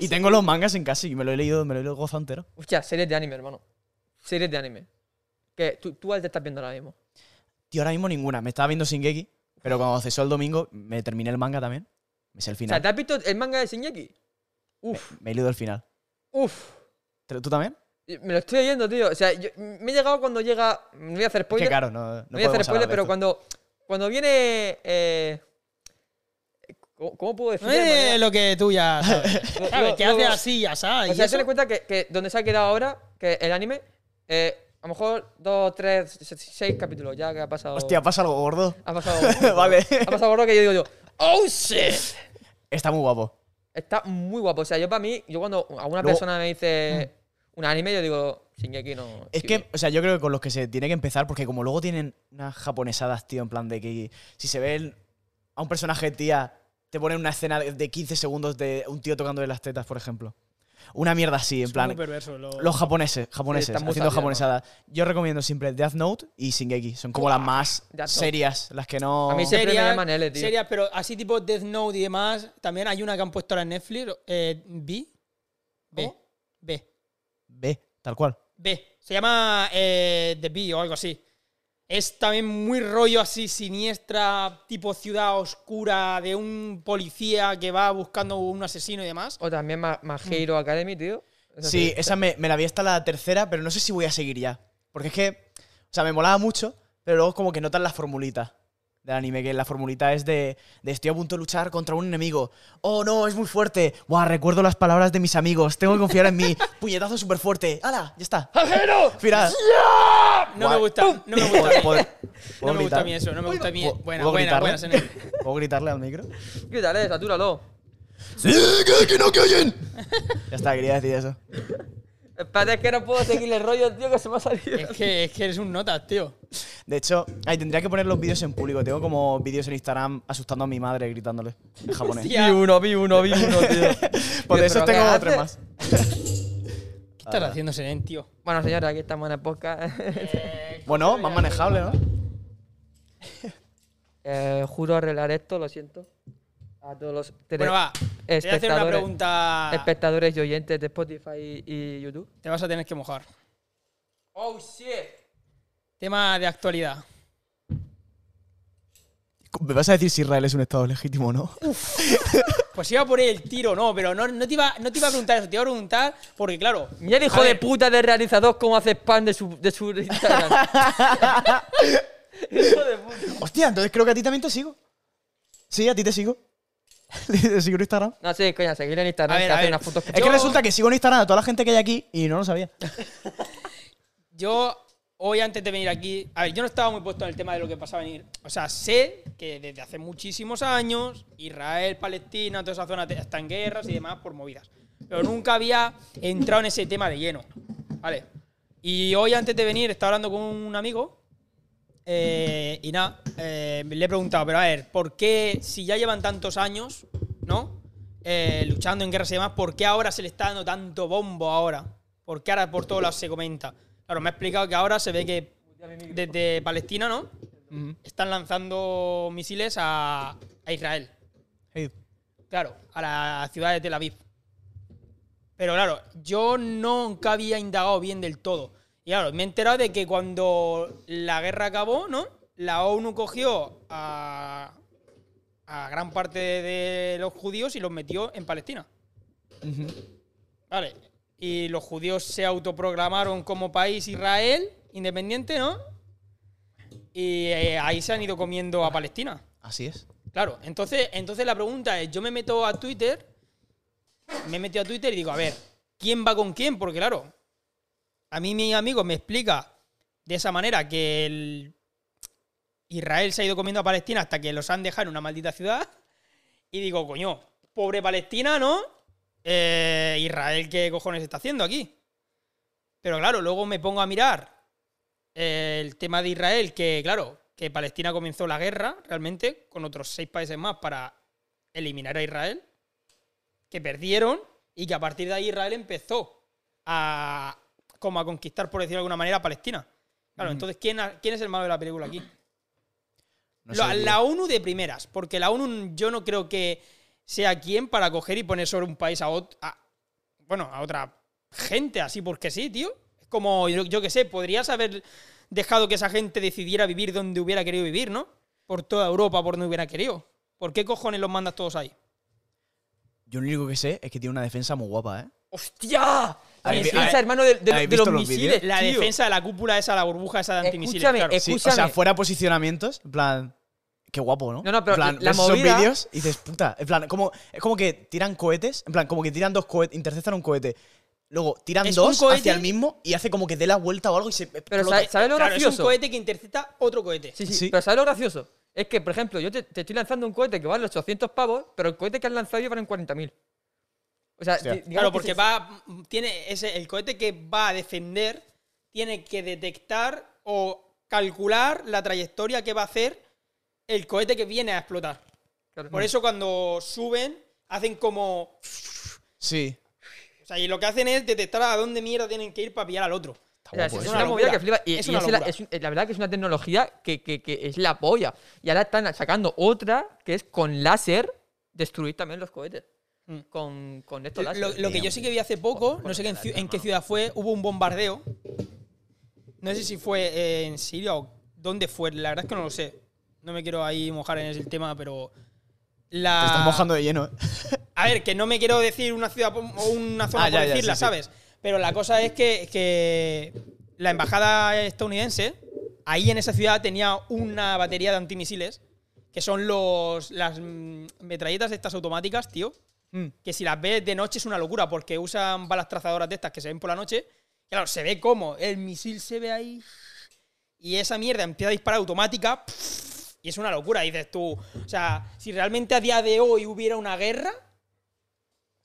[SPEAKER 8] Y tengo los mangas en casa y me lo he leído, me lo he leído gozo entero.
[SPEAKER 7] Hostia, series de anime, hermano. Series de anime. Que tú, tú cuál te estás viendo ahora mismo.
[SPEAKER 8] Tío, ahora mismo ninguna. Me estaba viendo Shingeki, pero cuando cesó el domingo me terminé el manga también. Me sé el
[SPEAKER 7] O sea,
[SPEAKER 8] final.
[SPEAKER 7] ¿te has visto el manga de Shingeki? Uf,
[SPEAKER 8] Me he leído el final.
[SPEAKER 7] uf.
[SPEAKER 8] ¿Tú tú también?
[SPEAKER 7] Me lo estoy leyendo, tío. O sea, yo- me he llegado cuando llega... No voy a hacer
[SPEAKER 8] Es
[SPEAKER 7] spoiler.
[SPEAKER 8] que claro, no,
[SPEAKER 7] No
[SPEAKER 8] no
[SPEAKER 7] voy a hacer
[SPEAKER 8] podemos hablar
[SPEAKER 7] spoiler,
[SPEAKER 8] de
[SPEAKER 7] pero
[SPEAKER 8] esto.
[SPEAKER 7] cuando, cuando viene. eh, ¿cómo, cómo puedo decirlo? de manera-
[SPEAKER 4] Eh, lo que tú ya sabes.
[SPEAKER 7] Lo-
[SPEAKER 4] ¿Sabes?
[SPEAKER 7] lo-
[SPEAKER 4] Que
[SPEAKER 7] lo-
[SPEAKER 4] hace así, ya sabes.
[SPEAKER 7] O
[SPEAKER 4] y
[SPEAKER 7] sea,
[SPEAKER 4] eso-
[SPEAKER 7] ten en cuenta que, que donde se ha quedado ahora, que el anime, eh, a lo mejor dos, tres, se- seis capítulos ya que ha pasado.
[SPEAKER 8] Hostia, pasa algo gordo.
[SPEAKER 7] ha pasado.
[SPEAKER 8] Vale.
[SPEAKER 7] Ha pasado gordo que yo digo yo, ¡Oh shit!
[SPEAKER 8] Está muy guapo.
[SPEAKER 7] Está muy guapo. O sea, yo para mí, yo cuando a una
[SPEAKER 8] Luego- Mm.
[SPEAKER 7] persona me dice un anime, yo digo, Shingeki no.
[SPEAKER 8] Es
[SPEAKER 7] sí".
[SPEAKER 8] que, o sea, yo creo que con los que se tiene que empezar, porque como luego tienen unas japonesadas, tío, en plan de que si se ve el- a un personaje, tía, te ponen una escena de- de 15 segundos de un tío tocándole las tetas, por ejemplo. Una mierda así, en
[SPEAKER 4] Son
[SPEAKER 8] plan.
[SPEAKER 4] muy perversos los-
[SPEAKER 8] Los japoneses, japoneses,
[SPEAKER 7] están muy
[SPEAKER 8] haciendo
[SPEAKER 7] sabios, ¿no?
[SPEAKER 8] japonesadas. Yo recomiendo siempre Death Note y Shingeki. Son como las más
[SPEAKER 7] Death Note.
[SPEAKER 8] serias, las que no...
[SPEAKER 7] A mí se- Siempre me llaman L, tío.
[SPEAKER 4] serias, pero así tipo Death Note y demás. También hay una que han puesto ahora en Netflix. Eh, B. B.
[SPEAKER 8] ¿Cómo?
[SPEAKER 4] B.
[SPEAKER 8] Ve, tal cual.
[SPEAKER 4] B. Se llama eh, The Bee o algo así. Es también muy rollo así siniestra, tipo ciudad oscura, de un policía que va buscando un asesino y demás.
[SPEAKER 7] O también Ma- My Hero Academy, tío. Esa
[SPEAKER 8] Mm. Sí, esa me, me la vi hasta la tercera, pero no sé si voy a seguir ya. Porque es que, o sea, me molaba mucho, pero luego como que notan la formulita del anime, que la formulita es de, de estoy a punto de luchar contra un enemigo. Oh, no, es muy fuerte. Buah, recuerdo las palabras de mis amigos. Tengo que confiar en mí. Puñetazo súper fuerte. ¡Hala! Ya está. Final.
[SPEAKER 4] No me
[SPEAKER 8] Guay.
[SPEAKER 4] gusta, no me gusta.
[SPEAKER 8] ¿Puedo- puedo-
[SPEAKER 4] No
[SPEAKER 8] puedo
[SPEAKER 4] me gusta a
[SPEAKER 8] gritar?
[SPEAKER 4] mí eso, no me gusta a mí.
[SPEAKER 8] ¿Puedo-
[SPEAKER 4] Buena,
[SPEAKER 8] puedo
[SPEAKER 4] buena, buena.
[SPEAKER 8] gritarle?
[SPEAKER 4] Sene.
[SPEAKER 8] ¿Puedo gritarle al micro?
[SPEAKER 7] Quítale, satúralo.
[SPEAKER 8] Ya está, quería decir eso.
[SPEAKER 7] Espérate, es que no puedo seguirle el rollo, tío, que se me ha salido.
[SPEAKER 4] Es que, es que eres un notas, tío.
[SPEAKER 8] De hecho, ay, tendría que poner los vídeos en público. Tengo como vídeos en Instagram asustando a mi madre gritándole en japonés.
[SPEAKER 4] Hostia.
[SPEAKER 7] Vi uno, vi uno, vi uno, tío.
[SPEAKER 8] Por
[SPEAKER 7] Tío,
[SPEAKER 8] eso
[SPEAKER 7] ¿pero qué
[SPEAKER 8] tengo
[SPEAKER 7] hace?
[SPEAKER 8] tres más.
[SPEAKER 4] ¿Qué estás haciendo, Senen, tío?
[SPEAKER 7] Bueno, señores, aquí estamos en el podcast.
[SPEAKER 8] Bueno, más manejable, ¿no?
[SPEAKER 7] Eh, juro arreglar esto, lo siento. A todos los tele-
[SPEAKER 4] Bueno, va. Te voy a hacer una
[SPEAKER 7] espectadores-
[SPEAKER 4] pregunta.
[SPEAKER 7] espectadores y oyentes de Spotify y, y YouTube.
[SPEAKER 4] Te vas a tener que mojar.
[SPEAKER 7] Oh, shit.
[SPEAKER 4] Tema de actualidad.
[SPEAKER 8] ¿Me vas a decir si Israel es un estado legítimo o no?
[SPEAKER 4] Pues iba por el tiro, no, pero no, no, te iba, no te iba a preguntar eso, te iba a preguntar porque, claro.
[SPEAKER 7] Mira el hijo
[SPEAKER 4] a
[SPEAKER 7] de
[SPEAKER 4] ver,
[SPEAKER 7] puta de realizador cómo hace spam de su, de su Instagram. hijo de puta.
[SPEAKER 8] Hostia, entonces creo que a ti también te sigo. Sí, a ti te sigo. te sigo en Instagram.
[SPEAKER 7] No sé, coña, seguirle en Instagram,
[SPEAKER 4] A ver,
[SPEAKER 7] que
[SPEAKER 4] a
[SPEAKER 7] hace
[SPEAKER 4] ver.
[SPEAKER 7] unas fotos.
[SPEAKER 8] Es que resulta que sigo en Instagram a toda la gente que hay aquí y no lo sabía.
[SPEAKER 4] Yo hoy antes de venir aquí. A ver, yo no estaba muy puesto en el tema de lo que pasaba venir. O sea, sé que desde hace muchísimos años, Israel, Palestina, toda esa zona te- están en guerras y demás por movidas. Pero nunca había entrado en ese tema de lleno. Vale. Y hoy antes de venir estaba hablando con un amigo Eh, y nada, eh, le he preguntado, pero a ver, ¿por qué si ya llevan tantos años, ¿no? Eh, luchando en guerras y demás, ¿por qué ahora se le está dando tanto bombo ahora? ¿Por qué ahora por todos lados se comenta? Claro, me ha explicado que ahora se ve que desde Palestina, ¿no? Están lanzando misiles a, a Israel,
[SPEAKER 8] Hey,
[SPEAKER 4] claro, a la ciudad de Tel Aviv. Pero claro, yo nunca había indagado bien del todo. Y claro, me he enterado de que cuando la guerra acabó, ¿no? La ONU cogió a, a gran parte de los judíos y los metió en Palestina. Vale. Y los judíos se autoproclamaron como país Israel, independiente, ¿no? Y eh, ahí se han ido comiendo a Palestina.
[SPEAKER 8] Así es.
[SPEAKER 4] Claro, entonces, entonces la pregunta es, yo me meto a Twitter, me he metido a Twitter y digo, a ver, ¿quién va con quién? Porque claro, a mí mi amigo me explica de esa manera que el Israel se ha ido comiendo a Palestina hasta que los han dejado en una maldita ciudad. Y digo, coño, pobre Palestina, ¿no? Eh, Israel, ¿qué cojones está haciendo aquí? Pero claro, luego me pongo a mirar eh, el tema de Israel, que claro, que Palestina comenzó la guerra realmente con otros seis países más para eliminar a Israel, que perdieron y que a partir de ahí Israel empezó a como a conquistar, por decirlo de alguna manera, a Palestina. Claro, entonces, ¿quién, ha- ¿quién es el malo de la película aquí?
[SPEAKER 8] No
[SPEAKER 4] la,
[SPEAKER 8] sé, tío.
[SPEAKER 4] la ONU de primeras, porque la ONU yo no creo que sea quien para coger y poner sobre un país a, ot- a- bueno, a otra gente así porque sí, tío. Es Como yo, yo qué sé, podrías haber dejado que esa gente decidiera vivir donde hubiera querido vivir, ¿no? Por toda Europa, por donde hubiera querido. ¿Por qué cojones los mandas todos ahí?
[SPEAKER 8] Yo lo único que sé es que tiene una defensa muy guapa, ¿eh?
[SPEAKER 7] ¡Hostia! La
[SPEAKER 8] ¿Habéis-
[SPEAKER 7] defensa,
[SPEAKER 8] habéis-
[SPEAKER 7] hermano, de, de-
[SPEAKER 8] habéis
[SPEAKER 7] de los
[SPEAKER 8] visto los
[SPEAKER 7] misiles.
[SPEAKER 8] vídeos?
[SPEAKER 4] La
[SPEAKER 7] tío.
[SPEAKER 4] defensa de la cúpula esa, la burbuja esa de antimisiles.
[SPEAKER 7] Escúchame,
[SPEAKER 4] claro.
[SPEAKER 7] es-
[SPEAKER 8] Sí, o sea,
[SPEAKER 7] Escúchame.
[SPEAKER 8] fuera posicionamientos, en plan. Qué guapo, ¿no?
[SPEAKER 7] No, no, pero
[SPEAKER 8] en plan,
[SPEAKER 7] la
[SPEAKER 8] ves
[SPEAKER 7] movida-
[SPEAKER 8] esos vídeos y dices, puta. En plan, como, es como que tiran cohetes. En plan, como que tiran dos cohetes, interceptan un cohete. Luego tiran
[SPEAKER 4] Es
[SPEAKER 8] dos
[SPEAKER 4] un cohete-
[SPEAKER 8] hacia el mismo y hace como que dé la vuelta o algo y se.
[SPEAKER 7] Pero
[SPEAKER 8] explota.
[SPEAKER 7] ¿sabes sabes lo
[SPEAKER 4] Claro, es un
[SPEAKER 7] gracioso?
[SPEAKER 4] cohete que intercepta otro cohete.
[SPEAKER 7] Sí, sí,
[SPEAKER 8] Sí.
[SPEAKER 7] Pero ¿sabes lo gracioso? Es que, por ejemplo, yo te, te estoy lanzando un cohete que vale 800 pavos, pero el cohete que has lanzado yo valen 40.000. O sea,
[SPEAKER 8] Hostia.
[SPEAKER 7] di- digamos
[SPEAKER 4] Claro,
[SPEAKER 7] que
[SPEAKER 4] porque
[SPEAKER 7] se-
[SPEAKER 4] va. Tiene ese, el cohete que va a defender tiene que detectar o calcular la trayectoria que va a hacer el cohete que viene a explotar.
[SPEAKER 7] claro. mm.
[SPEAKER 4] Por eso cuando suben, hacen como.
[SPEAKER 8] Sí.
[SPEAKER 4] O sea, y lo que hacen es detectar a dónde mierda tienen que ir para pillar al otro.
[SPEAKER 7] O sea, es,
[SPEAKER 8] guapo
[SPEAKER 7] es
[SPEAKER 8] eso.
[SPEAKER 7] una
[SPEAKER 4] Una
[SPEAKER 7] movida
[SPEAKER 4] locura.
[SPEAKER 7] que flipa. Y,
[SPEAKER 4] Es
[SPEAKER 7] y
[SPEAKER 4] una
[SPEAKER 7] es la,
[SPEAKER 4] locura.
[SPEAKER 7] es un- la verdad que es una tecnología que, que- que es la polla. Y ahora están sacando otra que es con láser destruir también los cohetes.
[SPEAKER 4] Mm.
[SPEAKER 7] Con, con estos
[SPEAKER 4] Lo,
[SPEAKER 7] láser.
[SPEAKER 4] lo que yo sí que vi hace poco, no sé qué en, ciu- en qué ciudad fue, hubo un bombardeo. No sé si fue eh, en Siria o dónde fue, la verdad es que no lo sé. No me quiero ahí mojar en el tema, pero. La...
[SPEAKER 8] Te estás mojando de lleno. ¿eh?
[SPEAKER 4] A ver, que no me quiero decir una ciudad po- o una zona
[SPEAKER 8] Ah, ya,
[SPEAKER 4] por
[SPEAKER 8] ya,
[SPEAKER 4] decirla,
[SPEAKER 8] sí, sí.
[SPEAKER 4] ¿sabes? Pero la cosa es que, que la embajada estadounidense, ahí en esa ciudad, tenía una batería de antimisiles, que son los, las mm, metralletas estas automáticas, tío,
[SPEAKER 8] Mm.
[SPEAKER 4] que si las ves de noche es una locura, porque usan balas trazadoras de estas que se ven por la noche. Claro, se ve cómo el misil se ve ahí y esa mierda empieza a disparar automática y es una locura, dices tú. O sea, si realmente a día de hoy hubiera una guerra,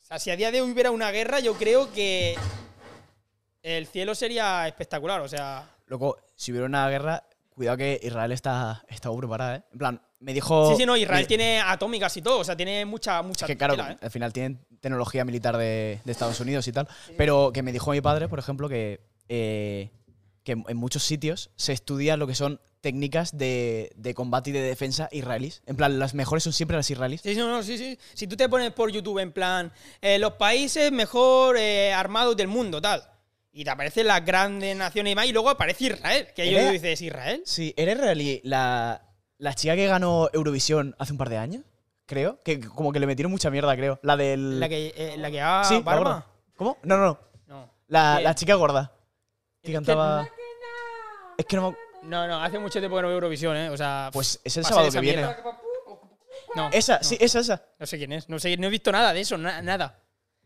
[SPEAKER 4] o sea, si a día de hoy hubiera una guerra, yo creo que el cielo sería espectacular, o sea...
[SPEAKER 8] Loco, si hubiera una guerra, cuidado que Israel está, está preparada, ¿eh? En plan, me dijo.
[SPEAKER 4] Sí, sí, no, Israel
[SPEAKER 8] me-
[SPEAKER 4] tiene atómicas y todo, o sea, tiene mucha, mucha...
[SPEAKER 8] Oh, Es que claro,
[SPEAKER 4] tela, ¿eh?
[SPEAKER 8] al final tienen tecnología militar de, de Estados Unidos y tal. Pero que me dijo mi padre, por ejemplo, que, eh, que en en muchos sitios se estudia lo que son técnicas de, de combate y de defensa israelíes. En plan, las mejores son siempre las israelíes.
[SPEAKER 4] Sí, sí, no, no, sí, sí. Si tú te pones por YouTube en plan, eh, los países mejor eh, armados del mundo, tal. Y te aparecen las grandes naciones y más, y luego aparece Israel. Que yo
[SPEAKER 8] Era-
[SPEAKER 4] dices, ¿Israel?
[SPEAKER 8] Sí, ¿era israelí la, la chica que ganó Eurovisión hace un par de años? Creo. Que que como que le metieron mucha mierda, creo. La del.
[SPEAKER 4] La que, eh, la que va
[SPEAKER 8] sí, la
[SPEAKER 4] barba.
[SPEAKER 8] gorda. ¿Cómo? No, no, no.
[SPEAKER 4] No.
[SPEAKER 8] La,
[SPEAKER 4] Eh,
[SPEAKER 8] la chica gorda. Que cantaba. Es que no me.
[SPEAKER 4] No, no, hace mucho tiempo que no veo Eurovisión, ¿eh? O sea.
[SPEAKER 8] Pues es el
[SPEAKER 4] va a ser
[SPEAKER 8] sábado
[SPEAKER 4] esa
[SPEAKER 8] que viene.
[SPEAKER 4] mierda. No,
[SPEAKER 8] Esa,
[SPEAKER 4] no,
[SPEAKER 8] sí, esa, esa.
[SPEAKER 4] No sé quién es. No, sé, no he visto nada de eso, na- nada.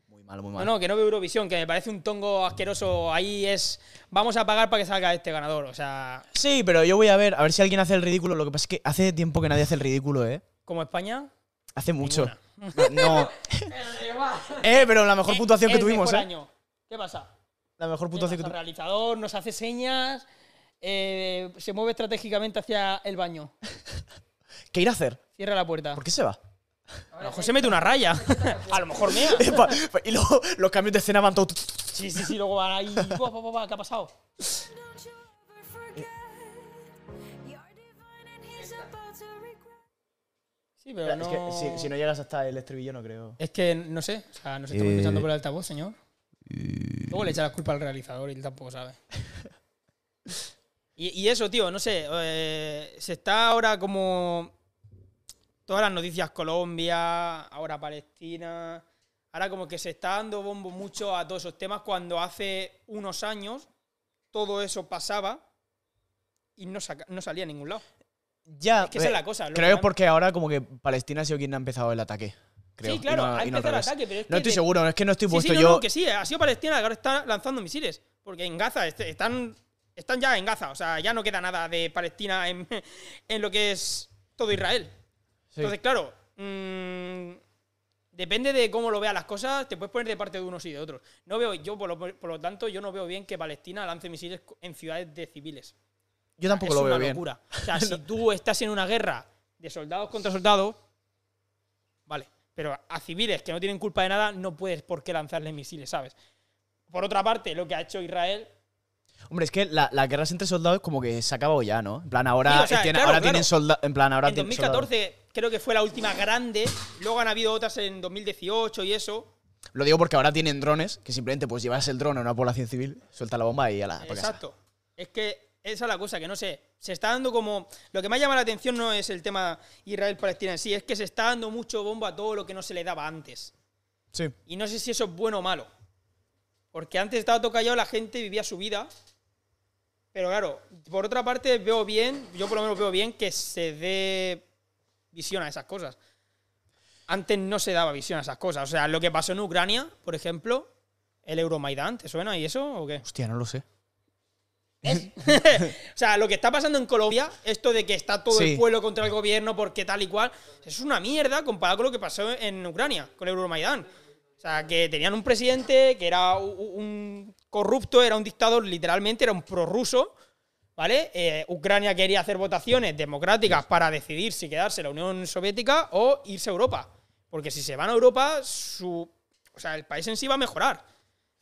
[SPEAKER 8] Muy malo, muy
[SPEAKER 4] No,
[SPEAKER 8] malo.
[SPEAKER 4] no, que no veo Eurovisión, que me parece un tongo asqueroso. Ahí es. Vamos a pagar para que salga este ganador, o sea.
[SPEAKER 8] Sí, pero yo voy a ver, a ver si alguien hace el ridículo. Lo que pasa es que hace tiempo que nadie hace el ridículo, ¿eh?
[SPEAKER 4] Como España.
[SPEAKER 8] Hace mucho. No. eh, pero la mejor
[SPEAKER 4] Eh,
[SPEAKER 8] puntuación que
[SPEAKER 4] el
[SPEAKER 8] tuvimos,
[SPEAKER 4] mejor
[SPEAKER 8] ¿eh?
[SPEAKER 4] año. ¿Qué pasa?
[SPEAKER 8] La
[SPEAKER 4] Tenemos
[SPEAKER 8] mejor puntuación que
[SPEAKER 4] al
[SPEAKER 8] tuvimos.
[SPEAKER 4] realizador, nos hace señas, eh, se mueve estratégicamente hacia el baño,
[SPEAKER 8] ¿Qué ir a hacer?
[SPEAKER 4] cierra la puerta.
[SPEAKER 8] ¿Por qué se va?
[SPEAKER 4] A lo mejor se mete una raya. a lo mejor mea.
[SPEAKER 8] Pa- pa- y luego los cambios de escena van todos.
[SPEAKER 4] Sí, sí, sí, luego van ahí. "Buah, buah, buah, buah, ¿Qué ha pasado? Sí, pero
[SPEAKER 8] Es
[SPEAKER 4] no.
[SPEAKER 8] que si, si no llegas hasta el estribillo, no creo.
[SPEAKER 4] Es que no sé, o sea, nos estamos escuchando por el altavoz, señor. Luego le echa la culpa al realizador y él tampoco sabe. y, y eso, tío, no sé. eh, se está ahora como. Todas las noticias Colombia, ahora Palestina. Ahora como que se está dando bombo mucho a todos esos temas cuando hace unos años todo eso pasaba y no, saca- no salía a ningún lado.
[SPEAKER 8] Ya.
[SPEAKER 4] Es que esa
[SPEAKER 8] eh,
[SPEAKER 4] es la cosa. lo
[SPEAKER 8] Creo
[SPEAKER 4] que
[SPEAKER 8] que
[SPEAKER 4] han-
[SPEAKER 8] es porque ahora, como que Palestina ha sido quien ha empezado el ataque. Creo.
[SPEAKER 4] Sí, claro,
[SPEAKER 8] y no-
[SPEAKER 4] ha
[SPEAKER 8] y no al
[SPEAKER 4] empezado el
[SPEAKER 8] revés.
[SPEAKER 4] ataque, pero es
[SPEAKER 8] No
[SPEAKER 4] que
[SPEAKER 8] estoy
[SPEAKER 4] de-
[SPEAKER 8] seguro, es que no estoy
[SPEAKER 4] Sí,
[SPEAKER 8] puesto
[SPEAKER 4] sí, no,
[SPEAKER 8] yo.
[SPEAKER 4] no, que sí, ha sido Palestina, que ahora está lanzando misiles. Porque en Gaza, est- están, están ya en Gaza, o sea, ya no queda nada de Palestina en, en lo que es todo Israel.
[SPEAKER 8] Sí.
[SPEAKER 4] Entonces, claro, mm, depende de cómo lo veas las cosas, te puedes poner de parte de unos y de otros. No veo, yo, por lo, por lo tanto, yo no veo bien que Palestina lance misiles en ciudades de civiles.
[SPEAKER 8] Yo tampoco
[SPEAKER 4] es
[SPEAKER 8] lo veo
[SPEAKER 4] una
[SPEAKER 8] bien.
[SPEAKER 4] locura. O sea, si tú estás en una guerra de soldados contra soldados, vale. Pero a civiles que no tienen culpa de nada, no puedes por qué lanzarles misiles, ¿sabes? Por otra parte, lo que ha hecho Israel.
[SPEAKER 8] Hombre, es que la, las guerras entre soldados como que se ha acabado ya, ¿no? En plan, ahora,
[SPEAKER 4] Sí, o sea,
[SPEAKER 8] tiene-
[SPEAKER 4] claro,
[SPEAKER 8] ahora
[SPEAKER 4] claro.
[SPEAKER 8] tienen soldados. En plan, ahora
[SPEAKER 4] En
[SPEAKER 8] tienen
[SPEAKER 4] 2014 creo que fue la última grande. Luego han habido otras en 2018 y eso.
[SPEAKER 8] soldados. Lo digo porque ahora tienen drones, que simplemente pues llevas el drone a una población civil, suelta la bomba y a la. pa' casa.
[SPEAKER 4] Exacto. Es que esa es la cosa, que no sé. Se está dando como. Lo que más llama la atención no es el tema Israel-Palestina en sí, es que se está dando mucho bombo a todo lo que no se le daba antes.
[SPEAKER 8] Sí.
[SPEAKER 4] Y no sé si eso es bueno o malo. Porque antes estaba todo callado, la gente vivía su vida. Pero claro, por otra parte veo bien, yo por lo menos veo bien que se dé visión a esas cosas. Antes no se daba visión a esas cosas. O sea, lo que pasó en Ucrania, por ejemplo, el Euromaidán, ¿te suena y eso o qué?
[SPEAKER 8] Hostia, no lo sé.
[SPEAKER 4] O sea, lo que está pasando en Colombia, esto de que está todo
[SPEAKER 8] Sí.
[SPEAKER 4] el pueblo contra el gobierno porque tal y cual, es una mierda comparado con lo que pasó en Ucrania, con el Euromaidán. O sea, que tenían un presidente que era u- u- un corrupto, era un dictador, literalmente, era un prorruso, ¿vale? Eh, Ucrania quería hacer votaciones democráticas para decidir si quedarse en la Unión Soviética o irse a Europa. Porque si se van a Europa, su, o sea, el país en sí va a mejorar.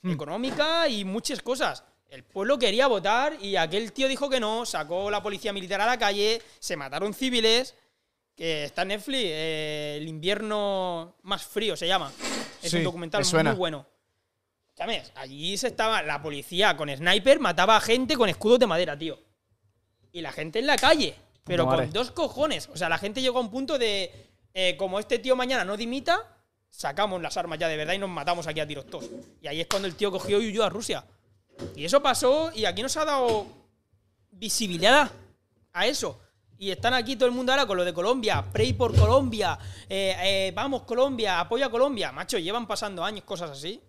[SPEAKER 8] Mm.
[SPEAKER 4] económica y muchas cosas. El pueblo quería votar y aquel tío dijo que no, sacó la policía militar a la calle, se mataron civiles. Que está en Netflix, eh, El invierno más frío se llama. Es
[SPEAKER 8] Sí,
[SPEAKER 4] un documental
[SPEAKER 8] me suena.
[SPEAKER 4] muy bueno. ¿Sabes? Allí se estaba la policía con sniper, mataba a gente con escudos de madera, tío. Y la gente en la calle. Pero
[SPEAKER 8] Madre.
[SPEAKER 4] con dos cojones. O sea, la gente llegó a un punto de. eh, como este tío mañana no dimita, sacamos las armas ya de verdad y nos matamos aquí a tiros todos. Y ahí es cuando el tío cogió y huyó a Rusia. Y eso pasó y aquí nos ha dado visibilidad a eso. Y están aquí todo el mundo ahora con lo de Colombia, pray por Colombia, eh, eh, vamos Colombia, apoya a Colombia. Macho, llevan pasando años cosas así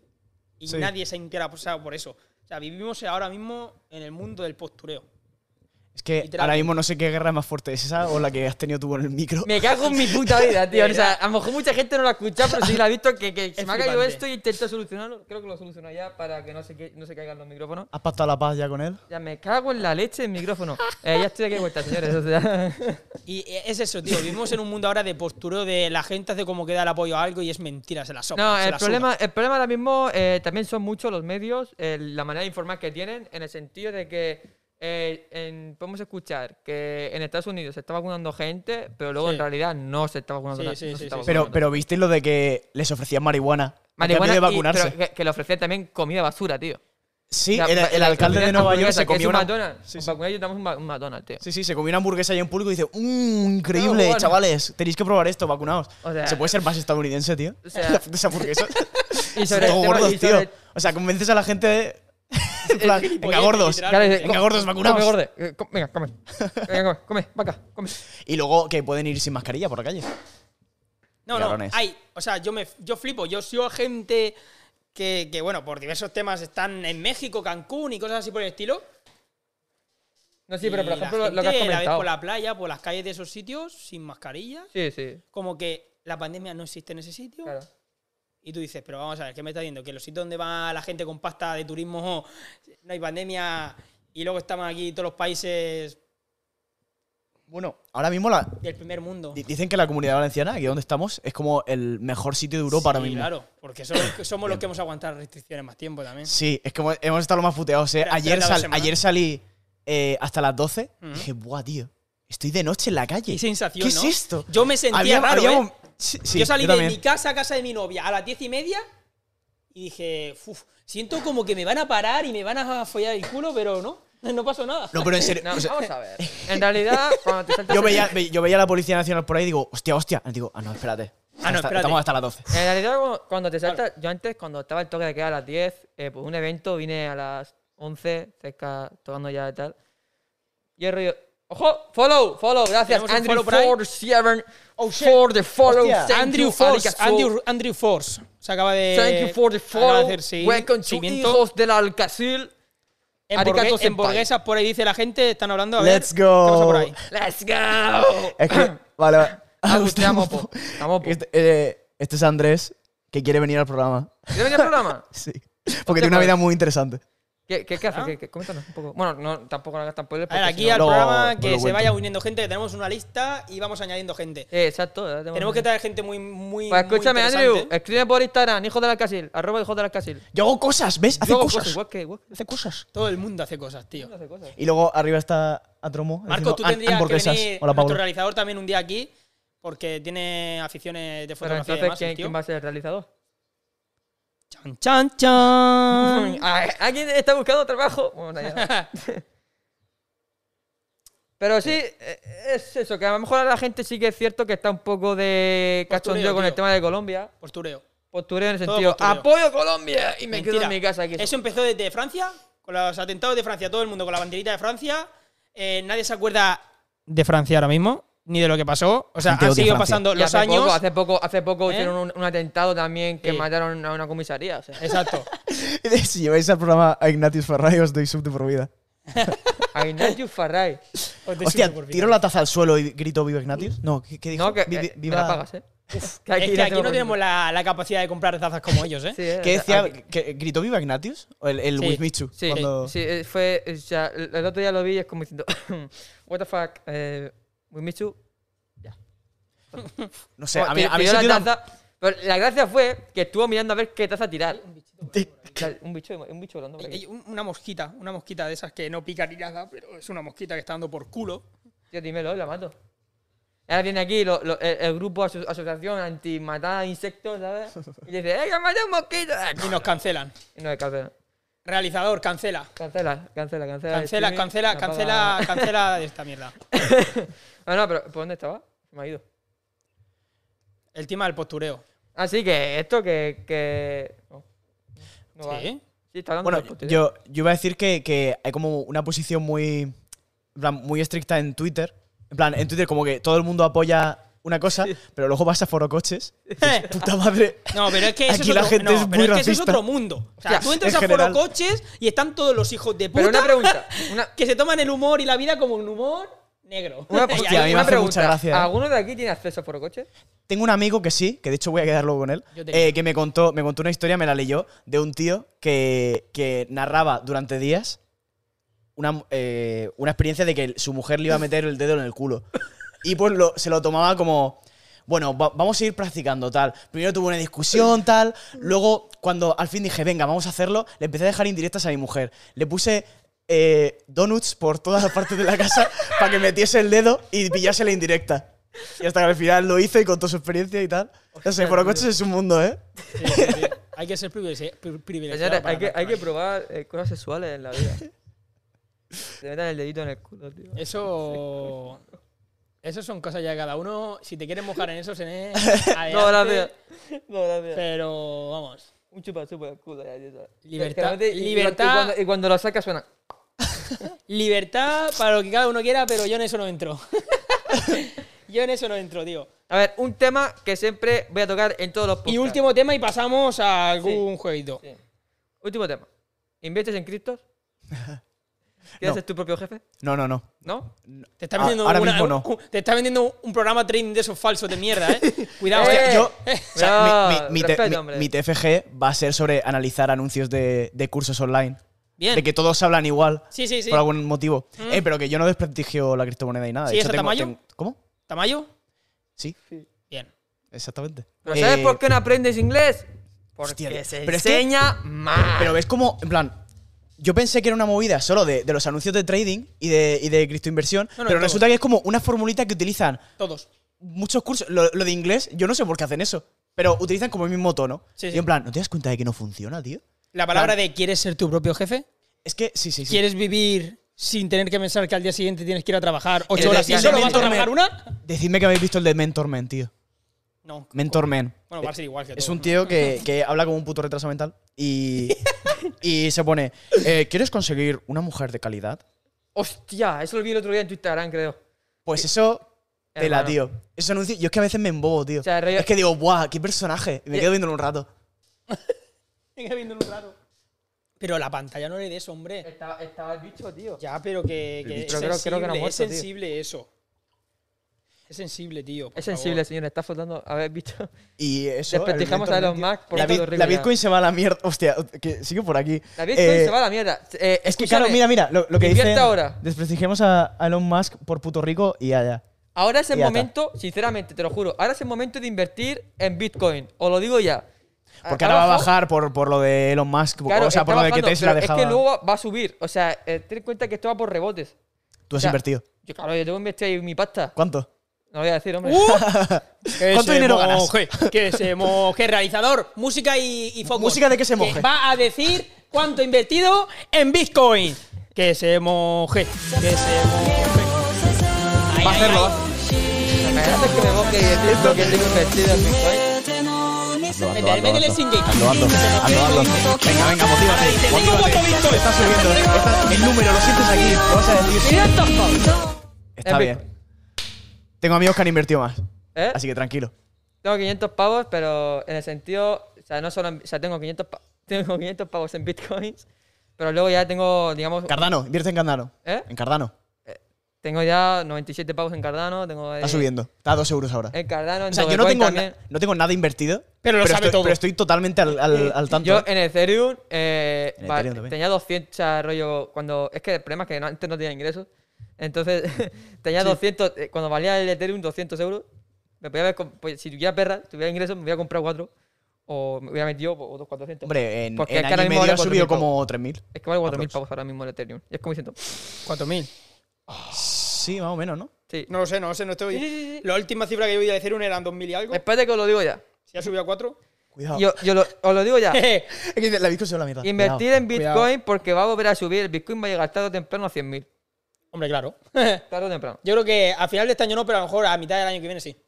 [SPEAKER 4] y
[SPEAKER 8] Sí.
[SPEAKER 4] nadie se ha interesado por eso. O sea, vivimos ahora mismo en el mundo del postureo.
[SPEAKER 8] Es que
[SPEAKER 4] Literalmente.
[SPEAKER 8] ahora mismo no sé qué guerra es más fuerte es esa o la que has tenido tú con el micro.
[SPEAKER 7] Me cago en mi puta vida, tío. O sea, a lo mejor mucha gente no lo ha escuchado, pero sí la ha visto que, que se me ha caído
[SPEAKER 4] flipante.
[SPEAKER 7] esto y intento solucionarlo. Creo que lo soluciono ya para que no se, que- no se caigan los micrófonos.
[SPEAKER 8] ¿Has pactado la paz ya con él?
[SPEAKER 7] Ya me cago en la leche del micrófono. Eh, ya estoy aquí de vuelta, señores. o sea.
[SPEAKER 4] Y eh, es eso, tío. Vivimos en un mundo ahora de postureo, de la gente hace como que da el apoyo a algo y es mentira, se la sopa.
[SPEAKER 7] No,
[SPEAKER 4] se
[SPEAKER 7] el
[SPEAKER 4] la
[SPEAKER 7] problema, el problema ahora mismo eh, también son muchos los medios, eh, la manera de informar que tienen, en el sentido de que eh, en- podemos escuchar que en Estados Unidos se está vacunando gente, pero luego
[SPEAKER 4] Sí.
[SPEAKER 7] en realidad no se está vacunando.
[SPEAKER 4] Sí,
[SPEAKER 7] na-
[SPEAKER 4] sí,
[SPEAKER 7] no se
[SPEAKER 4] sí,
[SPEAKER 7] está
[SPEAKER 4] sí, sí.
[SPEAKER 7] vacunando.
[SPEAKER 8] Pero, pero visteis lo de que les ofrecían marihuana.
[SPEAKER 7] Marihuana
[SPEAKER 8] Marihuana de
[SPEAKER 7] y-
[SPEAKER 8] vacunarse.
[SPEAKER 7] pero que, que le ofrecían también comida basura,
[SPEAKER 4] Ah,
[SPEAKER 7] tío.
[SPEAKER 8] sí,
[SPEAKER 7] O sea,
[SPEAKER 8] el, el
[SPEAKER 7] la-
[SPEAKER 8] alcalde
[SPEAKER 7] la
[SPEAKER 8] de Nueva York
[SPEAKER 7] hamburguesa,
[SPEAKER 8] se
[SPEAKER 7] que es
[SPEAKER 8] comió
[SPEAKER 7] un
[SPEAKER 8] una.
[SPEAKER 7] McDonald's.
[SPEAKER 8] Sí,
[SPEAKER 7] Un
[SPEAKER 8] sí.
[SPEAKER 7] vacunado y damos un ma- un McDonald's, tío.
[SPEAKER 8] Sí, sí, se comió una hamburguesa ahí en público y dice, mmm, increíble,
[SPEAKER 7] bueno.
[SPEAKER 8] chavales, tenéis que probar esto, vacunados.
[SPEAKER 7] O sea-
[SPEAKER 8] se puede ser más estadounidense, tío.
[SPEAKER 7] O
[SPEAKER 8] O
[SPEAKER 7] sea-
[SPEAKER 8] sea, esa hamburguesa.
[SPEAKER 7] Y sobre el tema-
[SPEAKER 8] Todo
[SPEAKER 7] y
[SPEAKER 8] gordos, tío.
[SPEAKER 7] sobre-
[SPEAKER 8] O sea, convences a la gente de. en plan, venga,
[SPEAKER 4] Oye,
[SPEAKER 8] gordos.
[SPEAKER 4] literal.
[SPEAKER 7] Claro,
[SPEAKER 8] Venga,
[SPEAKER 7] co-
[SPEAKER 8] gordos, vacunaos.
[SPEAKER 7] Come, gordo. Eh, com- venga, come. Venga, come, come, vaca, come.
[SPEAKER 8] Y luego que pueden ir sin mascarilla por la calle.
[SPEAKER 4] No, no,
[SPEAKER 8] Cabrones.
[SPEAKER 4] hay, o sea, yo me yo flipo, yo sigo a gente que, que, bueno, por diversos temas están en México, Cancún y cosas así por el estilo.
[SPEAKER 7] No, sí, pero
[SPEAKER 4] Y
[SPEAKER 7] por
[SPEAKER 4] la
[SPEAKER 7] ejemplo, lo- lo que has
[SPEAKER 4] gente la ves
[SPEAKER 7] comentado.
[SPEAKER 4] por la playa, por las calles de esos sitios, sin mascarilla,
[SPEAKER 7] Sí, sí,
[SPEAKER 4] como que la pandemia no existe en ese sitio.
[SPEAKER 7] claro.
[SPEAKER 4] Y tú dices, pero vamos a ver, ¿qué me está diciendo? Que los sitios donde va la gente con pasta de turismo no hay pandemia y luego estamos aquí todos los países
[SPEAKER 8] Bueno, ahora mismo la,
[SPEAKER 4] del primer mundo.
[SPEAKER 8] di- dicen que la comunidad valenciana, aquí donde estamos, es como el mejor sitio de Europa ahora
[SPEAKER 4] Sí,
[SPEAKER 8] mismo.
[SPEAKER 4] Claro, porque somos, somos los que hemos aguantado las restricciones más tiempo
[SPEAKER 7] eh.
[SPEAKER 4] también.
[SPEAKER 8] Sí, es que hemos, hemos estado los más puteados, eh.
[SPEAKER 4] Espera,
[SPEAKER 8] Ayer,
[SPEAKER 4] espera, cada
[SPEAKER 8] sal-
[SPEAKER 4] semana.
[SPEAKER 8] ayer salí eh, hasta las 12
[SPEAKER 4] Ujú.
[SPEAKER 8] dije, buah, tío, estoy de noche en la calle.
[SPEAKER 4] Qué sensación,
[SPEAKER 8] ¿Qué
[SPEAKER 4] ¿no?
[SPEAKER 8] es esto?
[SPEAKER 4] Yo me sentía
[SPEAKER 8] Había-
[SPEAKER 4] raro,
[SPEAKER 8] había
[SPEAKER 4] ¿eh?
[SPEAKER 8] un- Sí, sí,
[SPEAKER 4] yo salí de
[SPEAKER 8] también.
[SPEAKER 4] mi casa a casa de mi novia a las diez y media y dije, uff, siento como que me van a parar y me van a follar el culo, pero no, no pasó nada.
[SPEAKER 8] No, pero en serio.
[SPEAKER 7] No,
[SPEAKER 8] o sea,
[SPEAKER 7] vamos a ver. En realidad, cuando te saltas
[SPEAKER 8] yo,
[SPEAKER 7] el-
[SPEAKER 8] veía, ve- yo veía a la Policía Nacional por ahí y digo, hostia, hostia. Y digo, ah, no,
[SPEAKER 4] Ah,
[SPEAKER 8] espérate.
[SPEAKER 4] no,
[SPEAKER 8] Hasta-
[SPEAKER 4] espérate.
[SPEAKER 8] Estamos hasta las 12.
[SPEAKER 7] En realidad, cuando- cuando te saltas, yo antes, cuando estaba el toque de queda a las 10, eh, pues un evento, vine a las 11, cerca, tocando ya y tal. Y el rollo, ¡ojo! ¡Follow! ¡Follow! Gracias,
[SPEAKER 4] ¿Tenemos un
[SPEAKER 7] Andrew
[SPEAKER 4] follow por ahí?
[SPEAKER 7] Ford, Seven,
[SPEAKER 4] Oh, shit.
[SPEAKER 7] for the follow.
[SPEAKER 8] Hostia.
[SPEAKER 7] thank
[SPEAKER 4] Andrew
[SPEAKER 7] you,
[SPEAKER 4] Force,
[SPEAKER 7] arigato.
[SPEAKER 4] Andrew, Andrew Force, se acaba de.
[SPEAKER 7] Thank you for the
[SPEAKER 4] acaba de
[SPEAKER 7] follow.
[SPEAKER 4] hacer, sí,
[SPEAKER 7] Welcome to
[SPEAKER 4] seguimiento.
[SPEAKER 7] Hijos del Alcacil.
[SPEAKER 4] En,
[SPEAKER 7] Arigato
[SPEAKER 4] burgue- en
[SPEAKER 7] senpai.
[SPEAKER 4] burguesas por ahí dice la gente, están hablando. A ver,
[SPEAKER 8] Let's
[SPEAKER 4] ¿qué pasa por
[SPEAKER 8] go.
[SPEAKER 4] ahí?
[SPEAKER 7] ¡Let's go!
[SPEAKER 8] Es que, vale, vale.
[SPEAKER 7] Ah, te amo, po. Te amo, po.
[SPEAKER 8] Este, eh, este es Andrés, que quiere venir al programa.
[SPEAKER 7] ¿Quieres venir al programa?
[SPEAKER 8] Sí. Porque tiene una vida muy interesante.
[SPEAKER 7] ¿Qué, qué, qué haces? ¿Qué- qué? Coméntanos un poco. Bueno, no, tampoco hagas tan spoiler.
[SPEAKER 4] ¿Ah? A ver,
[SPEAKER 7] porque si
[SPEAKER 4] aquí
[SPEAKER 7] no-
[SPEAKER 4] al
[SPEAKER 8] no-
[SPEAKER 4] programa
[SPEAKER 8] no
[SPEAKER 4] que
[SPEAKER 8] lo
[SPEAKER 4] se
[SPEAKER 8] cuento.
[SPEAKER 4] vaya uniendo gente, que tenemos una lista y vamos añadiendo gente.
[SPEAKER 7] Eh, exacto. ya
[SPEAKER 4] Tenemos que traer gente muy, muy.
[SPEAKER 7] Pues
[SPEAKER 4] muy
[SPEAKER 7] escúchame,
[SPEAKER 4] interesante.
[SPEAKER 7] Andrew, escribe por Instagram, hijo del Alcacil, arroba hijo del Alcacil.
[SPEAKER 8] Yo hago cosas, ¿ves? Hace
[SPEAKER 7] Yo hago
[SPEAKER 8] cosas.
[SPEAKER 7] igual que, igual que
[SPEAKER 8] Hace cosas.
[SPEAKER 4] Todo el mundo hace cosas, tío.
[SPEAKER 7] hace cosas.
[SPEAKER 8] Y luego arriba está Atromo.
[SPEAKER 4] Marco, tú
[SPEAKER 8] diciendo, "Ham-
[SPEAKER 4] tendrías que
[SPEAKER 8] hamburguesas".
[SPEAKER 4] venir,
[SPEAKER 8] Hola,
[SPEAKER 4] nuestro
[SPEAKER 8] Pablo.
[SPEAKER 4] realizador también un día aquí, porque tiene aficiones de
[SPEAKER 7] Pero
[SPEAKER 4] fotografía
[SPEAKER 7] entonces,
[SPEAKER 4] y demás, el
[SPEAKER 7] ¿quién,
[SPEAKER 4] tío.
[SPEAKER 7] quién va a ser el realizador?
[SPEAKER 4] Chan, chan, chan.
[SPEAKER 7] Ah, ¿Alguien está buscando trabajo? Bueno, ya. Pero sí, eh, es eso, que a lo mejor a la gente sí que es cierto que está un poco de
[SPEAKER 4] Postureo,
[SPEAKER 7] cachondeo con el
[SPEAKER 4] tío.
[SPEAKER 7] tema de Colombia.
[SPEAKER 4] Postureo.
[SPEAKER 7] Postureo en el
[SPEAKER 4] Todo
[SPEAKER 7] sentido,
[SPEAKER 4] postureo.
[SPEAKER 7] apoyo Colombia y me quedo en mi casa aquí.
[SPEAKER 4] Eso empezó desde Francia, con los atentados de Francia, todo el mundo con la banderita de Francia. Eh, nadie se acuerda de Francia ahora mismo, ni de lo que pasó. O sea,
[SPEAKER 8] Gente
[SPEAKER 4] han
[SPEAKER 8] odia
[SPEAKER 4] seguido
[SPEAKER 8] Francia.
[SPEAKER 4] pasando
[SPEAKER 7] Y
[SPEAKER 4] los
[SPEAKER 7] hace
[SPEAKER 4] años.
[SPEAKER 7] Poco, hace poco, hace poco
[SPEAKER 4] ¿Eh?
[SPEAKER 7] hicieron un, un atentado también que
[SPEAKER 4] Sí.
[SPEAKER 7] mataron a una comisaría. o sea.
[SPEAKER 4] Exacto.
[SPEAKER 8] si lleváis al programa a Ignatius Ferrari, os doy sub de por vida.
[SPEAKER 7] A Ignacio Farray.
[SPEAKER 4] Os deseo
[SPEAKER 8] Hostia,
[SPEAKER 4] por vida.
[SPEAKER 8] tiro la taza al suelo y grito Viva Ignatius. No, ¿qué, qué dijo?
[SPEAKER 7] No, que
[SPEAKER 8] Vi- vi-
[SPEAKER 7] eh, me la pagas, ¿eh? que
[SPEAKER 4] Es que aquí no
[SPEAKER 7] tenemos-
[SPEAKER 4] tenemos la, la capacidad de comprar tazas como ellos, ¿eh?
[SPEAKER 7] Sí, eh,
[SPEAKER 8] ¿Qué decía?
[SPEAKER 7] aquí-
[SPEAKER 8] ¿Que- ¿Gritó Viva Ignatius? ¿O el, el
[SPEAKER 4] Sí,
[SPEAKER 8] Wismichu?
[SPEAKER 7] Sí,
[SPEAKER 8] cuando-
[SPEAKER 7] sí, eh, fue. O sea, el el otro día lo vi y es como diciendo, ¿What the fuck? Eh, we meet you".
[SPEAKER 8] No sé,
[SPEAKER 7] Como
[SPEAKER 8] a mí,
[SPEAKER 7] tir-
[SPEAKER 8] a mí
[SPEAKER 7] tiró
[SPEAKER 8] se
[SPEAKER 7] la
[SPEAKER 8] tira-
[SPEAKER 7] taza. Pero la gracia fue que estuvo mirando a ver qué taza tirar. Dale, un bicho, un bicho volando por aquí.
[SPEAKER 4] Hay Eh, un- una mosquita, una mosquita de esas que no pica ni nada, pero es una mosquita que está dando por culo.
[SPEAKER 7] Tío, dímelo, la mato. Ahora viene aquí lo- lo- el, el grupo, aso- asociación anti-matar insectos, ¿sabes? Y dice, ¡eh, que maté un mosquito!
[SPEAKER 4] Y nos cancelan.
[SPEAKER 7] Y no, cancela.
[SPEAKER 4] Realizador, cancela.
[SPEAKER 7] Cancela, cancela, cancela. el
[SPEAKER 4] Cancela,
[SPEAKER 7] streaming,
[SPEAKER 4] cancela, cancela,
[SPEAKER 7] apaga-
[SPEAKER 4] cancela esta mierda.
[SPEAKER 7] No, no, pero ¿por dónde estaba? Se me ha ido.
[SPEAKER 4] El tema del postureo.
[SPEAKER 7] Así que esto que... que... No, no va.
[SPEAKER 4] ¿Sí?
[SPEAKER 7] Sí, está hablando
[SPEAKER 8] Bueno,
[SPEAKER 7] del postureo.
[SPEAKER 8] yo, yo iba a decir que, que hay como una posición muy, en plan, muy estricta en Twitter. En plan, en Twitter como que todo el mundo apoya una cosa, pero luego vas a foro coches. Puta madre.
[SPEAKER 4] No, pero es que eso,
[SPEAKER 8] Aquí
[SPEAKER 4] es,
[SPEAKER 8] la
[SPEAKER 4] otro,
[SPEAKER 8] gente
[SPEAKER 4] no,
[SPEAKER 8] es
[SPEAKER 4] pero
[SPEAKER 8] muy
[SPEAKER 4] es que eso es
[SPEAKER 8] racista.
[SPEAKER 4] otro mundo. O sea,
[SPEAKER 7] Hostia,
[SPEAKER 4] tú entras
[SPEAKER 8] en
[SPEAKER 4] a
[SPEAKER 8] general.
[SPEAKER 4] foro coches y están todos los hijos de puta
[SPEAKER 7] Pero una pregunta, una-
[SPEAKER 4] que se toman el humor y la vida como un humor negro.
[SPEAKER 7] Una,
[SPEAKER 4] Y
[SPEAKER 8] Hostia, a
[SPEAKER 4] ahí-
[SPEAKER 8] mí me hace mucha gracia, eh.
[SPEAKER 7] ¿Alguno de aquí tiene acceso a forocoche?
[SPEAKER 8] Tengo un amigo que sí, que de hecho voy a quedar luego con él,
[SPEAKER 4] Yo tenía.
[SPEAKER 8] eh, que me contó, me contó una historia, me la leyó, de un tío que, que narraba durante días una, eh, una experiencia de que su mujer le iba a meter el dedo en el culo. Y pues lo- se lo tomaba como, bueno, va- vamos a ir practicando tal. Primero tuve una discusión tal, luego cuando al fin dije, venga, vamos a hacerlo, le empecé a dejar indirectas a mi mujer. Le puse... eh, donuts por todas las partes de la casa para que metiese el dedo y pillase la indirecta. Y hasta que al final lo hizo y contó su experiencia y tal. No sé, por coches es un mundo, ¿eh?
[SPEAKER 4] Sí, sí, sí. Hay que ser privilegi- pri- privilegiado.
[SPEAKER 7] Señores,
[SPEAKER 4] para
[SPEAKER 7] hay que,
[SPEAKER 4] andar
[SPEAKER 7] hay
[SPEAKER 4] por
[SPEAKER 7] que
[SPEAKER 4] ahí.
[SPEAKER 7] probar eh, cosas sexuales en la vida. Te metan el dedito en el culo, tío.
[SPEAKER 4] Eh, Eso. Eso son cosas ya de cada uno. Si te quieres mojar en eso, se
[SPEAKER 7] No, gracias. No, gracias.
[SPEAKER 4] Pero vamos.
[SPEAKER 7] Un chupa chupa el culo. Ya, ya sabes.
[SPEAKER 4] Libertad-
[SPEAKER 7] Que- que- y- y-
[SPEAKER 4] libertad-
[SPEAKER 7] Y cuando, y cuando lo sacas suena.
[SPEAKER 4] Libertad para lo que cada uno quiera, pero yo en eso no entro. yo en eso no entro, tío.
[SPEAKER 7] A ver, un tema que siempre voy a tocar en todos los podcasts.
[SPEAKER 4] Y último tema y pasamos a algún jueguito.
[SPEAKER 7] Sí. Último tema. ¿Inviertes en criptos? ¿Quieres
[SPEAKER 8] No.
[SPEAKER 7] ser tu propio jefe?
[SPEAKER 8] No, no, no.
[SPEAKER 7] ¿No?
[SPEAKER 4] Te está
[SPEAKER 8] Ah,
[SPEAKER 4] vendiendo
[SPEAKER 8] ahora
[SPEAKER 4] una-
[SPEAKER 8] mismo no.
[SPEAKER 4] un- Te está vendiendo un programa trading de esos falsos de mierda, eh. Cuidado,
[SPEAKER 7] Hostia,
[SPEAKER 4] eh.
[SPEAKER 8] Yo, o sea, mi- mi, mi te-
[SPEAKER 7] Respeto,
[SPEAKER 8] mi-
[SPEAKER 7] hombre.
[SPEAKER 8] mi TFG va a ser sobre analizar anuncios de, de cursos online.
[SPEAKER 4] Bien.
[SPEAKER 8] De que todos hablan igual.
[SPEAKER 4] Sí, sí, sí.
[SPEAKER 8] Por algún motivo. Eh, pero que yo no desprestigio la criptomoneda y nada. De
[SPEAKER 4] Sí,
[SPEAKER 8] hecho,
[SPEAKER 4] ¿es
[SPEAKER 8] tengo-
[SPEAKER 4] Atamayo?
[SPEAKER 8] tengo- ¿Cómo?
[SPEAKER 4] ¿Tamayo?
[SPEAKER 8] Sí,
[SPEAKER 4] Bien.
[SPEAKER 8] exactamente.
[SPEAKER 7] ¿Pero sabes
[SPEAKER 8] Eh,
[SPEAKER 7] por qué no aprendes inglés? Porque
[SPEAKER 8] hostia,
[SPEAKER 7] se
[SPEAKER 8] pero es que-
[SPEAKER 7] enseña mal.
[SPEAKER 8] Pero ves como, en plan, yo pensé que era una movida solo de, de los anuncios de trading y de, y de criptoinversión,
[SPEAKER 4] No, no,
[SPEAKER 8] pero
[SPEAKER 4] todo.
[SPEAKER 8] resulta que es como una formulita que utilizan
[SPEAKER 4] Todos.
[SPEAKER 8] muchos cursos. Lo, lo de inglés, yo no sé por qué hacen eso. Pero utilizan como el mismo tono.
[SPEAKER 4] Sí,
[SPEAKER 8] y
[SPEAKER 4] sí.
[SPEAKER 8] en plan, ¿no te das cuenta de que no funciona, tío?
[SPEAKER 4] La palabra de ¿quieres ser tu propio jefe?
[SPEAKER 8] Es que, sí, sí, sí.
[SPEAKER 4] ¿Quieres vivir sin tener que pensar que al día siguiente tienes que ir a trabajar
[SPEAKER 8] El
[SPEAKER 4] ocho horas y
[SPEAKER 8] de-
[SPEAKER 4] solo vas
[SPEAKER 8] el
[SPEAKER 4] a
[SPEAKER 8] Mentor
[SPEAKER 4] trabajar
[SPEAKER 8] Man.
[SPEAKER 4] una?
[SPEAKER 8] Decidme que habéis visto el de Mentor Man, tío.
[SPEAKER 4] No.
[SPEAKER 8] Mentor Man.
[SPEAKER 4] Bueno, va a ser igual que
[SPEAKER 8] Es
[SPEAKER 4] todo.
[SPEAKER 8] un tío que, que habla como un puto retraso mental y, y se pone, eh, ¿quieres conseguir una mujer de calidad?
[SPEAKER 7] Hostia, eso lo vi el otro día en tu Instagram, creo.
[SPEAKER 8] Pues eso, tela,
[SPEAKER 7] Hermano.
[SPEAKER 8] tío. Eso anuncio, yo es que a veces me embobo, tío.
[SPEAKER 7] O sea, rollo-
[SPEAKER 8] Es que digo, ¡buah, qué personaje! Y me
[SPEAKER 7] Eh.
[SPEAKER 8] quedo viéndolo un rato.
[SPEAKER 4] Venga, viendo un rato. Pero la pantalla no le des, hombre.
[SPEAKER 7] Estaba, estaba el bicho, tío.
[SPEAKER 4] Ya, pero que, que es
[SPEAKER 7] bicho creo- creo que
[SPEAKER 4] sensible,
[SPEAKER 7] no ha
[SPEAKER 4] es
[SPEAKER 7] muerto, tío.
[SPEAKER 4] sensible eso. Es sensible, tío. por
[SPEAKER 7] Es sensible,
[SPEAKER 4] favor.
[SPEAKER 7] señores. Está flotando. A ver, bicho.
[SPEAKER 8] Y eso.
[SPEAKER 7] Desprestigiamos
[SPEAKER 8] el
[SPEAKER 7] a Elon
[SPEAKER 8] Mentor Man, tío.
[SPEAKER 7] Musk por
[SPEAKER 8] la,
[SPEAKER 7] algo
[SPEAKER 8] Bit-
[SPEAKER 7] horrible
[SPEAKER 8] la
[SPEAKER 7] que haga.
[SPEAKER 8] Bitcoin se va a la mierda. Hostia, que sigo por aquí.
[SPEAKER 7] La Bitcoin
[SPEAKER 8] Eh,
[SPEAKER 7] se va a la mierda. Eh,
[SPEAKER 8] Es que
[SPEAKER 7] escúchame,
[SPEAKER 8] claro, mira, mira, lo, lo que
[SPEAKER 7] invierte
[SPEAKER 8] dicen,
[SPEAKER 7] ahora.
[SPEAKER 8] Desprestigiemos a a Elon Musk por puto rico y allá.
[SPEAKER 7] Ahora es el
[SPEAKER 8] Ya está.
[SPEAKER 7] momento, sinceramente, te lo juro. Ahora es el momento de invertir en Bitcoin. Os lo digo ya.
[SPEAKER 8] Porque
[SPEAKER 7] Ah,
[SPEAKER 8] ahora va a
[SPEAKER 7] abajo-
[SPEAKER 8] bajar por, por lo de Elon Musk,
[SPEAKER 7] Claro,
[SPEAKER 8] o sea, por
[SPEAKER 7] está
[SPEAKER 8] lo de que
[SPEAKER 7] bajando,
[SPEAKER 8] Tesla
[SPEAKER 7] pero
[SPEAKER 8] dejaba.
[SPEAKER 7] Es que luego va a subir. O sea, eh, ten en cuenta que esto va por rebotes.
[SPEAKER 8] Tú has
[SPEAKER 7] sea,
[SPEAKER 8] invertido.
[SPEAKER 7] Yo, claro, yo tengo que invertir ahí mi pasta.
[SPEAKER 8] ¿Cuánto?
[SPEAKER 7] No lo voy a decir, hombre.
[SPEAKER 4] Uh,
[SPEAKER 8] Uh.
[SPEAKER 4] Que
[SPEAKER 8] ¿Cuánto
[SPEAKER 4] se
[SPEAKER 8] dinero ganas?
[SPEAKER 4] moje, Que se moje, realizador, música y, y focus.
[SPEAKER 8] Música de que se moje.
[SPEAKER 4] va a decir cuánto invertido en Bitcoin. Que se moje, que se moje.
[SPEAKER 7] va a hacerlo. va. Me haces que me moje y decir lo que tengo invertido en Bitcoin.
[SPEAKER 4] Métele, métele sin gay.
[SPEAKER 8] Venga, venga, motívate. motívate. Está subiendo. eh. está- el número, lo sientes aquí. Lo vas a decir. Está
[SPEAKER 7] En
[SPEAKER 8] bien. Tengo amigos que han invertido más.
[SPEAKER 7] ¿Eh?
[SPEAKER 8] Así que tranquilo.
[SPEAKER 7] Tengo 500 pavos, pero en el sentido, o sea, no solo, en- o sea, tengo 500, pa- tengo 500 pavos en bitcoins, pero luego ya tengo, digamos,
[SPEAKER 8] Cardano, invierte en Cardano.
[SPEAKER 7] ¿Eh?
[SPEAKER 8] En Cardano.
[SPEAKER 7] tengo ya 97 pavos en Cardano, tengo
[SPEAKER 8] Está
[SPEAKER 7] eh,
[SPEAKER 8] subiendo. Está a dos euros ahora.
[SPEAKER 7] En Cardano, en
[SPEAKER 8] O sea, yo no
[SPEAKER 7] Dogecoin
[SPEAKER 8] tengo,
[SPEAKER 7] también.
[SPEAKER 8] na- no tengo nada invertido.
[SPEAKER 4] Pero lo sabe
[SPEAKER 8] estoy,
[SPEAKER 4] todo.
[SPEAKER 8] Pero estoy totalmente al, al- al tanto.
[SPEAKER 7] Yo
[SPEAKER 8] ¿eh?
[SPEAKER 7] en Ethereum, eh,
[SPEAKER 8] En
[SPEAKER 7] va-
[SPEAKER 8] Ethereum también.
[SPEAKER 7] tenía 200, o sea, rollo, cuando, es que el problema es que no- antes no tenía ingresos, entonces tenía 200, eh, cuando valía el Ethereum 200 euros, me podía haber, comp- pues, si tuviera perra, tuviera ingresos, me voy a comprar cuatro. o me hubiera metido otros 400.
[SPEAKER 8] Hombre, en,
[SPEAKER 7] Porque
[SPEAKER 8] en
[SPEAKER 7] es que
[SPEAKER 8] año
[SPEAKER 7] ahora
[SPEAKER 8] y
[SPEAKER 7] mismo
[SPEAKER 8] medio ha
[SPEAKER 7] vale
[SPEAKER 8] subido
[SPEAKER 7] 4.000 pavos.
[SPEAKER 8] como 3.000.
[SPEAKER 7] Es que vale 4.000
[SPEAKER 8] Aprox.
[SPEAKER 7] pavos ahora mismo el Ethereum. Y es como diciendo,
[SPEAKER 4] 4.000.
[SPEAKER 8] Sí, más o menos, ¿no?
[SPEAKER 7] sí.
[SPEAKER 4] No lo sé, no lo sé, no estoy.
[SPEAKER 7] Sí, sí, Eh. sí, sí.
[SPEAKER 4] La última cifra que yo vi de Ethereum eran 2.000 y algo.
[SPEAKER 7] Espérate que os lo digo ya.
[SPEAKER 4] Si ha subido a 4.
[SPEAKER 8] Cuidado.
[SPEAKER 7] Yo, yo lo- os lo digo ya.
[SPEAKER 8] Es que la Bitcoin se va a la mierda.
[SPEAKER 7] Invertir
[SPEAKER 8] Cuidado.
[SPEAKER 7] en Bitcoin porque va a volver a subir. El Bitcoin va a llegar tarde o temprano a 100.000.
[SPEAKER 4] Hombre, claro.
[SPEAKER 7] Tarde o temprano.
[SPEAKER 4] Yo creo que a final de este año no, pero a lo mejor a mitad del año que viene sí.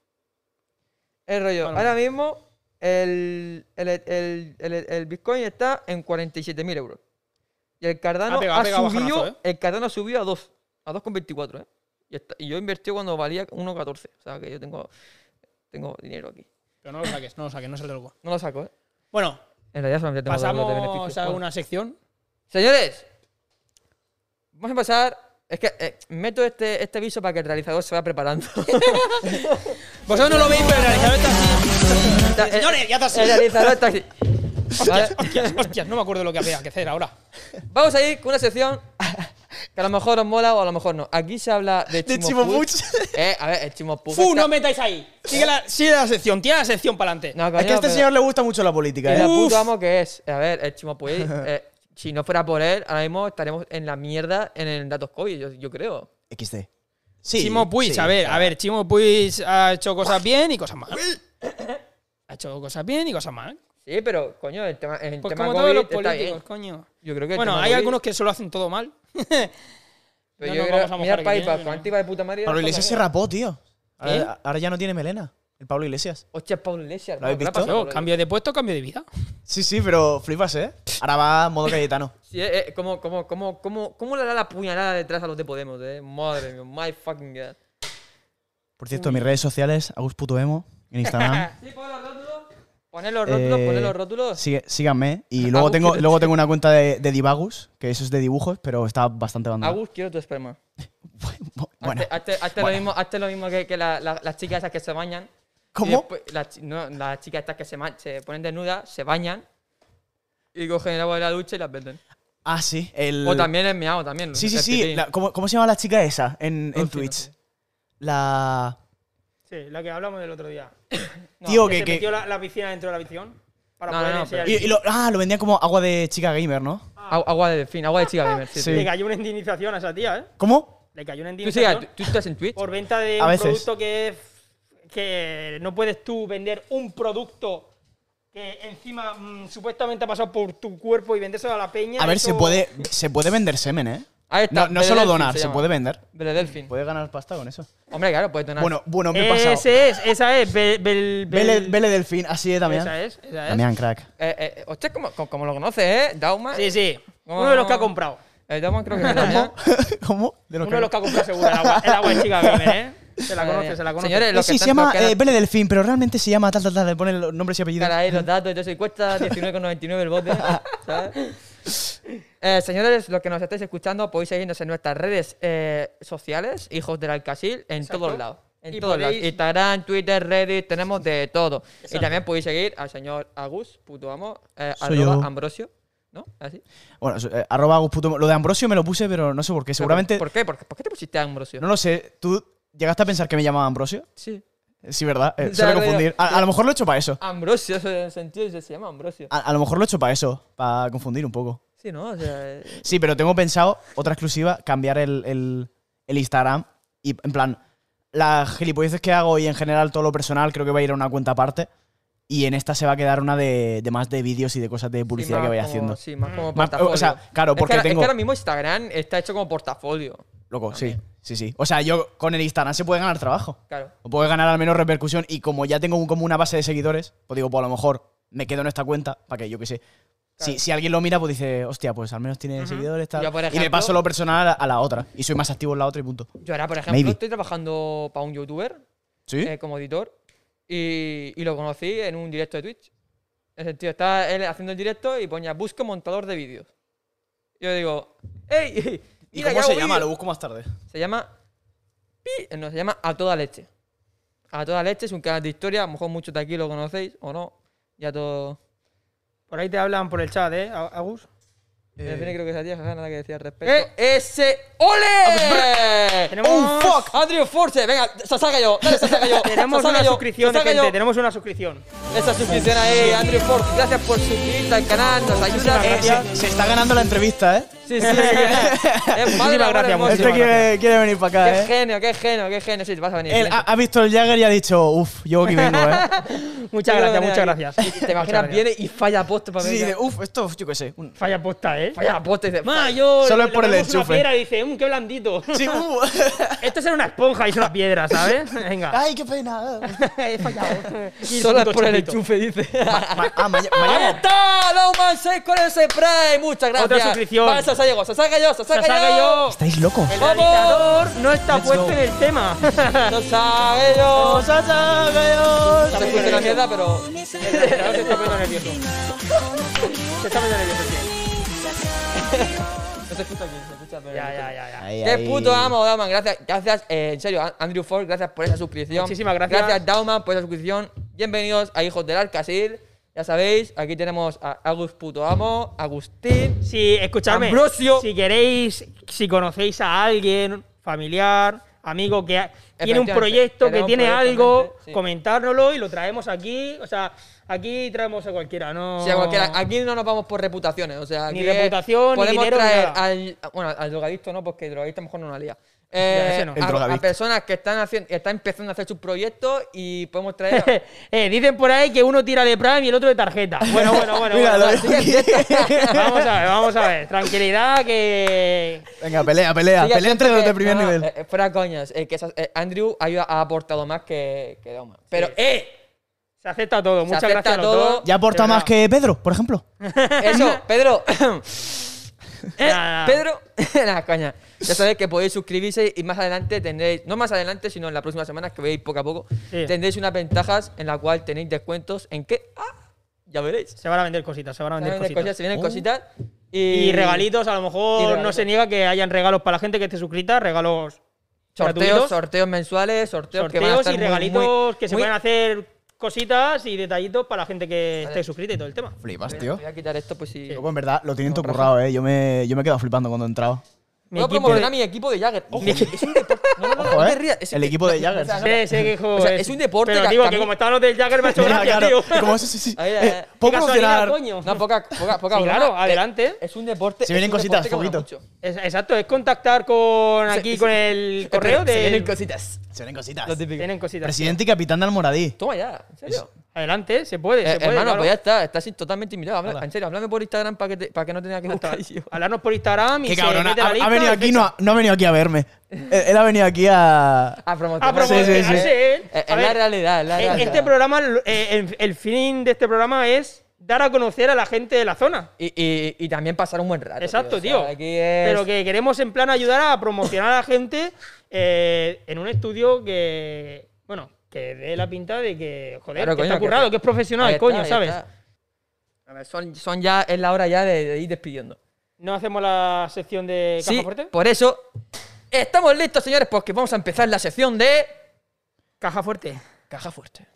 [SPEAKER 7] El rollo.
[SPEAKER 4] Bueno.
[SPEAKER 7] ahora mismo el, el, el, el, el Bitcoin está en 47.000 euros. Y el Cardano
[SPEAKER 4] Ha
[SPEAKER 7] ha,
[SPEAKER 4] pegado- ha pegado
[SPEAKER 7] subido.
[SPEAKER 4] bajonazo, ¿eh?
[SPEAKER 7] El Cardano subió a 2. A 2,24, ¿eh? Y, está- y yo invertí cuando valía 1,14. O sea que yo tengo, tengo dinero aquí.
[SPEAKER 4] Pero no lo saques, no lo saques, no es el del
[SPEAKER 7] No lo saco, ¿eh?
[SPEAKER 4] Bueno,
[SPEAKER 7] En realidad solamente tengo dos de beneficios.
[SPEAKER 4] pasamos a
[SPEAKER 7] Bueno.
[SPEAKER 4] una sección.
[SPEAKER 7] Señores, vamos a pasar. Es que eh, meto este, este aviso para que el realizador se vaya preparando.
[SPEAKER 4] Vosotros no lo veis, pero el realizador está así.
[SPEAKER 7] Ta- eh,
[SPEAKER 4] Señores, ya está así.
[SPEAKER 7] El realizador está aquí. Vale,
[SPEAKER 4] Hostias, hostias, no me acuerdo lo que había que hacer ahora.
[SPEAKER 7] Vamos a ir con una sección que a lo mejor os mola o a lo mejor no. Aquí se habla de
[SPEAKER 8] De
[SPEAKER 7] Chimo
[SPEAKER 8] Chimo
[SPEAKER 7] Puig. Eh, a ver, el Chimo Puig
[SPEAKER 4] ¡Fu!
[SPEAKER 7] está-
[SPEAKER 4] No metáis ahí. Sigue la, sigue la sección, tira la sección para adelante.
[SPEAKER 7] No, coño,
[SPEAKER 8] Es que a este
[SPEAKER 7] pero-
[SPEAKER 8] señor le gusta mucho la política,
[SPEAKER 7] El
[SPEAKER 8] ¿eh?
[SPEAKER 7] puto amo que es. A ver, el Chimo Puig, eh, si no fuera por él, ahora mismo estaremos en la mierda en el datos COVID, yo, yo creo.
[SPEAKER 8] XD. Sí.
[SPEAKER 4] Chimo Puig,
[SPEAKER 8] sí.
[SPEAKER 4] a ver, a ver, Chimo Puig ha hecho cosas bien y cosas mal. Ha hecho cosas bien y cosas mal.
[SPEAKER 7] Sí, pero coño, el tema, el
[SPEAKER 4] Pues
[SPEAKER 7] tema
[SPEAKER 4] como
[SPEAKER 7] COVID
[SPEAKER 4] todos los
[SPEAKER 7] está bien.
[SPEAKER 4] políticos, coño.
[SPEAKER 7] Yo creo que el
[SPEAKER 4] Bueno,
[SPEAKER 7] tema
[SPEAKER 4] hay
[SPEAKER 7] COVID-
[SPEAKER 4] algunos que solo hacen todo mal.
[SPEAKER 7] Pero
[SPEAKER 4] No
[SPEAKER 7] yo
[SPEAKER 4] nos
[SPEAKER 7] creo,
[SPEAKER 4] vamos a
[SPEAKER 7] mira
[SPEAKER 4] mojar
[SPEAKER 7] para
[SPEAKER 4] aquí,
[SPEAKER 7] ahí, para
[SPEAKER 4] ¿eh?
[SPEAKER 7] Juan, de puta madre.
[SPEAKER 8] Pablo Iglesias se rapó, tío. Ahora,
[SPEAKER 7] ¿Eh?
[SPEAKER 8] ahora ya no tiene melena. El Pablo Iglesias.
[SPEAKER 7] Hostia, Pablo Iglesias.
[SPEAKER 8] ¿Lo
[SPEAKER 7] hermano,
[SPEAKER 8] habéis visto?
[SPEAKER 7] ¿qué le ha pasado a
[SPEAKER 4] Yo,
[SPEAKER 7] Pablo
[SPEAKER 4] cambio de puesto, cambio de vida.
[SPEAKER 8] Sí, sí, pero flipas, ¿eh? Ahora va modo Cayetano.
[SPEAKER 7] Iglesias? Sí, eh, eh, como, como, como, como, como le da la puñalada detrás a los de Podemos, eh. Madre mía, my fucking god.
[SPEAKER 8] Por cierto, mis redes sociales, agus.emo, en Instagram.
[SPEAKER 7] Sí, pon los rótulos. Poner los rótulos,
[SPEAKER 8] Eh,
[SPEAKER 7] poner los rótulos.
[SPEAKER 8] sigue- síganme. Y luego
[SPEAKER 7] Agus
[SPEAKER 8] tengo,
[SPEAKER 7] quiere-
[SPEAKER 8] luego tengo una cuenta de, de Divagus, que eso es de dibujos, pero está bastante bandada.
[SPEAKER 7] Agus, quiero tu esperma.
[SPEAKER 8] Bueno,
[SPEAKER 7] Hazte- hazte, hazte
[SPEAKER 8] bueno.
[SPEAKER 7] Lo mismo, hazte lo mismo que, que la- la- las chicas esas que se bañan. y
[SPEAKER 8] ¿Cómo?
[SPEAKER 7] después- las, chi- no, las chicas estas que se, ma- se ponen desnudas, se bañan y cogen el agua de la ducha y las venden.
[SPEAKER 8] Ah, sí. El...
[SPEAKER 7] O también el meado, también.
[SPEAKER 8] Sí, sí,
[SPEAKER 7] el
[SPEAKER 8] sí.
[SPEAKER 7] pipí.
[SPEAKER 8] la- ¿cómo, cómo se llama la chica esa en, en
[SPEAKER 7] Rosy, no
[SPEAKER 8] Twitch?
[SPEAKER 7] sé.
[SPEAKER 8] La.
[SPEAKER 4] Sí, la que hablamos del otro día.
[SPEAKER 8] Tío,
[SPEAKER 4] que
[SPEAKER 8] que.
[SPEAKER 4] se
[SPEAKER 8] que-
[SPEAKER 4] metió la, la piscina dentro de la visión para
[SPEAKER 7] No,
[SPEAKER 4] poder
[SPEAKER 7] no, no,
[SPEAKER 4] enseñar
[SPEAKER 8] y-
[SPEAKER 4] el
[SPEAKER 8] y lo- ah, lo vendían como agua de chica gamer, ¿no?
[SPEAKER 7] Agu- Agua de delfín, agua de chica gamer. Ah, sí,
[SPEAKER 8] Sí.
[SPEAKER 4] Le cayó una indemnización a esa tía, ¿eh?
[SPEAKER 8] ¿Cómo?
[SPEAKER 4] Le cayó una
[SPEAKER 7] ¿Tú, sigas-
[SPEAKER 4] indemnización
[SPEAKER 7] tú estás en Twitch?
[SPEAKER 4] por venta de
[SPEAKER 8] A
[SPEAKER 4] un
[SPEAKER 8] veces.
[SPEAKER 4] producto que es- que no puedes tú vender un producto que encima mm, supuestamente ha pasado por tu cuerpo y vendérselo a la peña.
[SPEAKER 8] A ver, se
[SPEAKER 4] eso-
[SPEAKER 8] puede, se puede vender semen, ¿eh?
[SPEAKER 7] Ahí está,
[SPEAKER 8] no no
[SPEAKER 7] Beledelfin
[SPEAKER 8] solo
[SPEAKER 7] se
[SPEAKER 8] donar, se,
[SPEAKER 7] llama.
[SPEAKER 8] puede vender.
[SPEAKER 7] Vele delfín.
[SPEAKER 8] Puede ganar pasta con eso.
[SPEAKER 7] Hombre, claro, puedes donar.
[SPEAKER 8] Pues- Bueno, bueno, me he pasado.
[SPEAKER 4] Ese es, esa es. Bel, Bel-
[SPEAKER 8] Vele,
[SPEAKER 4] Bel-
[SPEAKER 8] Vele Delfín, así es, Damián.
[SPEAKER 4] Esa es, esa es.
[SPEAKER 8] Damián, crack.
[SPEAKER 7] Eh, eh, eh, hostia, como, como, como lo conoces, ¿eh? Dauma.
[SPEAKER 4] Sí, sí. Uno de los que ha comprado.
[SPEAKER 7] Eh, Dauma creo que es Damián.
[SPEAKER 8] ¿Cómo? De lo
[SPEAKER 4] Uno
[SPEAKER 8] que-
[SPEAKER 4] de los que ha comprado seguro. El agua, el agua es chica gamer, ¿eh? Se la
[SPEAKER 7] Madre
[SPEAKER 4] conoce,
[SPEAKER 7] mía.
[SPEAKER 4] se la conoce.
[SPEAKER 7] Señores, los
[SPEAKER 8] sí,
[SPEAKER 7] que
[SPEAKER 8] se
[SPEAKER 7] tanto
[SPEAKER 8] llama
[SPEAKER 7] quedan-
[SPEAKER 8] eh, Vele Delfín, pero realmente se llama tal, tal, tal. Le pone los nombres y apellidos.
[SPEAKER 7] Claro, ahí los datos y todo eso. Y cuesta 19,99 el bote. ¿sabes? Eh, señores, los que nos estáis escuchando, podéis seguirnos en nuestras redes eh, sociales, hijos del Alcasil, en todos lados. En
[SPEAKER 4] Y
[SPEAKER 7] todos lados.
[SPEAKER 4] podéis-
[SPEAKER 7] Instagram, Twitter, Reddit, tenemos de todo. Y también podéis seguir al señor Agus, puto amo, eh,
[SPEAKER 8] Soy
[SPEAKER 7] arroba
[SPEAKER 8] yo.
[SPEAKER 7] Ambrosio. ¿No? ¿Así?
[SPEAKER 8] Bueno, eh, arroba Agus puto- Lo de Ambrosio me lo puse, pero no sé por qué. Seguramente.
[SPEAKER 7] ¿Por qué? ¿Por qué, por qué te pusiste Ambrosio?
[SPEAKER 8] No lo sé. ¿Tú llegaste a pensar que me llamaba Ambrosio?
[SPEAKER 7] Sí.
[SPEAKER 8] Sí, ¿verdad? Eh,
[SPEAKER 7] Ya,
[SPEAKER 8] suelo
[SPEAKER 7] ya, ya.
[SPEAKER 8] confundir. A, a lo mejor lo he hecho para eso.
[SPEAKER 7] Ambrosio, eso en el sentido de que se llama Ambrosio.
[SPEAKER 8] A, a lo mejor lo he hecho para eso, para confundir un poco.
[SPEAKER 7] Sí, ¿no? O sea, eh,
[SPEAKER 8] Sí, pero tengo pensado, otra exclusiva, cambiar el, el- el Instagram. Y en plan, las gilipolleces que hago y en general todo lo personal creo que va a ir a una cuenta aparte. Y en esta se va a quedar una de, de más de vídeos y de cosas de
[SPEAKER 7] Sí,
[SPEAKER 8] publicidad
[SPEAKER 7] más
[SPEAKER 8] que vaya
[SPEAKER 7] como-
[SPEAKER 8] haciendo.
[SPEAKER 7] Sí, más como
[SPEAKER 8] Más-
[SPEAKER 7] portafolio.
[SPEAKER 8] o sea, claro,
[SPEAKER 7] Es que
[SPEAKER 8] porque
[SPEAKER 7] ahora- Es
[SPEAKER 8] tengo-
[SPEAKER 7] que ahora mismo Instagram está hecho como portafolio.
[SPEAKER 8] Loco, sí, sí, sí. O sea, yo con el Instagram se puede ganar trabajo.
[SPEAKER 7] Claro.
[SPEAKER 8] O puede ganar al menos repercusión. Y como ya tengo un- como una base de seguidores, pues digo, pues a lo mejor me quedo en esta cuenta para que yo qué sé. Si, si alguien lo mira, pues dice, hostia, pues al menos tiene seguidores. Tal.
[SPEAKER 7] Yo, por
[SPEAKER 8] y
[SPEAKER 7] ejemplo-
[SPEAKER 8] le paso lo personal a, a la otra. Y soy más activo en la otra y punto.
[SPEAKER 7] Yo ahora, por ejemplo,
[SPEAKER 8] Maybe.
[SPEAKER 7] estoy trabajando para un youtuber
[SPEAKER 8] ¿Sí?
[SPEAKER 7] eh, como editor y, y lo conocí en un directo de Twitch. En el sentido, estaba él haciendo el directo y ponía busco montador de vídeos. Yo digo, ¡Ey!
[SPEAKER 8] ¿Y
[SPEAKER 7] mira,
[SPEAKER 8] cómo
[SPEAKER 7] que
[SPEAKER 8] se
[SPEAKER 7] hago
[SPEAKER 8] llama?
[SPEAKER 7] vídeos".
[SPEAKER 8] Lo busco más tarde.
[SPEAKER 7] Se llama. Pi- eh, No, se llama A toda leche. A toda leche es un canal de historia. A lo mejor muchos de aquí lo conocéis o no. Ya todo.
[SPEAKER 4] Por ahí te hablan por el chat, ¿eh, Agus?
[SPEAKER 7] En fin, creo que esa tía no nada que decía al respecto. ¡Ese! ¡Ole!
[SPEAKER 4] Ah, pues, Tenemos-
[SPEAKER 7] E ¡Oh, fuck! Andrew Force, venga, Sasaga yo, dale Sasaga yo.
[SPEAKER 4] Tenemos
[SPEAKER 7] Sasaga
[SPEAKER 4] una
[SPEAKER 7] yo,
[SPEAKER 4] suscripción,
[SPEAKER 7] Sasaga
[SPEAKER 4] gente.
[SPEAKER 7] yo.
[SPEAKER 4] Tenemos una suscripción.
[SPEAKER 7] Esa suscripción ahí, Andrew Force, gracias por suscribirte al canal, nos ayuda.
[SPEAKER 8] Eh, se, se está ganando la entrevista, ¿eh?
[SPEAKER 7] Sí, sí, sí. Eh, madre
[SPEAKER 4] Muchísimas
[SPEAKER 7] amor
[SPEAKER 4] gracias,
[SPEAKER 7] hermoso.
[SPEAKER 4] muchísimas
[SPEAKER 8] Este quiere, quiere venir para acá,
[SPEAKER 7] Qué
[SPEAKER 8] ¿eh?
[SPEAKER 7] genio, qué genio, qué genio. Sí, vas a venir.
[SPEAKER 8] Él ha, ha visto el Jagger y ha dicho, uff, yo aquí vengo, ¿eh?
[SPEAKER 4] Muchas gracias,
[SPEAKER 7] Yo creo
[SPEAKER 4] muchas
[SPEAKER 7] que
[SPEAKER 4] gracias.
[SPEAKER 7] Te imaginas, viene y falla poste para
[SPEAKER 8] Sí,
[SPEAKER 7] venir.
[SPEAKER 8] de, uff, esto, yo qué sé. un-
[SPEAKER 4] Falla posta, ¿eh?
[SPEAKER 7] Falla poste. dice,
[SPEAKER 4] Ma, yo
[SPEAKER 8] Solo
[SPEAKER 4] le-
[SPEAKER 8] es por
[SPEAKER 4] le
[SPEAKER 8] el
[SPEAKER 4] ponemos una
[SPEAKER 8] enchufe.
[SPEAKER 4] piedra y dice, mmm, qué blandito.
[SPEAKER 8] Sí, uh.
[SPEAKER 4] Esto es una esponja y es una piedra, ¿sabes? Venga.
[SPEAKER 8] Ay, qué pena.
[SPEAKER 4] He fallado.
[SPEAKER 7] Ah, Solo es por el enchufe, dice.
[SPEAKER 8] Ma- ah, maña-
[SPEAKER 7] ¡Ahí
[SPEAKER 8] mañana.
[SPEAKER 7] está! No Man 6 con ese spray. Muchas gracias.
[SPEAKER 4] Otra suscripción.
[SPEAKER 7] Vale, Sasa llegó. Sasa cayó, Sasa
[SPEAKER 4] Sasaga yo.
[SPEAKER 7] cayó.
[SPEAKER 8] ¿Estáis locos?
[SPEAKER 4] El
[SPEAKER 7] ¡Vamos!
[SPEAKER 4] realizador no está
[SPEAKER 8] Let's
[SPEAKER 4] puesto
[SPEAKER 8] go.
[SPEAKER 4] en el tema.
[SPEAKER 7] Sasa cayó. Se
[SPEAKER 4] Sí.
[SPEAKER 7] puesto en la mierda, pero.
[SPEAKER 4] No se está poniendo nervioso. Se está poniendo nervioso, sí.
[SPEAKER 7] No se escucha aquí, se escucha, pero.
[SPEAKER 4] Ya, ya, ya, ya.
[SPEAKER 8] Ahí,
[SPEAKER 7] Qué
[SPEAKER 8] ahí.
[SPEAKER 7] puto amo, Dauman. Gracias, gracias eh, en serio, An- Andrew Ford, gracias por esa suscripción.
[SPEAKER 4] Muchísimas gracias.
[SPEAKER 7] Gracias, Dauman, por esa suscripción. Bienvenidos a Hijos del Alcasil. Ya sabéis, aquí tenemos a Agus Puto Amo, Agustín.
[SPEAKER 4] Sí, escuchadme.
[SPEAKER 7] Ambrosio.
[SPEAKER 4] Si queréis, si conocéis a alguien, familiar, amigo que ha- tiene un
[SPEAKER 7] Efectivamente,
[SPEAKER 4] proyecto, que
[SPEAKER 7] tenemos
[SPEAKER 4] tiene
[SPEAKER 7] proyectos,
[SPEAKER 4] algo,
[SPEAKER 7] gente, sí.
[SPEAKER 4] comentárnoslo y lo traemos aquí. O sea, aquí traemos a cualquiera, ¿no?
[SPEAKER 7] Sí, a cualquiera. Aquí no nos vamos por reputaciones, o sea,
[SPEAKER 4] Ni
[SPEAKER 7] aquí es-
[SPEAKER 4] reputación, ni
[SPEAKER 7] podemos
[SPEAKER 4] dinero, ni
[SPEAKER 7] traer
[SPEAKER 4] nada.
[SPEAKER 7] al, bueno, al drogadicto no, porque el drogadicto a lo mejor no la lía.
[SPEAKER 4] Ya,
[SPEAKER 7] Eh,
[SPEAKER 4] ese no.
[SPEAKER 8] El
[SPEAKER 7] a, a
[SPEAKER 8] drogadicto.
[SPEAKER 7] personas que están haciendo, que están empezando a hacer sus proyectos y podemos traer.
[SPEAKER 4] Eh, dicen por ahí que uno tira de Prime y el otro de tarjeta. Bueno, bueno, bueno.
[SPEAKER 8] Míralo.
[SPEAKER 4] bueno. Vamos a ver, vamos a ver. Tranquilidad que.
[SPEAKER 8] Venga, pelea, pelea.
[SPEAKER 7] Sí,
[SPEAKER 8] pelea
[SPEAKER 7] siento
[SPEAKER 8] entre los de este
[SPEAKER 7] que-
[SPEAKER 8] primer
[SPEAKER 7] no, no,
[SPEAKER 8] nivel.
[SPEAKER 7] eh, eh, fuera coñas, eh, que esas- eh, Andrew ha, ha aportado más que, que Dauman. Pero, ¡eh!
[SPEAKER 4] Se acepta todo. Muchas
[SPEAKER 7] acepta
[SPEAKER 4] gracias a los
[SPEAKER 7] todo.
[SPEAKER 4] dos.
[SPEAKER 8] ¿Ya aporta
[SPEAKER 4] De
[SPEAKER 8] más
[SPEAKER 4] verdad.
[SPEAKER 8] que Pedro, por ejemplo?
[SPEAKER 7] Eso, Pedro. Eh,
[SPEAKER 4] Nada, nada.
[SPEAKER 7] Pedro, nada, coña. Ya sabéis que podéis suscribirse y más adelante tendréis, no más adelante, sino en las próximas semanas que veis poco a poco,
[SPEAKER 4] Sí.
[SPEAKER 7] tendréis unas ventajas en la cual tenéis descuentos en que ah, ya veréis. Se
[SPEAKER 4] Se van a vender cositas, se van a
[SPEAKER 7] van
[SPEAKER 4] vender
[SPEAKER 7] a vender
[SPEAKER 4] cositas. Uh.
[SPEAKER 7] cositas, se vienen cositas y,
[SPEAKER 4] Y regalitos, a lo
[SPEAKER 7] pues Y
[SPEAKER 4] mejor no
[SPEAKER 7] regalitos.
[SPEAKER 4] se niega que hayan regalos para la gente que esté suscrita, regalos
[SPEAKER 7] sorteos,
[SPEAKER 4] gratuitos,
[SPEAKER 7] sorteos mensuales, sorteos, que van a
[SPEAKER 4] sorteos
[SPEAKER 7] estar
[SPEAKER 4] y
[SPEAKER 7] muy,
[SPEAKER 4] regalitos
[SPEAKER 7] muy-
[SPEAKER 4] que se
[SPEAKER 7] muy-
[SPEAKER 4] pueden hacer cositas y detallitos para la gente que esté suscrita y todo el tema.
[SPEAKER 8] Flipas,
[SPEAKER 7] Voy a quitar esto pues si
[SPEAKER 8] Loco, en verdad, lo tienen todo currado, ¿eh? Yo me, yo me he quedado flipando cuando he entrado.
[SPEAKER 4] Mi
[SPEAKER 7] Puedo
[SPEAKER 4] equipo-
[SPEAKER 7] promover a mi equipo de Jagger. Ojo, es un deporte. No, no, no, no,
[SPEAKER 8] Ojo,
[SPEAKER 7] te
[SPEAKER 8] ¿eh?
[SPEAKER 7] rías. Es
[SPEAKER 8] El
[SPEAKER 7] que-
[SPEAKER 8] equipo de
[SPEAKER 7] no,
[SPEAKER 8] Jagger,
[SPEAKER 7] o sea,
[SPEAKER 8] sí.
[SPEAKER 7] no-
[SPEAKER 4] Sí, sí, que, hijo,
[SPEAKER 7] O sea, es un deporte
[SPEAKER 4] Pero
[SPEAKER 7] que
[SPEAKER 4] digo
[SPEAKER 7] a
[SPEAKER 4] que
[SPEAKER 7] mí-
[SPEAKER 4] como estaban los del Jagger me ha hecho
[SPEAKER 8] Mira,
[SPEAKER 4] gracia,
[SPEAKER 8] claro,
[SPEAKER 4] tío.
[SPEAKER 8] como eso, sí, sí.
[SPEAKER 7] Ahí, ahí, ahí.
[SPEAKER 8] Puedo
[SPEAKER 4] Qué casualidad,
[SPEAKER 8] promocionar.
[SPEAKER 4] coño.
[SPEAKER 7] No, poca, poca, poca
[SPEAKER 4] Sí,
[SPEAKER 7] broma.
[SPEAKER 4] claro,
[SPEAKER 7] Eh,
[SPEAKER 4] adelante.
[SPEAKER 7] Es un deporte.
[SPEAKER 8] Se vienen
[SPEAKER 7] es un
[SPEAKER 8] cositas,
[SPEAKER 7] deporte que mola
[SPEAKER 8] foguito.
[SPEAKER 7] mucho.
[SPEAKER 4] Es- exacto, es contactar con
[SPEAKER 7] Se-
[SPEAKER 4] aquí
[SPEAKER 7] se-
[SPEAKER 4] con el correo
[SPEAKER 7] Se vienen
[SPEAKER 4] de
[SPEAKER 7] cositas.
[SPEAKER 8] Se ven cositas.
[SPEAKER 7] Lo típico.
[SPEAKER 4] tienen cositas.
[SPEAKER 8] Presidente y capitán de Almoradí.
[SPEAKER 7] Toma ya, en serio.
[SPEAKER 4] Adelante, se puede,
[SPEAKER 7] Eh,
[SPEAKER 4] se puede.
[SPEAKER 7] hermano,
[SPEAKER 4] claro.
[SPEAKER 7] pues ya está, estás in- totalmente invitado. Habla- en serio, háblame por Instagram para que, te- para que no tenga que
[SPEAKER 4] Hasta-
[SPEAKER 7] buscar yo.
[SPEAKER 4] Hablarnos por Instagram y
[SPEAKER 8] Qué
[SPEAKER 4] se
[SPEAKER 8] cabrón, ha,
[SPEAKER 4] mete la
[SPEAKER 8] ha
[SPEAKER 4] lista
[SPEAKER 8] venido
[SPEAKER 4] y
[SPEAKER 8] aquí,
[SPEAKER 4] ficha.
[SPEAKER 8] no ha, no ha venido aquí a verme. él, él ha venido aquí
[SPEAKER 7] A
[SPEAKER 8] a...
[SPEAKER 4] A
[SPEAKER 7] promocionar.
[SPEAKER 4] promocionarse
[SPEAKER 8] Sí, sí, sí.
[SPEAKER 4] él.
[SPEAKER 7] Eh,
[SPEAKER 4] A
[SPEAKER 7] es la
[SPEAKER 4] ver,
[SPEAKER 7] realidad, es la
[SPEAKER 4] eh,
[SPEAKER 7] realidad.
[SPEAKER 4] Este programa, eh, el, el fin de este programa es dar a conocer a la gente de la zona.
[SPEAKER 7] Y, y, y también pasar un buen rato.
[SPEAKER 4] Exacto,
[SPEAKER 7] o
[SPEAKER 4] tío.
[SPEAKER 7] sea, aquí es.
[SPEAKER 4] Pero que queremos en plan ayudar a promocionar a la gente eh, en un estudio que, bueno, que dé la pinta de que, joder,
[SPEAKER 7] Claro,
[SPEAKER 4] que
[SPEAKER 7] coño,
[SPEAKER 4] está currado, que, es profesional,
[SPEAKER 7] Ahí está,
[SPEAKER 4] coño,
[SPEAKER 7] ahí
[SPEAKER 4] ¿sabes?
[SPEAKER 7] está. A ver, son, son ya, es la hora ya de, de ir despidiendo.
[SPEAKER 4] ¿No hacemos la sección de Caja
[SPEAKER 7] Sí,
[SPEAKER 4] Fuerte?
[SPEAKER 7] por eso estamos listos, señores, porque vamos a empezar la sección de
[SPEAKER 4] Caja Fuerte.
[SPEAKER 7] Caja Fuerte.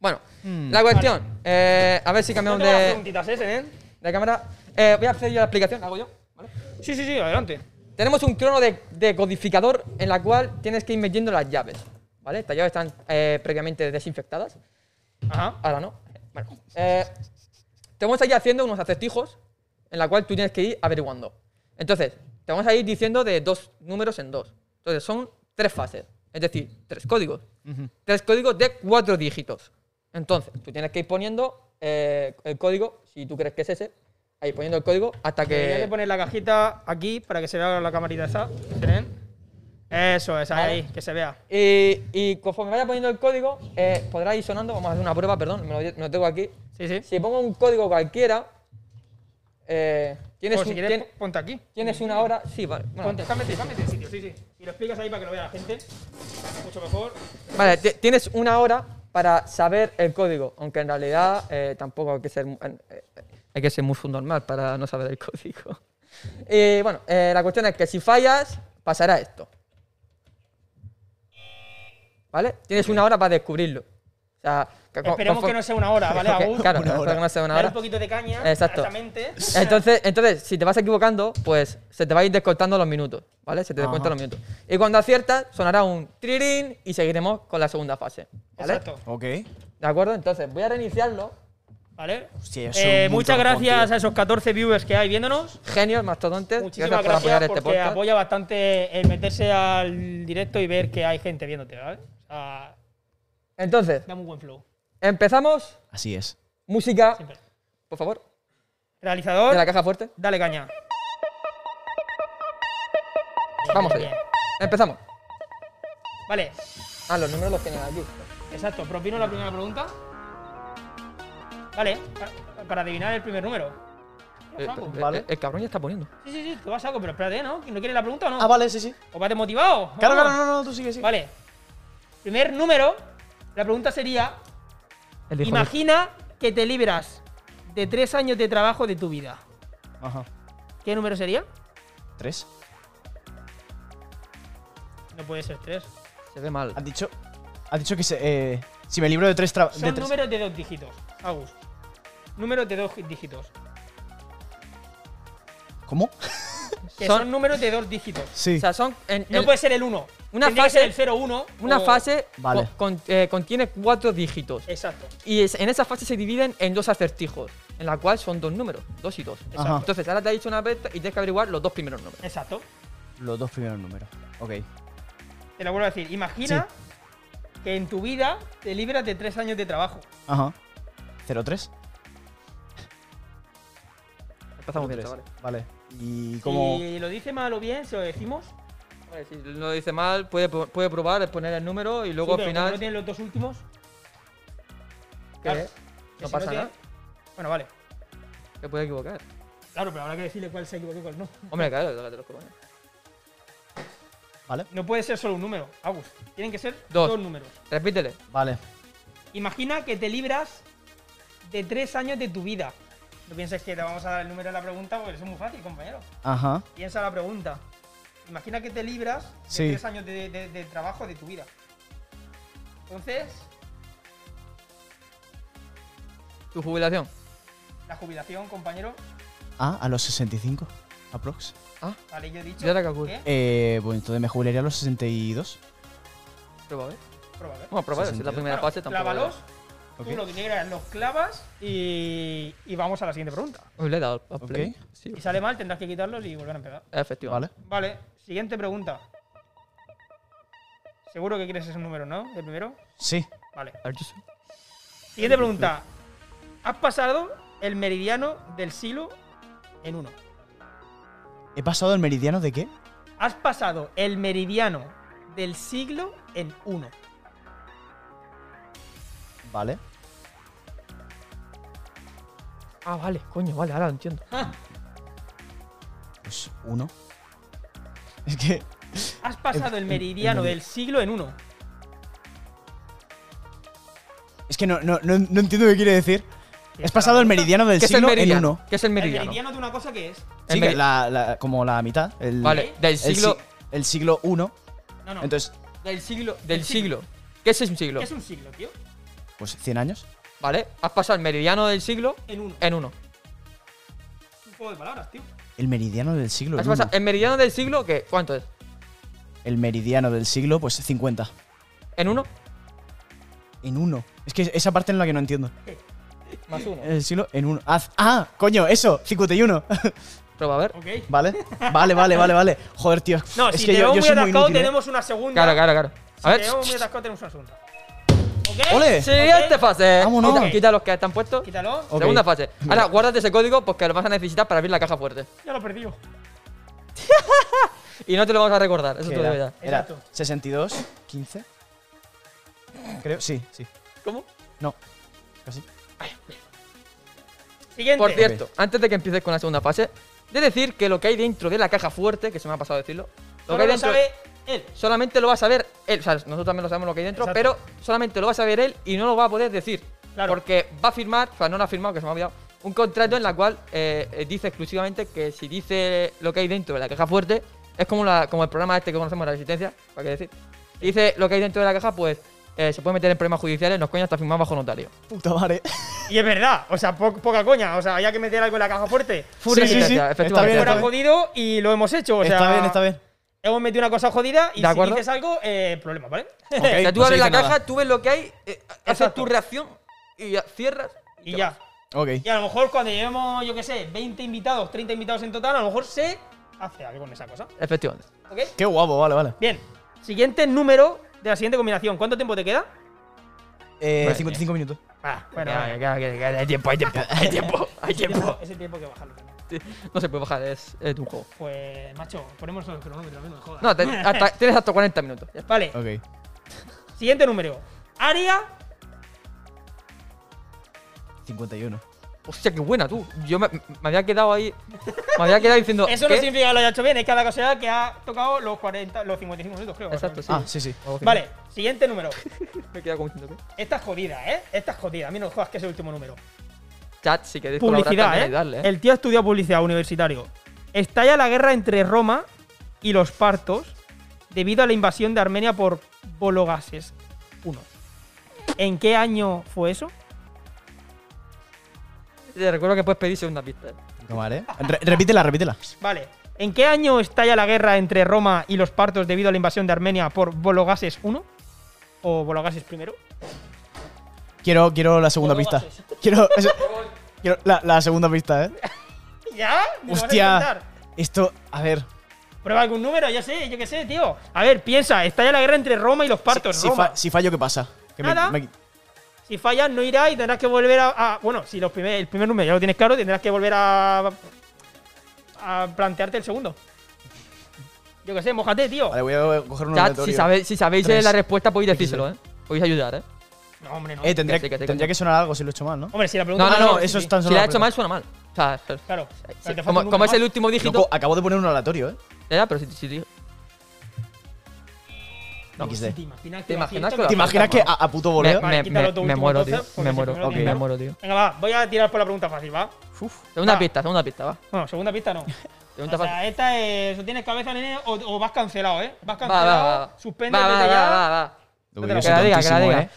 [SPEAKER 7] Bueno, la cuestión, eh, a ver si cambiamos
[SPEAKER 4] Tengo las
[SPEAKER 7] de,
[SPEAKER 4] preguntitas, ¿eh, Senen?
[SPEAKER 7] de cámara. Eh, voy a hacer yo la explicación, ¿la hago yo. ¿Vale?
[SPEAKER 4] Sí, sí, sí, adelante.
[SPEAKER 7] Tenemos un crono de, de codificador en la cual tienes que ir metiendo las llaves. ¿Vale? Estas llaves están eh, previamente desinfectadas.
[SPEAKER 4] Ajá.
[SPEAKER 7] Ahora no. Bueno. Eh, te vamos a ir haciendo unos acertijos en la cual tú tienes que ir averiguando. Entonces, te vamos a ir diciendo de dos números en dos. Entonces, son tres fases. Es decir, tres códigos. Tres códigos de cuatro dígitos. Entonces, tú tienes que ir poniendo eh, el código, si tú crees que es ese, ahí poniendo el código hasta
[SPEAKER 4] Deberías
[SPEAKER 7] que...
[SPEAKER 4] de poner la cajita aquí para que se vea la camarita esa. ¿Tienen? Eso es, ahí, que se vea.
[SPEAKER 7] Y, y conforme vaya poniendo el código, eh, podrá ir sonando. Vamos a hacer una prueba, perdón, me lo, me lo tengo aquí.
[SPEAKER 4] Sí, sí.
[SPEAKER 7] Si pongo un código cualquiera, eh, tienes,
[SPEAKER 4] o si
[SPEAKER 7] un-
[SPEAKER 4] quieres,
[SPEAKER 7] tien-
[SPEAKER 4] pon- ponte aquí.
[SPEAKER 7] tienes una hora. Sí, vale. bueno.
[SPEAKER 4] Ponte, cámbiate, cámbiate de sitio, sí, sí. Y lo explicas ahí para que lo vea la gente. Mucho mejor.
[SPEAKER 7] Oh, Vale, ti- tienes una hora para saber el código, aunque en realidad eh, tampoco hay que ser. mu- en- eh, eh, Hay que ser muy normal para no saber el código. Y bueno, eh, la cuestión es que si fallas, pasará esto. ¿Vale? Tienes una hora para descubrirlo. O sea, que con-
[SPEAKER 4] Esperemos que
[SPEAKER 7] conforme-
[SPEAKER 4] no sea una hora, ¿vale? Agus?
[SPEAKER 7] Claro,
[SPEAKER 8] Una
[SPEAKER 7] espero
[SPEAKER 8] hora.
[SPEAKER 7] que no sea una
[SPEAKER 4] Dale
[SPEAKER 7] hora.
[SPEAKER 4] un poquito de caña.
[SPEAKER 7] Exacto.
[SPEAKER 4] Exactamente.
[SPEAKER 7] Entonces, entonces, si te vas equivocando, pues se te va a ir descontando los minutos, ¿vale? Se te descuentan los minutos. Y cuando aciertas, sonará un trirín y seguiremos con la segunda fase, ¿vale?
[SPEAKER 4] Exacto.
[SPEAKER 8] Ok.
[SPEAKER 7] ¿De acuerdo? Entonces, voy a reiniciarlo.
[SPEAKER 4] ¿Vale?
[SPEAKER 8] Hostia, son
[SPEAKER 4] Eh,
[SPEAKER 8] muy
[SPEAKER 4] muchas
[SPEAKER 8] trompón,
[SPEAKER 4] gracias
[SPEAKER 8] tío.
[SPEAKER 4] a esos 14 viewers que hay viéndonos.
[SPEAKER 7] Genios, mastodontes.
[SPEAKER 4] Muchísimas
[SPEAKER 7] por
[SPEAKER 4] gracias,
[SPEAKER 7] apoyar este
[SPEAKER 4] porque
[SPEAKER 7] podcast.
[SPEAKER 4] apoya bastante el meterse al directo y ver que hay gente viéndote, ¿vale? O sea,
[SPEAKER 7] Entonces,
[SPEAKER 4] da muy buen flow.
[SPEAKER 7] empezamos.
[SPEAKER 8] Así es.
[SPEAKER 7] Música,
[SPEAKER 4] Siempre.
[SPEAKER 7] por favor,
[SPEAKER 4] Realizador,
[SPEAKER 7] de la caja fuerte.
[SPEAKER 4] dale caña.
[SPEAKER 7] Vamos
[SPEAKER 4] bien,
[SPEAKER 7] allá. Empezamos.
[SPEAKER 4] Vale,
[SPEAKER 7] Ah, los números los tienen aquí.
[SPEAKER 4] exacto. Propino la primera pregunta. Vale, pa- para adivinar el primer número.
[SPEAKER 7] Eh,
[SPEAKER 4] Saco.
[SPEAKER 7] eh, eh, el cabrón ya está poniendo.
[SPEAKER 4] Sí, sí, sí, tú vas saco, pero espérate, ¿no? ¿No quieres la pregunta o no?
[SPEAKER 8] Ah, vale, sí, sí.
[SPEAKER 4] ¿O vas desmotivado?
[SPEAKER 8] Claro,
[SPEAKER 4] Vamos.
[SPEAKER 8] claro, no, no, tú sigue, sigue.
[SPEAKER 4] Ah. Vale. Primer número, la pregunta sería,
[SPEAKER 7] El hijo de-
[SPEAKER 4] Imagina que te libras de tres años de trabajo de tu vida.
[SPEAKER 8] Ajá.
[SPEAKER 4] ¿Qué número sería?
[SPEAKER 8] ¿Tres?
[SPEAKER 4] No puede ser tres.
[SPEAKER 7] Se ve mal.
[SPEAKER 8] Has dicho. Has dicho que se, eh, si me libro de tres trabajos.
[SPEAKER 4] Son números de dos dígitos, Agus. Números de dos dígitos.
[SPEAKER 8] ¿Cómo?
[SPEAKER 4] Que
[SPEAKER 7] Son-
[SPEAKER 4] son, números de dos dígitos.
[SPEAKER 8] Sí.
[SPEAKER 7] O sea, son. en-
[SPEAKER 4] No
[SPEAKER 7] el-
[SPEAKER 4] puede Oh. ser el 1.
[SPEAKER 7] Una fase-
[SPEAKER 4] el 0, 1.
[SPEAKER 7] Una fase
[SPEAKER 8] Vale.
[SPEAKER 7] co- con- eh, contiene cuatro dígitos.
[SPEAKER 4] Exacto.
[SPEAKER 7] Y es- en esa fase se dividen en dos acertijos, en la cual son dos números, dos y dos.
[SPEAKER 8] Ajá.
[SPEAKER 7] Entonces, ahora te ha dicho una vez y tienes que averiguar los dos primeros números.
[SPEAKER 4] Exacto.
[SPEAKER 8] Los dos primeros números. Ok.
[SPEAKER 4] Te lo vuelvo a decir. Imagina que en tu vida te libras de tres años de trabajo.
[SPEAKER 8] Ajá. ¿Cero tres?
[SPEAKER 7] Empezamos bien,
[SPEAKER 8] Tres.
[SPEAKER 7] chavales.
[SPEAKER 8] Vale. ¿Y cómo?
[SPEAKER 4] Si lo dice mal o bien, se lo decimos.
[SPEAKER 7] Vale, si lo dice mal, puede, pro- puede probar, poner el número y luego
[SPEAKER 4] Sí, pero
[SPEAKER 7] al
[SPEAKER 4] como
[SPEAKER 7] final.
[SPEAKER 4] No tienen los dos últimos.
[SPEAKER 7] ¿qué?
[SPEAKER 4] claro, que si
[SPEAKER 7] no pasa
[SPEAKER 4] tiene-
[SPEAKER 7] nada,
[SPEAKER 4] Bueno, vale.
[SPEAKER 7] te puede equivocar.
[SPEAKER 4] Claro, pero habrá que decirle cuál se equivocó y cuál no.
[SPEAKER 7] Hombre, claro, lo que te lo propone.
[SPEAKER 8] Vale.
[SPEAKER 4] No puede ser solo un número, Agus. Tienen que ser
[SPEAKER 7] Dos.
[SPEAKER 4] dos, números.
[SPEAKER 7] Repítele.
[SPEAKER 8] Vale.
[SPEAKER 4] Imagina que te libras de tres años de tu vida. No pienses que te vamos a dar el número a la pregunta porque eso es muy fácil, compañero.
[SPEAKER 8] Ajá.
[SPEAKER 4] Piensa la pregunta. Imagina que te libras de
[SPEAKER 8] Sí.
[SPEAKER 4] tres años de, de- de trabajo de tu vida. Entonces,
[SPEAKER 7] Tu jubilación.
[SPEAKER 4] la jubilación, compañero.
[SPEAKER 8] Ah, a los 65. Aprox.
[SPEAKER 7] Ah,
[SPEAKER 4] Vale, yo he dicho.
[SPEAKER 7] Ya la calculo.
[SPEAKER 4] que-
[SPEAKER 8] Eh, pues entonces me jubilaría a los 62.
[SPEAKER 7] prueba, a ver.
[SPEAKER 4] Probable.
[SPEAKER 7] Bueno, prueba, si es la
[SPEAKER 8] 62.
[SPEAKER 7] primera
[SPEAKER 4] Bueno,
[SPEAKER 7] fase tampoco. ¿eh?
[SPEAKER 4] clávalos,
[SPEAKER 8] Ok.
[SPEAKER 4] Tú lo que quieras, los clavas y, y vamos a la siguiente pregunta.
[SPEAKER 7] Uy, le he dado a play.
[SPEAKER 8] Ok.
[SPEAKER 7] Sí,
[SPEAKER 4] Si sale mal, tendrás que quitarlos y volver a empezar.
[SPEAKER 7] efectivamente.
[SPEAKER 8] Vale.
[SPEAKER 4] Vale, siguiente pregunta. Seguro que quieres esos números, ¿no? El primero.
[SPEAKER 8] Sí.
[SPEAKER 4] Vale.
[SPEAKER 7] Are you sure?
[SPEAKER 4] Siguiente pregunta. ¿Has pasado el meridiano del silo en uno?
[SPEAKER 8] ¿He pasado el meridiano de qué?
[SPEAKER 4] ¿Has pasado el meridiano del siglo en uno?
[SPEAKER 8] Vale.
[SPEAKER 7] Ah, vale, coño, vale, ahora lo entiendo.
[SPEAKER 4] Ah,
[SPEAKER 8] Pues uno. Es que.
[SPEAKER 4] ¿Has pasado el
[SPEAKER 8] el-
[SPEAKER 4] meridiano
[SPEAKER 8] el meri-
[SPEAKER 4] del siglo en uno?
[SPEAKER 8] Es que no, no, no, no entiendo qué quiere decir. Has pasado el meridiano del
[SPEAKER 7] ¿Qué es el
[SPEAKER 8] siglo en
[SPEAKER 7] meridiano?
[SPEAKER 8] uno.
[SPEAKER 7] ¿Qué es el
[SPEAKER 4] ¿El
[SPEAKER 7] meridiano?
[SPEAKER 4] meridiano de una cosa que es?
[SPEAKER 7] El
[SPEAKER 8] Sí, que
[SPEAKER 7] meri-
[SPEAKER 8] la, la- como la mitad. El,
[SPEAKER 7] Vale, del
[SPEAKER 8] el si-
[SPEAKER 7] siglo.
[SPEAKER 8] El siglo uno.
[SPEAKER 4] No, no.
[SPEAKER 8] Entonces,
[SPEAKER 7] Del siglo. Del
[SPEAKER 4] El
[SPEAKER 7] siglo.
[SPEAKER 4] siglo.
[SPEAKER 7] ¿Qué es un siglo?
[SPEAKER 4] ¿Qué es un siglo, tío?
[SPEAKER 8] pues 100 años.
[SPEAKER 7] ¿Vale? Has pasado el meridiano del siglo
[SPEAKER 4] En uno.
[SPEAKER 7] en uno.
[SPEAKER 4] Es un juego de palabras, tío.
[SPEAKER 8] El meridiano del siglo
[SPEAKER 7] Has
[SPEAKER 8] en uno.
[SPEAKER 7] pasado el meridiano del siglo, ¿qué? ¿Cuánto es?
[SPEAKER 8] El meridiano del siglo, pues 50.
[SPEAKER 7] ¿En uno?
[SPEAKER 8] En uno. Es que esa parte en la que no entiendo.
[SPEAKER 7] Más uno.
[SPEAKER 8] El siglo en uno. Haz- Ah, coño, eso, 51.
[SPEAKER 7] Prueba a ver.
[SPEAKER 4] Ok.
[SPEAKER 8] vale, vale, vale, vale, vale. Joder, tío.
[SPEAKER 4] No,
[SPEAKER 8] es
[SPEAKER 4] si
[SPEAKER 8] que
[SPEAKER 4] te
[SPEAKER 8] yo,
[SPEAKER 4] veo
[SPEAKER 8] yo
[SPEAKER 4] muy
[SPEAKER 8] soy muy
[SPEAKER 4] atascado,
[SPEAKER 8] inútil. ¿eh?
[SPEAKER 4] tenemos una segunda.
[SPEAKER 7] Claro, claro, claro. A
[SPEAKER 4] Si
[SPEAKER 7] ver.
[SPEAKER 4] te veo muy atascado, tenemos una segunda. ¿Ok?
[SPEAKER 8] ¡Ole!
[SPEAKER 7] Siguiente
[SPEAKER 4] Ok.
[SPEAKER 7] fase.
[SPEAKER 8] Vámonos.
[SPEAKER 7] Quita, quita los que están puestos.
[SPEAKER 4] Quítalo.
[SPEAKER 8] Ok.
[SPEAKER 7] Segunda fase. Ahora, guárdate ese código porque lo vas a necesitar para abrir la caja fuerte.
[SPEAKER 4] Ya lo perdí yo.
[SPEAKER 7] Y no te lo vamos a recordar, eso
[SPEAKER 8] ¿Qué
[SPEAKER 7] te lo digo ya.
[SPEAKER 8] era? Era
[SPEAKER 4] Exacto.
[SPEAKER 8] 62, 15. Creo, sí, sí.
[SPEAKER 7] ¿Cómo?
[SPEAKER 8] No, casi.
[SPEAKER 4] Siguiente.
[SPEAKER 7] Por cierto, antes de que empieces con la segunda fase, de decir que lo que hay dentro de la caja fuerte, que se me ha pasado decirlo, lo que
[SPEAKER 4] Solo
[SPEAKER 7] hay
[SPEAKER 4] lo
[SPEAKER 7] dentro,
[SPEAKER 4] sabe él.
[SPEAKER 7] solamente lo va a saber él. O sea, nosotros también lo sabemos lo que hay dentro,
[SPEAKER 4] Exacto.
[SPEAKER 7] pero solamente lo va a saber él y no lo va a poder decir.
[SPEAKER 4] Claro.
[SPEAKER 7] Porque va a firmar, o sea, no lo ha firmado, que se me ha olvidado, un contrato en la cual eh, eh, dice exclusivamente que si dice lo que hay dentro de la caja fuerte, es como, la, como el programa este que conocemos, La Resistencia, ¿para qué decir? Si dice lo que hay dentro de la caja, pues eh, se puede meter en problemas judiciales, nos coña hasta firmar bajo notario.
[SPEAKER 8] Puta madre.
[SPEAKER 4] Y es verdad, o sea, po- poca coña, o sea, había que meter algo en la caja fuerte.
[SPEAKER 7] Full
[SPEAKER 8] Sí, sí, sí.
[SPEAKER 7] Resistencia,
[SPEAKER 8] Está
[SPEAKER 7] efectivamente.
[SPEAKER 8] bien, está
[SPEAKER 4] Fuera jodido y lo hemos hecho, o sea.
[SPEAKER 8] está bien, está bien.
[SPEAKER 4] Hemos metido una cosa jodida y
[SPEAKER 7] ¿De
[SPEAKER 4] si
[SPEAKER 7] acuerdo?
[SPEAKER 4] dices algo, eh, problema, ¿vale?
[SPEAKER 8] Ok, pues
[SPEAKER 7] O sea, tú
[SPEAKER 8] no se
[SPEAKER 7] abres la
[SPEAKER 8] dice
[SPEAKER 7] caja, tú ves lo que hay, eh, haces
[SPEAKER 4] Exacto.
[SPEAKER 7] tu reacción y ya cierras.
[SPEAKER 4] Y ya.
[SPEAKER 8] nada. Ok.
[SPEAKER 4] Y a lo mejor cuando llevemos, yo qué sé, 20 invitados, 30 invitados en total, a lo mejor se hace algo con esa cosa.
[SPEAKER 7] Efectivamente.
[SPEAKER 4] ¿Ok?
[SPEAKER 8] Qué guapo, vale, vale.
[SPEAKER 4] Bien. Siguiente número de la siguiente combinación. ¿Cuánto tiempo te queda?
[SPEAKER 8] Eh,
[SPEAKER 7] Vale.
[SPEAKER 8] 55 minutos.
[SPEAKER 4] Ah, bueno,
[SPEAKER 7] Ya,
[SPEAKER 4] vale.
[SPEAKER 7] ya, ya, ya, ya, hay tiempo, hay tiempo, hay tiempo, hay tiempo.
[SPEAKER 4] Ese tiempo que bajarlo. también.
[SPEAKER 7] No se puede bajar, es, es un juego.
[SPEAKER 4] Pues, macho, ponemos el cronómetro, no me jodas.
[SPEAKER 7] No, te- hasta- tienes hasta 40 minutos. Ya está.
[SPEAKER 4] Vale,
[SPEAKER 8] Ok.
[SPEAKER 4] siguiente número. Área.
[SPEAKER 8] 51.
[SPEAKER 7] Hostia, qué buena tú. Yo me, me había quedado ahí. Me había quedado diciendo.
[SPEAKER 4] Eso no
[SPEAKER 7] Oh, ¿qué?
[SPEAKER 4] significa que lo haya hecho bien, es que la cosa que ha tocado los 40, los 55 minutos, creo.
[SPEAKER 7] Exacto, sí.
[SPEAKER 8] Ah, sí, sí.
[SPEAKER 4] Vale, siguiente número.
[SPEAKER 7] Me he quedado como diciendo que.
[SPEAKER 4] Esta es jodida, ¿eh? Esta es jodida. A mí no me jodas que es el último número.
[SPEAKER 7] Chat, si queréis colaborar
[SPEAKER 4] Publicidad,
[SPEAKER 7] también,
[SPEAKER 4] ¿eh?
[SPEAKER 7] ayudarle,
[SPEAKER 4] El tío ha estudiado publicidad universitario. Estalla la guerra entre Roma y los partos debido a la invasión de Armenia por Bologases 1. ¿En qué año fue eso?
[SPEAKER 7] Te recuerdo que puedes pedir segunda pista. ¿eh?
[SPEAKER 8] No, vale. Re- repítela, repítela.
[SPEAKER 4] Vale. ¿En qué año estalla la guerra entre Roma y los partos debido a la invasión de Armenia por Bologases 1? ¿O Bologases primero?
[SPEAKER 8] Quiero, quiero la segunda pista. Quiero, eso- quiero la, la segunda pista, ¿eh?
[SPEAKER 4] ¿Ya? ¿Me lo vas a
[SPEAKER 8] Hostia.
[SPEAKER 4] inventar?
[SPEAKER 8] Esto, a ver.
[SPEAKER 4] Prueba algún número, ya sé, yo qué sé, tío. A ver, piensa, estalla la guerra entre Roma y los partos.
[SPEAKER 8] si, si
[SPEAKER 4] Roma.
[SPEAKER 8] fa- si fallo, ¿qué pasa? Que me-
[SPEAKER 4] Nada.
[SPEAKER 8] me-
[SPEAKER 4] Si fallas, no irás y tendrás que volver a. a- bueno, si los primer- el primer número ya lo tienes claro, tendrás que volver a. a plantearte el segundo. Yo qué sé, mojate, tío.
[SPEAKER 8] Vale, voy a coger uno
[SPEAKER 7] Chat, si
[SPEAKER 8] aleatorio.
[SPEAKER 7] sabéis, si sabéis eh,
[SPEAKER 8] Tres.
[SPEAKER 7] la respuesta, podéis decírselo, ¿eh? Podéis ayudar, ¿eh?
[SPEAKER 4] No, hombre, no.
[SPEAKER 8] Eh, tendría,
[SPEAKER 7] Que sí, que sí, que
[SPEAKER 8] tendría
[SPEAKER 7] sí.
[SPEAKER 8] que sonar algo si lo he hecho mal, ¿no?
[SPEAKER 4] hombre, si la pregunta.
[SPEAKER 7] No, no,
[SPEAKER 4] Ah,
[SPEAKER 7] no,
[SPEAKER 4] sí,
[SPEAKER 8] eso
[SPEAKER 4] sí.
[SPEAKER 8] está-
[SPEAKER 7] Si
[SPEAKER 8] sonado
[SPEAKER 7] la
[SPEAKER 8] la
[SPEAKER 7] ha hecho
[SPEAKER 8] primera.
[SPEAKER 7] mal, suena mal. O sea, pero-
[SPEAKER 4] Claro. pero te
[SPEAKER 7] sí,
[SPEAKER 4] falta un
[SPEAKER 7] como,
[SPEAKER 4] número
[SPEAKER 7] como es
[SPEAKER 4] más.
[SPEAKER 7] el último dígito.
[SPEAKER 8] Loco, acabo de poner uno aleatorio, ¿eh?
[SPEAKER 7] Ya, ya, pero si, si- si-
[SPEAKER 4] No,
[SPEAKER 8] XD.
[SPEAKER 4] sí, Te imaginas
[SPEAKER 7] ¿Te
[SPEAKER 4] que.
[SPEAKER 7] imaginas
[SPEAKER 4] esto-
[SPEAKER 7] que lo
[SPEAKER 8] ¿Te imaginas que a, a puto voleo?
[SPEAKER 7] Me-
[SPEAKER 4] quítalo tú
[SPEAKER 7] me
[SPEAKER 4] último,
[SPEAKER 7] muero,
[SPEAKER 4] entonces,
[SPEAKER 7] tío,
[SPEAKER 4] porque
[SPEAKER 7] me
[SPEAKER 4] si
[SPEAKER 7] muero,
[SPEAKER 4] primero
[SPEAKER 7] ok,
[SPEAKER 4] primero.
[SPEAKER 7] me muero, tío.
[SPEAKER 4] Venga, va, voy a tirar por la pregunta fácil, va.
[SPEAKER 7] segunda
[SPEAKER 4] Va.
[SPEAKER 7] pista, segunda pista, va.
[SPEAKER 4] Bueno, segunda pista no.
[SPEAKER 7] Segunda
[SPEAKER 4] o sea,
[SPEAKER 7] fase.
[SPEAKER 4] esta es. O tienes cabeza, nene, o, o vas cancelado, ¿eh? Vas
[SPEAKER 7] va,
[SPEAKER 4] cancelado,
[SPEAKER 7] va, va, va.
[SPEAKER 4] suspendes
[SPEAKER 7] va, va,
[SPEAKER 4] desde ya.
[SPEAKER 7] va, va, va.
[SPEAKER 8] Lo que
[SPEAKER 4] Que
[SPEAKER 8] yo
[SPEAKER 7] Que
[SPEAKER 8] soy
[SPEAKER 7] la diga, que la
[SPEAKER 8] tontísimo,
[SPEAKER 7] diga.
[SPEAKER 8] ¿eh?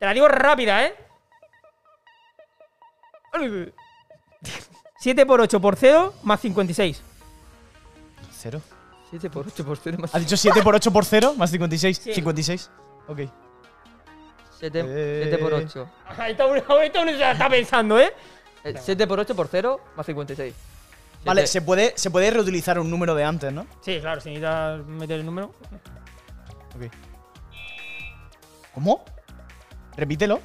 [SPEAKER 4] Te la digo rápida, ¿eh? 7 por 8 por 0 más 56.
[SPEAKER 8] ¿Cero?
[SPEAKER 7] 7 por 8 por 0 más
[SPEAKER 8] ¿Has dicho 7 por 8 por 0 más 56?
[SPEAKER 4] Sí.
[SPEAKER 8] 56. Ok.
[SPEAKER 7] 7,
[SPEAKER 8] Eh.
[SPEAKER 7] por 8.
[SPEAKER 4] Ahorita uno, ahorita uno se la está pensando, ¿eh?
[SPEAKER 7] 7 por 8 por 0 más 56.
[SPEAKER 8] Vale,
[SPEAKER 7] Siete.
[SPEAKER 8] se puede, se puede reutilizar un número de antes, ¿no?
[SPEAKER 4] Sí, claro, si necesitas meter el número.
[SPEAKER 8] Ok. ¿Cómo? Repítelo.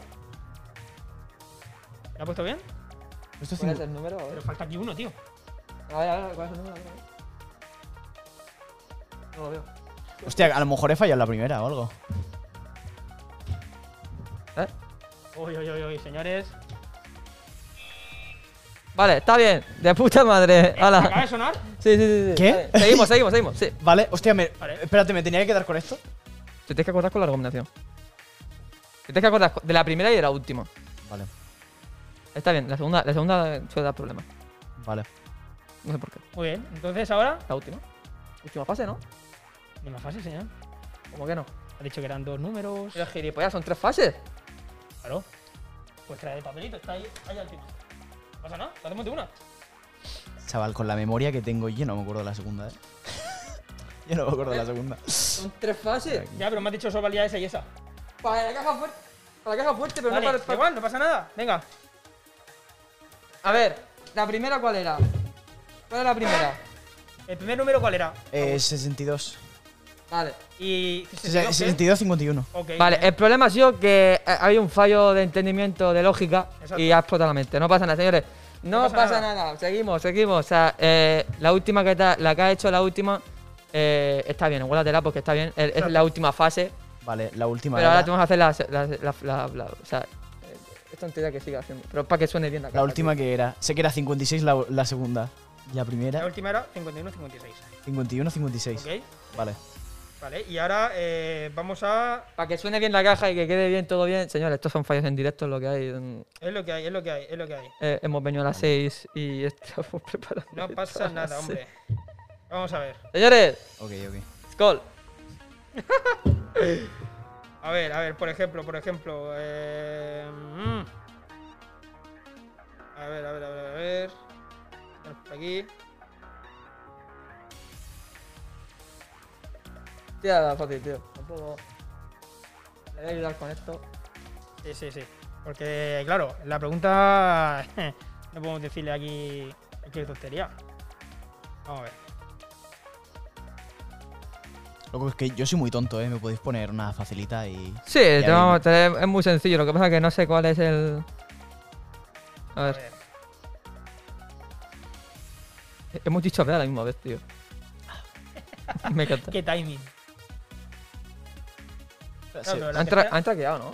[SPEAKER 4] ¿Lo ha puesto bien?
[SPEAKER 8] Esto es
[SPEAKER 7] ¿Cuál es
[SPEAKER 8] cinco-
[SPEAKER 7] el número? A ver,
[SPEAKER 4] Pero falta aquí uno, tío.
[SPEAKER 7] a ver, a ver, ¿cuál es el número? A ver, a ver. No lo veo.
[SPEAKER 8] Hostia, a lo mejor he fallado en la primera o algo.
[SPEAKER 7] ¿Eh?
[SPEAKER 4] Uy, uy, uy, uy, señores.
[SPEAKER 7] Vale, está bien. De puta madre.
[SPEAKER 4] ¿Acaba de
[SPEAKER 7] Hala.
[SPEAKER 4] sonar?
[SPEAKER 7] Sí, sí, sí. sí.
[SPEAKER 8] ¿Qué?
[SPEAKER 7] Vale, Seguimos, seguimos, seguimos. Sí.
[SPEAKER 8] Vale, hostia, me-
[SPEAKER 4] Vale.
[SPEAKER 8] espérate, ¿me tenía que quedar con esto?
[SPEAKER 7] Te tienes que acordar con la recomendación. Te tienes que acordar de la primera y de la última.
[SPEAKER 8] Vale,
[SPEAKER 7] Está bien, la segunda, la segunda suele dar problemas.
[SPEAKER 8] vale.
[SPEAKER 7] No sé por qué.
[SPEAKER 4] Muy bien, entonces ahora.
[SPEAKER 7] La última. Última fase, ¿no?
[SPEAKER 4] Misma fase, señor.
[SPEAKER 7] ¿Cómo que no?
[SPEAKER 4] Ha dicho que eran dos números.
[SPEAKER 7] Pero gilipollas, son tres fases.
[SPEAKER 4] Claro. Pues trae el papelito, está ahí, ahí al final. No pasa nada, lo hacemos de una.
[SPEAKER 8] Chaval, con la memoria que tengo yo no me acuerdo de la segunda, ¿eh? yo no me acuerdo de la segunda.
[SPEAKER 7] Son tres fases.
[SPEAKER 4] Ya, pero me has dicho solo valía esa y esa.
[SPEAKER 7] Para la caja fuerte. Para la caja fuerte, pero
[SPEAKER 4] Vale,
[SPEAKER 7] no para, para-
[SPEAKER 4] igual, no pasa nada. Venga.
[SPEAKER 7] A ver, la primera cuál era? ¿Cuál era la primera?
[SPEAKER 4] ¿El primer número cuál era?
[SPEAKER 8] Eh, 62.
[SPEAKER 7] Vale.
[SPEAKER 4] Y.
[SPEAKER 8] Se- 62, 51.
[SPEAKER 4] ¿eh? Ok.
[SPEAKER 7] Vale, el problema ha sido que eh, había un fallo de entendimiento, de lógica,
[SPEAKER 4] Exacto.
[SPEAKER 7] y ha explotado la mente. No pasa nada, señores. No, pasa, nada. seguimos, seguimos. O sea, eh, la última que, te ha- la que ha hecho, la última, eh, está bien, guárdatela porque está bien. Eh, Es la última fase,
[SPEAKER 8] Vale, la última.
[SPEAKER 7] pero ahora
[SPEAKER 8] era-
[SPEAKER 7] tenemos que hacer la. la, la- la- la- o sea, eh, esta entidad que siga haciendo, pero para que suene bien la
[SPEAKER 8] La
[SPEAKER 7] caja,
[SPEAKER 8] última que era. Sé que era 56 la, la segunda. Y la
[SPEAKER 4] La
[SPEAKER 7] eh.
[SPEAKER 8] primera,
[SPEAKER 4] última era 51-56.
[SPEAKER 8] 51, 56.
[SPEAKER 4] Ok.
[SPEAKER 8] Vale.
[SPEAKER 4] Vale, y ahora eh, vamos a.
[SPEAKER 7] Para que suene bien la caja y que quede bien todo bien. Señores, estos son fallos en directo, es lo que hay. mm,
[SPEAKER 4] Es lo que hay, es lo que hay, es lo que hay.
[SPEAKER 7] eh, hemos venido a las 6 y estamos preparando.
[SPEAKER 4] No
[SPEAKER 7] esto
[SPEAKER 4] pasa
[SPEAKER 7] a las
[SPEAKER 4] nada,
[SPEAKER 7] seis.
[SPEAKER 4] hombre. Vamos a ver.
[SPEAKER 7] Señores,
[SPEAKER 8] Ok, ok.
[SPEAKER 7] Skull.
[SPEAKER 4] A ver, a ver, por ejemplo, por ejemplo. eh, mm. A ver, a ver, a ver, a ver. Tenemos Por aquí.
[SPEAKER 7] Tía, la fácil, tío. Tampoco. Le voy a ayudar con esto.
[SPEAKER 4] Sí, sí, sí. Porque, claro, la pregunta. no podemos decirle aquí cualquier tontería. Vamos a ver.
[SPEAKER 8] Loco, es que yo soy muy tonto, ¿eh? Me podéis poner una facilita y...
[SPEAKER 7] Sí, te
[SPEAKER 8] viene.
[SPEAKER 7] vamos a traer- es muy sencillo. Lo que pasa es que no sé cuál es el. A
[SPEAKER 4] A
[SPEAKER 7] ver,
[SPEAKER 4] ver.
[SPEAKER 7] hemos dicho B a la misma vez, tío. Me encanta.
[SPEAKER 4] ¿Qué timing?
[SPEAKER 8] Sí.
[SPEAKER 4] pero la
[SPEAKER 7] Han, tra
[SPEAKER 4] tercera-
[SPEAKER 7] han traqueado, ¿no?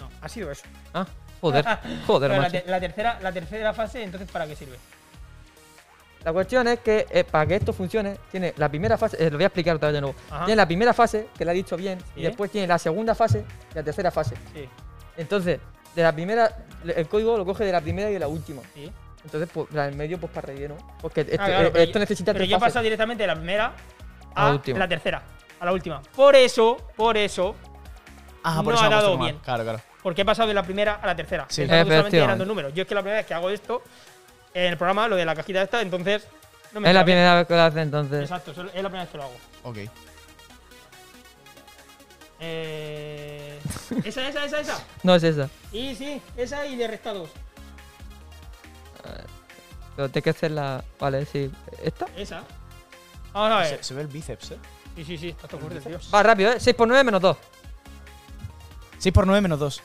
[SPEAKER 4] No, ha sido eso.
[SPEAKER 7] Ah, joder, joder,
[SPEAKER 4] Pero la,
[SPEAKER 7] macho.
[SPEAKER 4] te- la tercera, la tercera fase, entonces, ¿para qué sirve?
[SPEAKER 7] La cuestión es que eh, para que esto funcione, tiene la primera fase, eh, lo voy a explicar otra vez de nuevo.
[SPEAKER 4] Ajá.
[SPEAKER 7] Tiene la primera fase, que la he dicho bien,
[SPEAKER 4] Sí.
[SPEAKER 7] y después tiene la segunda fase y la tercera fase.
[SPEAKER 4] Sí,
[SPEAKER 7] Entonces, de la primera, el código lo coge de la primera y de la última.
[SPEAKER 4] sí.
[SPEAKER 7] Entonces, pues, la del medio, pues para relleno. Porque esto,
[SPEAKER 4] Ah, claro,
[SPEAKER 7] eh,
[SPEAKER 4] pero
[SPEAKER 7] esto
[SPEAKER 4] ya-
[SPEAKER 7] necesita
[SPEAKER 4] Pero
[SPEAKER 7] tres
[SPEAKER 4] ya
[SPEAKER 7] fases.
[SPEAKER 4] pasa directamente de la primera
[SPEAKER 7] A
[SPEAKER 4] a,
[SPEAKER 7] la
[SPEAKER 4] la,
[SPEAKER 7] última.
[SPEAKER 4] tercera, a la última. Por eso, por eso,
[SPEAKER 8] Ah, por
[SPEAKER 4] No
[SPEAKER 8] eso
[SPEAKER 4] ha
[SPEAKER 8] me ha puesto
[SPEAKER 4] dado
[SPEAKER 8] como mal.
[SPEAKER 4] bien.
[SPEAKER 8] Claro, claro.
[SPEAKER 4] porque he pasado de la primera a la tercera.
[SPEAKER 8] Sí.
[SPEAKER 4] Pensaba que solamente eran
[SPEAKER 7] Efectivamente.
[SPEAKER 4] dos números. Yo es que la primera vez que hago esto en el programa, lo de la cajita esta, entonces no
[SPEAKER 7] Es la
[SPEAKER 4] sale.
[SPEAKER 7] primera vez que lo hace, entonces.
[SPEAKER 4] Exacto, solo- es la primera vez que lo hago.
[SPEAKER 8] Ok.
[SPEAKER 4] Eh, esa, esa, esa, esa.
[SPEAKER 7] No es esa.
[SPEAKER 4] Y sí, esa y le resta dos.
[SPEAKER 7] Pero tengo que hacer la. Vale, sí. ¿Esta?
[SPEAKER 4] Esa. Vamos a ver.
[SPEAKER 8] Se, se ve el bíceps, ¿eh?
[SPEAKER 4] Sí, sí, sí, está todo fuerte, tío.
[SPEAKER 7] Va rápido, ¿eh? 6 por 9 menos 2.
[SPEAKER 8] 6 por 9 menos 2.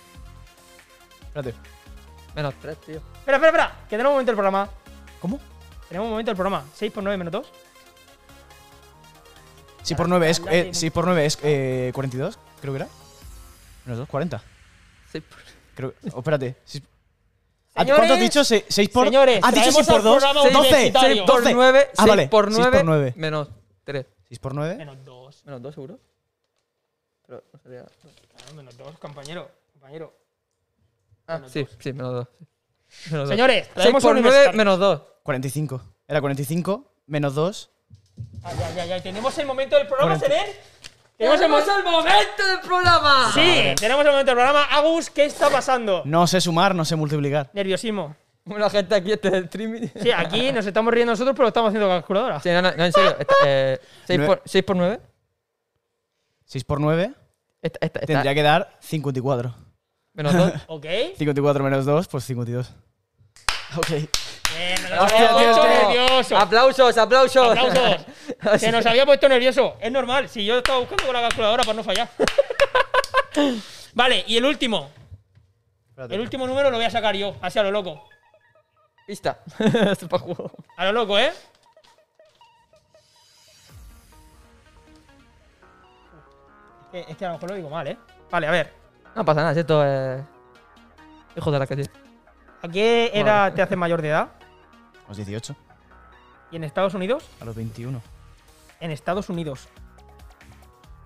[SPEAKER 8] Espérate.
[SPEAKER 7] Menos 3, tío.
[SPEAKER 4] Espera, espera, espera, que tenemos un momento el programa.
[SPEAKER 8] ¿Cómo?
[SPEAKER 4] Tenemos un momento el programa. 6 por 9 menos 2.
[SPEAKER 7] ¿Eh?
[SPEAKER 8] 6 por 9 es,
[SPEAKER 4] Habla
[SPEAKER 8] eh,
[SPEAKER 4] de-
[SPEAKER 8] 6 por 9 es eh, 42, creo que era. Menos 2, 40.
[SPEAKER 7] 6 por...
[SPEAKER 8] Creo que... oh, espérate. Seis- ¿A ti
[SPEAKER 4] Señores,
[SPEAKER 8] ¿Cuánto has dicho? 6 por... Ah,
[SPEAKER 4] señores,
[SPEAKER 8] ¿Has dicho
[SPEAKER 4] traemos
[SPEAKER 8] 6 por
[SPEAKER 4] al
[SPEAKER 8] 2?
[SPEAKER 4] programa
[SPEAKER 8] 12.
[SPEAKER 4] universitario. Seis
[SPEAKER 7] 6 por
[SPEAKER 8] 12.
[SPEAKER 7] 9,
[SPEAKER 8] Ah, vale.
[SPEAKER 7] por 9,
[SPEAKER 8] 6 por 9.
[SPEAKER 7] menos 3.
[SPEAKER 8] 6 por 9.
[SPEAKER 4] Menos 2.
[SPEAKER 7] Menos 2, seguro. Pero no sería.
[SPEAKER 4] Claro, menos 2, compañero. compañero.
[SPEAKER 7] Ah,
[SPEAKER 4] Menos
[SPEAKER 7] sí,
[SPEAKER 4] dos.
[SPEAKER 7] sí, menos 2. Menos
[SPEAKER 4] Señores,
[SPEAKER 7] 6
[SPEAKER 4] traemos
[SPEAKER 7] por
[SPEAKER 4] un
[SPEAKER 7] 9
[SPEAKER 4] universitario.
[SPEAKER 7] menos 2.
[SPEAKER 8] 45. Era 45 menos 2.
[SPEAKER 4] Ah, ya, ya, ya. Tenemos el momento del programa,
[SPEAKER 8] Cuarenta.
[SPEAKER 4] Seren. Tenemos el momento.
[SPEAKER 7] momento del programa!
[SPEAKER 4] Sí, tenemos el momento del programa. Agus, ¿qué está pasando?
[SPEAKER 8] No sé sumar, no sé multiplicar.
[SPEAKER 4] Nerviosismo.
[SPEAKER 7] Bueno, gente, aquí este es el streaming.
[SPEAKER 4] Sí, aquí nos estamos riendo nosotros, pero lo estamos haciendo calculadora.
[SPEAKER 7] Sí, no, no, no, en serio. 6
[SPEAKER 8] Nueve.
[SPEAKER 7] por, 6 por 9.
[SPEAKER 8] 6 por 9
[SPEAKER 7] Esta, esta, esta.
[SPEAKER 8] tendría que dar 54.
[SPEAKER 7] Menos 2.
[SPEAKER 4] ¿Ok?
[SPEAKER 8] 54 menos 2, pues 52. Ok.
[SPEAKER 4] Bien, nos
[SPEAKER 7] Hostia,
[SPEAKER 4] habíamos
[SPEAKER 7] tío,
[SPEAKER 4] puesto
[SPEAKER 7] tío.
[SPEAKER 4] nervioso.
[SPEAKER 7] ¡Aplausos, aplausos!
[SPEAKER 4] Aplausos. Se nos había puesto nervioso. Es normal. Si yo estaba buscando con la calculadora para no fallar. vale, y el último. El último número lo voy a sacar yo, así a lo loco.
[SPEAKER 7] Pista. Esto para juego.
[SPEAKER 4] A lo loco, ¿eh? Es que, es que a lo mejor lo digo mal, ¿eh? Vale, a ver.
[SPEAKER 7] No pasa nada, si esto es. Hijo de la calle.
[SPEAKER 4] ¿A qué edad te haces mayor de edad?
[SPEAKER 8] A los 18,
[SPEAKER 4] ¿Y en Estados Unidos?
[SPEAKER 8] a los 21,
[SPEAKER 4] En Estados Unidos.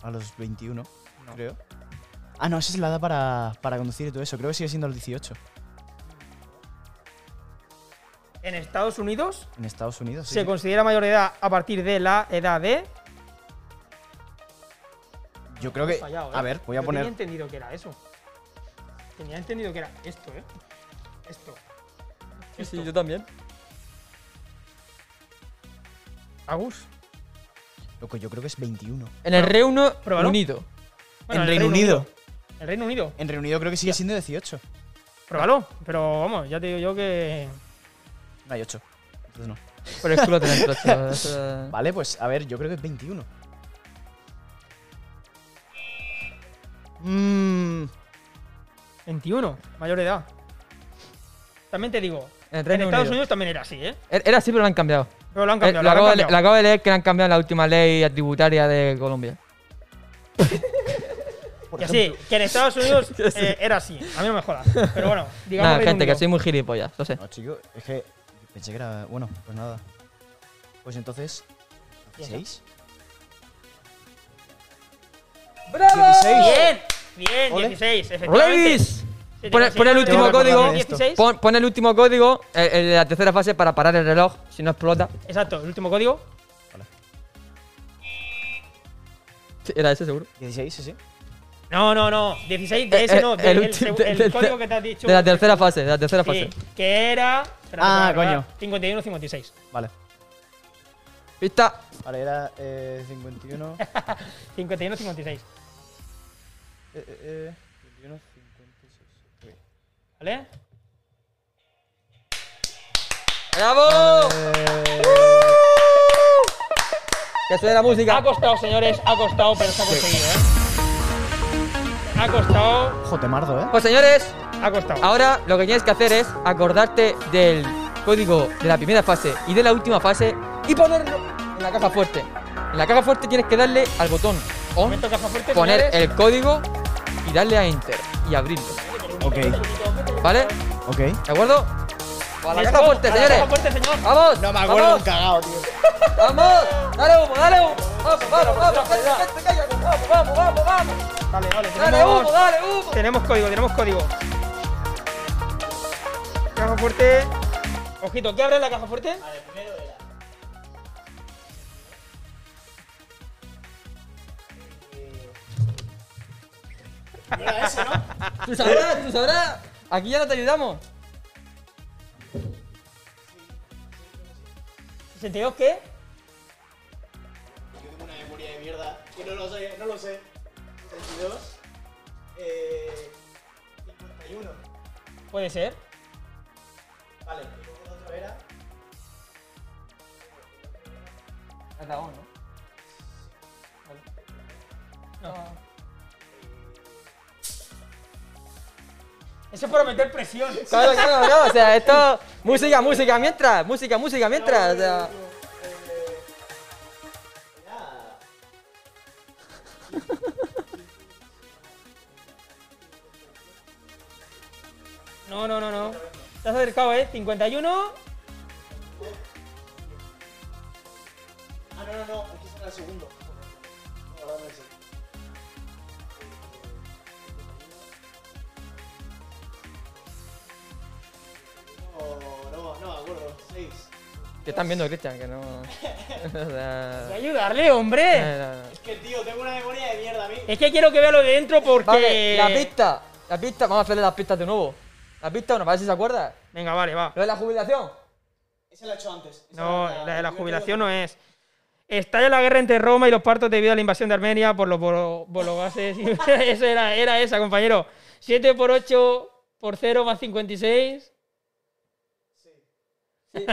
[SPEAKER 8] a los 21, creo. Ah, no, esa es la edad para, para conducir y todo eso. Creo que sigue siendo a los 18.
[SPEAKER 4] En Estados Unidos
[SPEAKER 8] En Estados Unidos. sí,
[SPEAKER 4] se
[SPEAKER 8] sí.
[SPEAKER 4] considera mayor de edad a partir de la edad de.
[SPEAKER 8] Yo creo que.
[SPEAKER 7] Eh,
[SPEAKER 8] A ver, voy a
[SPEAKER 4] ¿eh? Yo
[SPEAKER 8] poner.
[SPEAKER 4] Tenía entendido que era eso. Tenía entendido que era esto, ¿eh? Esto.
[SPEAKER 7] Sí, sí,
[SPEAKER 4] Esto.
[SPEAKER 7] yo también.
[SPEAKER 4] Agus.
[SPEAKER 8] Loco, yo creo que es 21.
[SPEAKER 7] En el Reino
[SPEAKER 4] Pruébalo.
[SPEAKER 7] Unido.
[SPEAKER 4] Bueno,
[SPEAKER 8] en Reino, Unido.
[SPEAKER 4] El Reino Unido.
[SPEAKER 8] En Reino Unido creo que sigue siendo 18.
[SPEAKER 4] Pruébalo. Pero vamos, ya te digo yo que.
[SPEAKER 8] No hay 8. Entonces no.
[SPEAKER 7] Por el culo tenés trozo, eso eh, es-
[SPEAKER 8] Vale, pues a ver, yo creo que es 21. Mmm.
[SPEAKER 4] 21, mayor de edad. También te digo,
[SPEAKER 7] En
[SPEAKER 4] en,
[SPEAKER 7] Reino
[SPEAKER 4] Estados
[SPEAKER 7] Unido.
[SPEAKER 4] Unidos también era así, ¿eh?
[SPEAKER 7] Er- Era así, pero lo han cambiado.
[SPEAKER 4] Pero lo han
[SPEAKER 7] Eh,
[SPEAKER 4] cambiado.
[SPEAKER 7] Lo
[SPEAKER 4] lo han
[SPEAKER 7] acabo de-
[SPEAKER 4] cambiado.
[SPEAKER 7] lo acabo de leer que lo han cambiado en la última ley tributaria de Colombia.
[SPEAKER 8] Por
[SPEAKER 4] Que
[SPEAKER 8] ejemplo,
[SPEAKER 4] sí, que en Estados Unidos eh, era así. A mí no me jodas. Pero bueno, digamos.
[SPEAKER 7] Nada,
[SPEAKER 4] Reino
[SPEAKER 7] gente, que
[SPEAKER 4] Unido.
[SPEAKER 7] soy muy gilipollas, lo sé.
[SPEAKER 8] No, chico, es que pensé que era. Bueno, pues nada. Pues entonces.
[SPEAKER 4] Ya está.
[SPEAKER 8] 16.
[SPEAKER 7] ¡Bravo!
[SPEAKER 8] 16.
[SPEAKER 4] Bien, bien,
[SPEAKER 8] Ole.
[SPEAKER 4] 16, efectivamente.
[SPEAKER 7] ¡Ladies!
[SPEAKER 4] Sí,
[SPEAKER 7] Pon,
[SPEAKER 4] sí,
[SPEAKER 7] pon el
[SPEAKER 4] sí,
[SPEAKER 7] último
[SPEAKER 4] sí,
[SPEAKER 7] código.
[SPEAKER 4] 16.
[SPEAKER 7] Pon, pon el último código eh, en la tercera fase para parar el reloj, si no explota.
[SPEAKER 4] Exacto, el último código.
[SPEAKER 7] Sí, Era ese seguro.
[SPEAKER 8] 16, sí, sí.
[SPEAKER 4] No, no, no, 16 de ese
[SPEAKER 7] Eh,
[SPEAKER 4] no,
[SPEAKER 7] eh,
[SPEAKER 4] del- el,
[SPEAKER 7] último-
[SPEAKER 4] seg- el
[SPEAKER 7] de- de-
[SPEAKER 4] código que te has dicho.
[SPEAKER 7] De la tercera fase, de la tercera
[SPEAKER 4] Sí,
[SPEAKER 7] fase.
[SPEAKER 4] que era.
[SPEAKER 8] Ah, coño.
[SPEAKER 4] 51-56.
[SPEAKER 8] Vale.
[SPEAKER 7] Pista.
[SPEAKER 8] Vale, era eh, 51.
[SPEAKER 4] 51-56.
[SPEAKER 8] Eh, eh, eh, 21, 56. Uy.
[SPEAKER 4] ¿Vale?
[SPEAKER 7] ¡Bravo!
[SPEAKER 8] Eh,
[SPEAKER 7] Que suene la
[SPEAKER 4] Ha
[SPEAKER 7] música.
[SPEAKER 4] costado, señores, ha costado, pero se ha conseguido, ¿eh? Ha costado,
[SPEAKER 8] ojo, te mardo, ¿eh?
[SPEAKER 7] Pues señores,
[SPEAKER 4] ha costado.
[SPEAKER 7] Ahora lo que tienes que hacer es acordarte del código de la primera fase y de la última fase y ponerlo en la caja fuerte. En la caja fuerte tienes que darle al botón on,
[SPEAKER 4] Momento caja fuerte,
[SPEAKER 7] poner
[SPEAKER 4] señores.
[SPEAKER 7] el código y darle a enter y abrirlo.
[SPEAKER 8] Ok,
[SPEAKER 7] ¿Vale?
[SPEAKER 8] ok.
[SPEAKER 7] ¿De acuerdo? ¡A la
[SPEAKER 4] Listo,
[SPEAKER 7] caja fuerte,
[SPEAKER 4] a la
[SPEAKER 7] señores!
[SPEAKER 4] caja fuerte, señor.
[SPEAKER 7] ¡Vamos!
[SPEAKER 8] No me acuerdo un
[SPEAKER 7] ¡Vamos!
[SPEAKER 8] cagado, tío.
[SPEAKER 7] ¡Vamos! ¡Dale humo, dale humo! ¡Vamos, vamos, vamos! ¡Gente, gente, cállate! ¡Vamos, vamos, vamos, vamos!
[SPEAKER 4] Vale, vale,
[SPEAKER 7] ¡Dale humo,
[SPEAKER 4] tenemos,
[SPEAKER 7] dale humo!
[SPEAKER 4] tenemos código, tenemos código. Caja fuerte. Ojito, ¿qué abre la caja fuerte?
[SPEAKER 7] ¡Tú sabrás, tú sabrás! Aquí ya no te ayudamos.
[SPEAKER 4] 62, ¿qué? Yo tengo una memoria de mierda, que no lo sé, no lo sé. 62, eh, 51. Puede ser.
[SPEAKER 7] Hasta uno.
[SPEAKER 4] Eso es para meter presión.
[SPEAKER 7] Claro, claro, no, o sea, esto. Música, música mientras, música, música mientras, o sea.
[SPEAKER 4] No, no, no, no. Te has acercado, ¿eh? 51.
[SPEAKER 7] Te están viendo, Cristian, que no. O
[SPEAKER 4] Voy a
[SPEAKER 7] sea.
[SPEAKER 4] ayudarle, hombre.
[SPEAKER 7] eh, no.
[SPEAKER 4] Es que quiero que vea lo de dentro porque.
[SPEAKER 7] Vale, la pista, la pista, vamos a hacerle las pistas de nuevo. La pista, bueno, para ver si se acuerda.
[SPEAKER 4] Venga, vale, va.
[SPEAKER 7] Lo de la jubilación.
[SPEAKER 4] No, la de la jubilación no es. Estalla la guerra entre Roma y los partos debido a la invasión de Armenia por los bolo- bologases. Eso era, era esa, compañero. 7 por 8 por 0 más 56.
[SPEAKER 7] sí.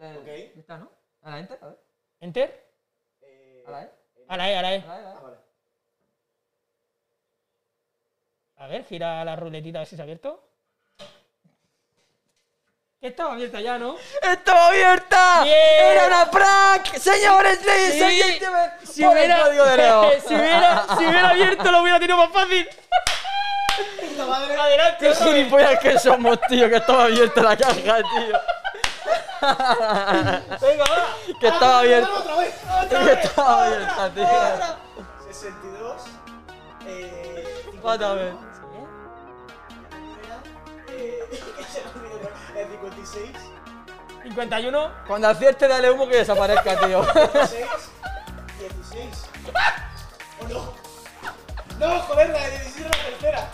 [SPEAKER 7] Eh, ¿Está, no? ¿A la enter? A ver.
[SPEAKER 4] ¿Enter?
[SPEAKER 7] ¿A la E?
[SPEAKER 4] A la E, a la E.
[SPEAKER 7] ¿A la E? a la E.
[SPEAKER 4] A ver, gira la ruletita a ver si se ha abierto. Estaba abierta ya, ¿no?
[SPEAKER 7] ¡Estaba abierta!
[SPEAKER 4] Bien.
[SPEAKER 7] ¡Era una prank! ¡Señores, sí,
[SPEAKER 4] Sí.
[SPEAKER 7] sí,
[SPEAKER 4] Si hubiera,
[SPEAKER 7] código de Leo.
[SPEAKER 4] si hubiera, si hubiera abierto, lo hubiera tenido más fácil. Adelante,
[SPEAKER 7] ¡Qué gilipollas que somos, tío! Que estaba abierta la caja, tío.
[SPEAKER 4] venga, va.
[SPEAKER 7] Que estaba abierta. que estaba abierta, tío.
[SPEAKER 8] 62. Eh,
[SPEAKER 7] Otra vez.
[SPEAKER 8] eh, 56.
[SPEAKER 4] 51.
[SPEAKER 7] Cuando acierte, dale humo que desaparezca, tío.
[SPEAKER 8] 16. 16. ¿O no? No, joder, la de 16 la tercera.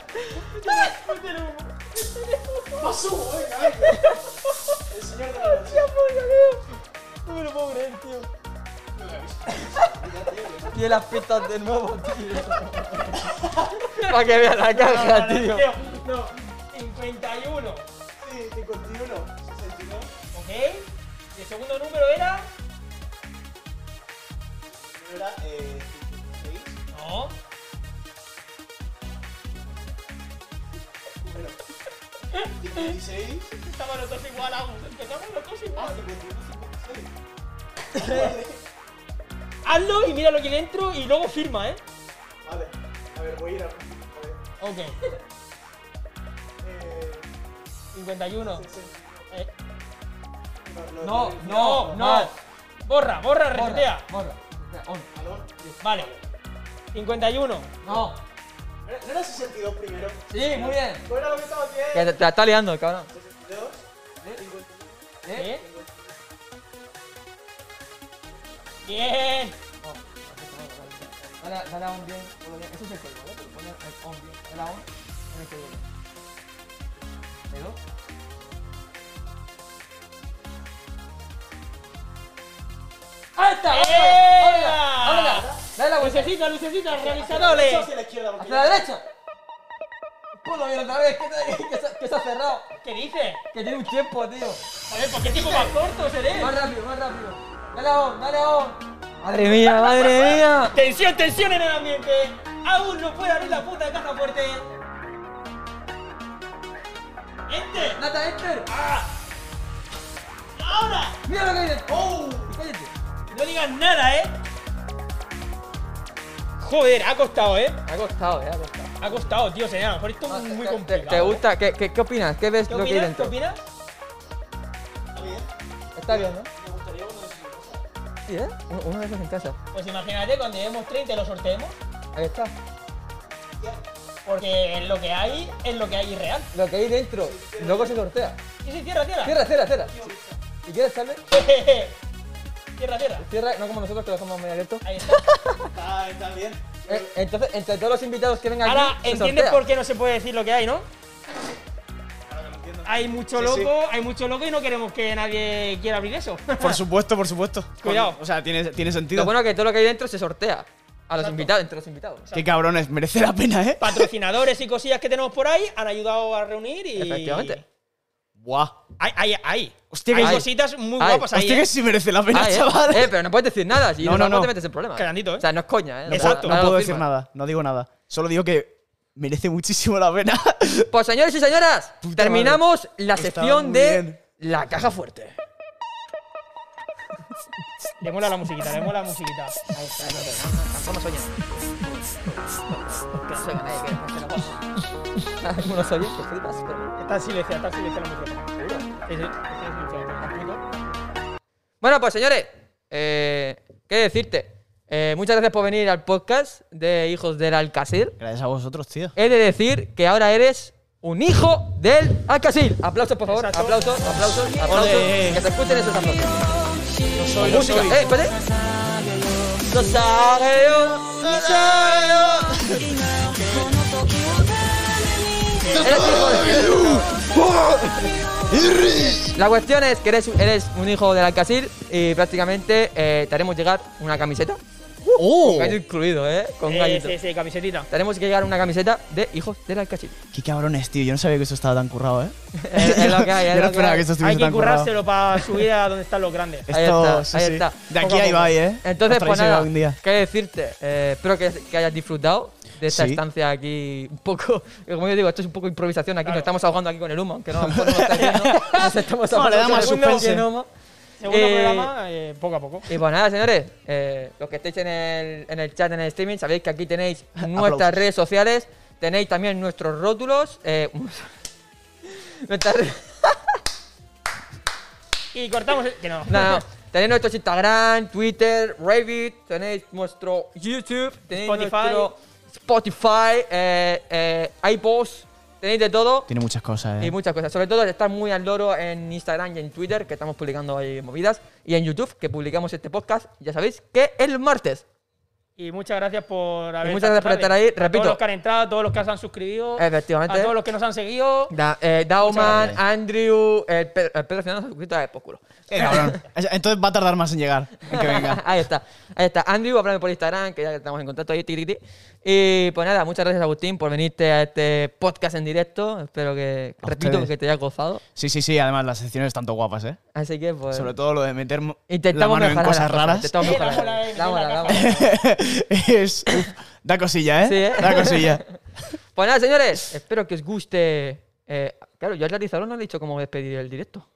[SPEAKER 8] Pasó, venga, venga. El señor de la noche.
[SPEAKER 4] No me lo puedo creer, tío.
[SPEAKER 7] Tiene las pistas de nuevo, tío. Para que vea la caja, tío.
[SPEAKER 4] No, 51.
[SPEAKER 8] Sí, 51. 62.
[SPEAKER 4] ¿Ok? Y el segundo número era.
[SPEAKER 8] Era eh, 56.
[SPEAKER 4] No.
[SPEAKER 8] Bueno. 56.
[SPEAKER 4] Estaban los dos igual, aún. Empezaban los dos
[SPEAKER 8] Ah,
[SPEAKER 4] igual.
[SPEAKER 8] 51, 56.
[SPEAKER 4] Hazlo y mira lo que hay dentro y luego firma, ¿eh?
[SPEAKER 8] Vale. A ver, voy a ir a. a ver.
[SPEAKER 4] Ok.
[SPEAKER 8] Eh,
[SPEAKER 4] 51.
[SPEAKER 8] 60.
[SPEAKER 4] Eh,
[SPEAKER 8] No,
[SPEAKER 7] No,
[SPEAKER 4] no, no. Borra, borra, resetea.
[SPEAKER 7] Borra. On.
[SPEAKER 4] Vale. 51.
[SPEAKER 7] No.
[SPEAKER 8] ¿No era 62 primero?
[SPEAKER 7] Sí, muy bien.
[SPEAKER 8] ¿No era lo que estaba haciendo?
[SPEAKER 7] Ya te, te la está liando, cabrón.
[SPEAKER 4] ¿Eh? Bien.
[SPEAKER 7] Dale, dale a on bien. ponlo bien. Ese es el ¿eh? código, ¿vale? Pero ponle el on bien. Dale a on en el código. Pero. ahí está!
[SPEAKER 4] ¡Ea!
[SPEAKER 7] ¡Ábrela! ¡Ábrela! ¡Ábrela! Dale la vuelta.
[SPEAKER 4] Lucecita, lucecita, realizadores.
[SPEAKER 8] Hacia la izquierda, porque
[SPEAKER 7] ¡Hacia la derecha! Ponlo bien otra vez, que, te- que, se, que se ha cerrado.
[SPEAKER 4] ¿Qué dices?
[SPEAKER 7] Que tiene un tiempo, tío.
[SPEAKER 4] Joder, ¿por qué tipo más corto seré?
[SPEAKER 7] Más rápido, más rápido. Dale a on, dale a on. Madre mía, madre mía.
[SPEAKER 4] Tensión, tensión en el ambiente. Aún no puede abrir la puta caja fuerte. Enter.
[SPEAKER 7] Nata, enter.
[SPEAKER 4] Ahora.
[SPEAKER 7] Mira lo que hay dentro. ¡Oh! Cállate.
[SPEAKER 4] No digas nada, ¿eh? Joder, ha costado, ¿eh?
[SPEAKER 7] Me ha costado, eh, ha costado.
[SPEAKER 4] Ha costado, tío, señor. A lo mejor esto es muy
[SPEAKER 7] ¿Te-
[SPEAKER 4] complicado. ¿eh?
[SPEAKER 7] ¿Te, te gusta? ¿Qué, qué, qué opinas? ¿Qué ves
[SPEAKER 4] ¿Qué
[SPEAKER 7] lo que hay
[SPEAKER 4] opinas? ¿Qué
[SPEAKER 7] dentro?
[SPEAKER 4] opinas?
[SPEAKER 7] Está bien, ¿no? Sí, ¿eh? Uno, uno de esos en casa.
[SPEAKER 4] Pues imagínate, cuando lleguemos 30 lo sorteemos.
[SPEAKER 7] Ahí está.
[SPEAKER 4] Porque lo que hay es lo que hay real.
[SPEAKER 7] Lo que hay dentro. Luego se sortea.
[SPEAKER 4] Sí, sí, cierra, cierra.
[SPEAKER 7] Cierra, cierra, cierra. Si quieres, sale.
[SPEAKER 4] cierra, cierra.
[SPEAKER 7] Cierra, no como nosotros que lo hacemos muy abierto.
[SPEAKER 4] Ahí está.
[SPEAKER 8] está, está bien.
[SPEAKER 7] Eh, entonces, entre todos los invitados que vengan
[SPEAKER 4] Ahora
[SPEAKER 7] aquí, se
[SPEAKER 4] entiendes
[SPEAKER 7] sortea.
[SPEAKER 4] por qué no se puede decir lo que hay, ¿no? Hay mucho
[SPEAKER 8] Sí, sí.
[SPEAKER 4] loco, hay mucho loco y no queremos que nadie quiera abrir eso.
[SPEAKER 8] Por supuesto, por supuesto.
[SPEAKER 4] Cuidado.
[SPEAKER 8] O sea, tiene, tiene sentido.
[SPEAKER 7] Lo bueno es que todo lo que hay dentro se sortea. A los invitados, entre los invitados.
[SPEAKER 8] Qué cabrones, merece la pena, ¿eh?
[SPEAKER 4] Patrocinadores y cosillas que tenemos por ahí han ayudado a reunir y.
[SPEAKER 7] Efectivamente.
[SPEAKER 8] Buah.
[SPEAKER 4] Hay, hay, hay.
[SPEAKER 8] Hostia, que
[SPEAKER 4] hay
[SPEAKER 8] hay.
[SPEAKER 4] cositas muy
[SPEAKER 7] Hay.
[SPEAKER 4] guapas ahí.
[SPEAKER 8] Hostia,
[SPEAKER 4] ¿eh?
[SPEAKER 8] que sí merece la pena,
[SPEAKER 7] Ah, ¿eh?
[SPEAKER 8] chaval.
[SPEAKER 7] Eh, pero no puedes decir nada. Si
[SPEAKER 8] No,
[SPEAKER 7] no,
[SPEAKER 8] no, no.
[SPEAKER 7] te metes en problemas.
[SPEAKER 4] Calladito, ¿eh?
[SPEAKER 7] O sea, no es coña, ¿eh?
[SPEAKER 8] No
[SPEAKER 4] Exacto.
[SPEAKER 8] puedo- No,
[SPEAKER 7] lo
[SPEAKER 8] puedo
[SPEAKER 7] firmas.
[SPEAKER 8] decir nada, no digo nada. Solo digo que merece muchísimo la pena.
[SPEAKER 7] Pues señores y señoras,
[SPEAKER 8] Puta
[SPEAKER 7] terminamos la
[SPEAKER 8] Estaba
[SPEAKER 7] sección
[SPEAKER 8] muy
[SPEAKER 7] de
[SPEAKER 8] bien.
[SPEAKER 7] la caja fuerte.
[SPEAKER 4] Le mola la musiquita, le mola la musiquita. Ahí está, ahí está.
[SPEAKER 7] Vamos oyen. Que no se oiga nadie, que no se oiga. Algunos oyen, que flipas, pero
[SPEAKER 4] Está silenciada, está silenciada la música.
[SPEAKER 7] seguro.
[SPEAKER 4] Sí, sí, está silenciada.
[SPEAKER 7] Bueno, pues señores, eh, ¿qué decirte? Eh, muchas gracias por venir al podcast de Hijos del Alcacil.
[SPEAKER 8] Gracias a vosotros, tío.
[SPEAKER 7] He de decir que ahora eres un hijo del Alcacil. Aplausos, por favor.
[SPEAKER 4] Exacto.
[SPEAKER 7] Aplausos, aplausos, aplausos.
[SPEAKER 8] Ole.
[SPEAKER 7] Que se escuchen esos aplausos.
[SPEAKER 8] No soy, no
[SPEAKER 7] Música,
[SPEAKER 8] soy.
[SPEAKER 7] eh, espérate. Lo sabe yo, lo sabe yo. Eres un hijo de- La cuestión es que eres, eres un hijo del Alcacil y prácticamente eh, te haremos llegar una camiseta. Con
[SPEAKER 8] ¡Oh!
[SPEAKER 7] gallo incluido, ¿eh? Con
[SPEAKER 4] Eh,
[SPEAKER 7] gallito.
[SPEAKER 4] Sí, sí, camisetita.
[SPEAKER 7] Te haremos llegar una camiseta de hijos del Alcacil.
[SPEAKER 8] Qué cabrones, tío. Yo no sabía que eso estaba tan currado, ¿eh?
[SPEAKER 7] Es- es lo que hay, es
[SPEAKER 8] Yo no
[SPEAKER 7] lo que
[SPEAKER 8] esperaba
[SPEAKER 7] hay.
[SPEAKER 8] que esto estuviese
[SPEAKER 4] Hay que
[SPEAKER 8] tan currado.
[SPEAKER 4] currárselo para subir a donde están los grandes.
[SPEAKER 7] Ahí
[SPEAKER 8] Esto,
[SPEAKER 7] está,
[SPEAKER 8] sí,
[SPEAKER 7] ahí
[SPEAKER 8] sí.
[SPEAKER 7] está.
[SPEAKER 8] De
[SPEAKER 7] Poco
[SPEAKER 8] aquí
[SPEAKER 7] a
[SPEAKER 8] ahí
[SPEAKER 7] poco.
[SPEAKER 8] va, ¿eh?
[SPEAKER 7] Entonces,
[SPEAKER 8] Hasta ahí
[SPEAKER 7] pues
[SPEAKER 8] se va
[SPEAKER 7] nada,
[SPEAKER 8] un día.
[SPEAKER 7] ¿qué decirte? Eh, espero que, que hayas disfrutado de esta
[SPEAKER 8] Sí.
[SPEAKER 7] estancia aquí un poco. Como yo digo, esto es un poco improvisación aquí, nos estamos ahogando aquí con el humo, aunque no, a lo mejor no lo está viendo, nos estamos
[SPEAKER 8] No,
[SPEAKER 7] ahogando
[SPEAKER 8] le da
[SPEAKER 7] con
[SPEAKER 8] más
[SPEAKER 7] el humo,
[SPEAKER 8] suspense.
[SPEAKER 7] tiene humo.
[SPEAKER 4] Segundo
[SPEAKER 7] Eh,
[SPEAKER 4] programa, eh, poco a poco.
[SPEAKER 7] Y pues nada, señores, eh, los que estéis en el, en el chat, en el streaming, sabéis que aquí tenéis nuestras
[SPEAKER 8] Aplausos.
[SPEAKER 7] redes sociales, tenéis también nuestros rótulos. eh, nuestras redes.
[SPEAKER 4] Y cortamos. el- Que no.
[SPEAKER 7] No, no. Tenéis nuestro Instagram, Twitter, Reddit, tenéis nuestro YouTube, tenéis
[SPEAKER 4] Spotify.
[SPEAKER 7] nuestro Spotify, eh, eh, iPods, tenéis de todo
[SPEAKER 8] Tiene muchas cosas,
[SPEAKER 7] y
[SPEAKER 8] ¿eh?
[SPEAKER 7] muchas cosas. Sobre todo estar muy al loro en Instagram y en Twitter, que estamos publicando ahí movidas, y en YouTube, que publicamos este podcast, ya sabéis, que el martes.
[SPEAKER 4] Y muchas gracias por haber
[SPEAKER 7] muchas gracias por estar ahí.
[SPEAKER 4] A
[SPEAKER 7] Repito.
[SPEAKER 4] todos los que han entrado, a todos los que se han suscrito,
[SPEAKER 7] Efectivamente.
[SPEAKER 4] a todos los que nos han seguido.
[SPEAKER 7] Da- eh, Dauman,
[SPEAKER 8] gracias.
[SPEAKER 7] Andrew, el Pedro, el Pedro Fernández, suscrito a Epóculo.
[SPEAKER 8] Qué cabrón. Entonces va a tardar más en llegar. En que venga.
[SPEAKER 7] ahí está, ahí está. Andrew, háblame por Instagram, que ya estamos en contacto ahí. tiqui, tiqui, tiqui. Y pues nada, muchas gracias, Agustín, por venirte a este podcast en directo. Espero que,
[SPEAKER 8] A
[SPEAKER 7] repito,
[SPEAKER 8] ustedes.
[SPEAKER 7] que te haya gozado.
[SPEAKER 8] Sí, sí, sí. Además, las secciones están tan guapas, ¿eh?
[SPEAKER 7] Así que, pues.
[SPEAKER 8] Sobre todo lo de meter mo- la
[SPEAKER 7] Intentamos
[SPEAKER 8] mano en
[SPEAKER 7] mejorar las
[SPEAKER 8] cosas raras.
[SPEAKER 7] Intentamos
[SPEAKER 4] Eh,
[SPEAKER 7] mejorar.
[SPEAKER 4] dámosla en-
[SPEAKER 7] Dámosla,
[SPEAKER 4] en la
[SPEAKER 7] dámosla.
[SPEAKER 8] es. uf, da cosilla, ¿eh?
[SPEAKER 7] Sí, ¿eh?
[SPEAKER 8] Da cosilla.
[SPEAKER 7] Pues nada, señores, espero que os guste. eh, claro, yo al realizador no le he dicho cómo despedir el directo.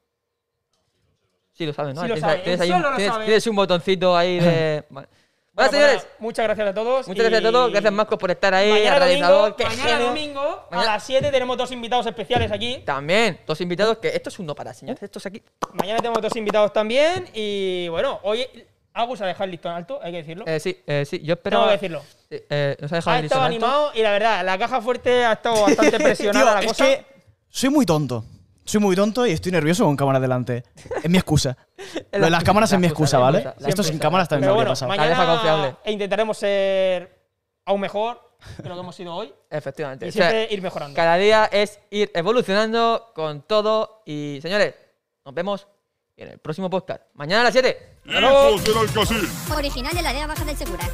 [SPEAKER 7] Sí, lo saben, ¿no?
[SPEAKER 4] Sí lo
[SPEAKER 7] tienes
[SPEAKER 4] sabe,
[SPEAKER 7] tienes
[SPEAKER 4] él
[SPEAKER 7] ahí un,
[SPEAKER 4] solo lo
[SPEAKER 7] tienes-
[SPEAKER 4] sabe.
[SPEAKER 7] tienes un botoncito ahí de. Vale. Bueno,
[SPEAKER 4] pues nada,
[SPEAKER 7] señores.
[SPEAKER 4] muchas gracias a todos.
[SPEAKER 7] Muchas gracias a todos. Gracias,
[SPEAKER 4] Marco.
[SPEAKER 7] Marcos, por estar ahí.
[SPEAKER 4] Mañana
[SPEAKER 7] realizador.
[SPEAKER 4] domingo, que
[SPEAKER 7] Mañana
[SPEAKER 4] genio.
[SPEAKER 7] domingo.
[SPEAKER 4] A las 7 tenemos dos invitados especiales aquí.
[SPEAKER 7] También, dos invitados que esto es un no para, señores. Esto es aquí.
[SPEAKER 4] Mañana tenemos dos invitados también. Y bueno, hoy Agus ha dejado el listón alto, hay que decirlo.
[SPEAKER 7] Eh, sí, eh, sí,
[SPEAKER 4] Tengo
[SPEAKER 7] yo esperaba.
[SPEAKER 4] que decirlo.
[SPEAKER 7] Sí, eh, nos ha dejado
[SPEAKER 4] Ha
[SPEAKER 7] el
[SPEAKER 4] estado
[SPEAKER 7] listón alto.
[SPEAKER 4] animado y la verdad, la caja fuerte ha estado bastante presionada
[SPEAKER 8] Tío,
[SPEAKER 4] la
[SPEAKER 8] es
[SPEAKER 4] cosa.
[SPEAKER 8] que soy muy tonto. Soy muy tonto y estoy nervioso con cámara delante. Es mi excusa. Lo de las cámaras es mi excusa,
[SPEAKER 7] la
[SPEAKER 8] ¿vale?
[SPEAKER 7] excusa, la
[SPEAKER 8] Esto sin
[SPEAKER 7] excusa.
[SPEAKER 8] cámaras también me
[SPEAKER 4] Pero
[SPEAKER 8] habría
[SPEAKER 4] bueno,
[SPEAKER 8] pasado.
[SPEAKER 7] La deja confiable.
[SPEAKER 4] mañana e intentaremos ser aún mejor de lo que hemos sido hoy.
[SPEAKER 7] Efectivamente.
[SPEAKER 4] Y
[SPEAKER 7] O sea,
[SPEAKER 4] siempre ir mejorando.
[SPEAKER 7] cada día es ir evolucionando con todo. Y señores, nos vemos en el próximo podcast. Mañana a las 7.
[SPEAKER 2] ¡Hijos del Alcacil!
[SPEAKER 3] Original de la área baja del Segura.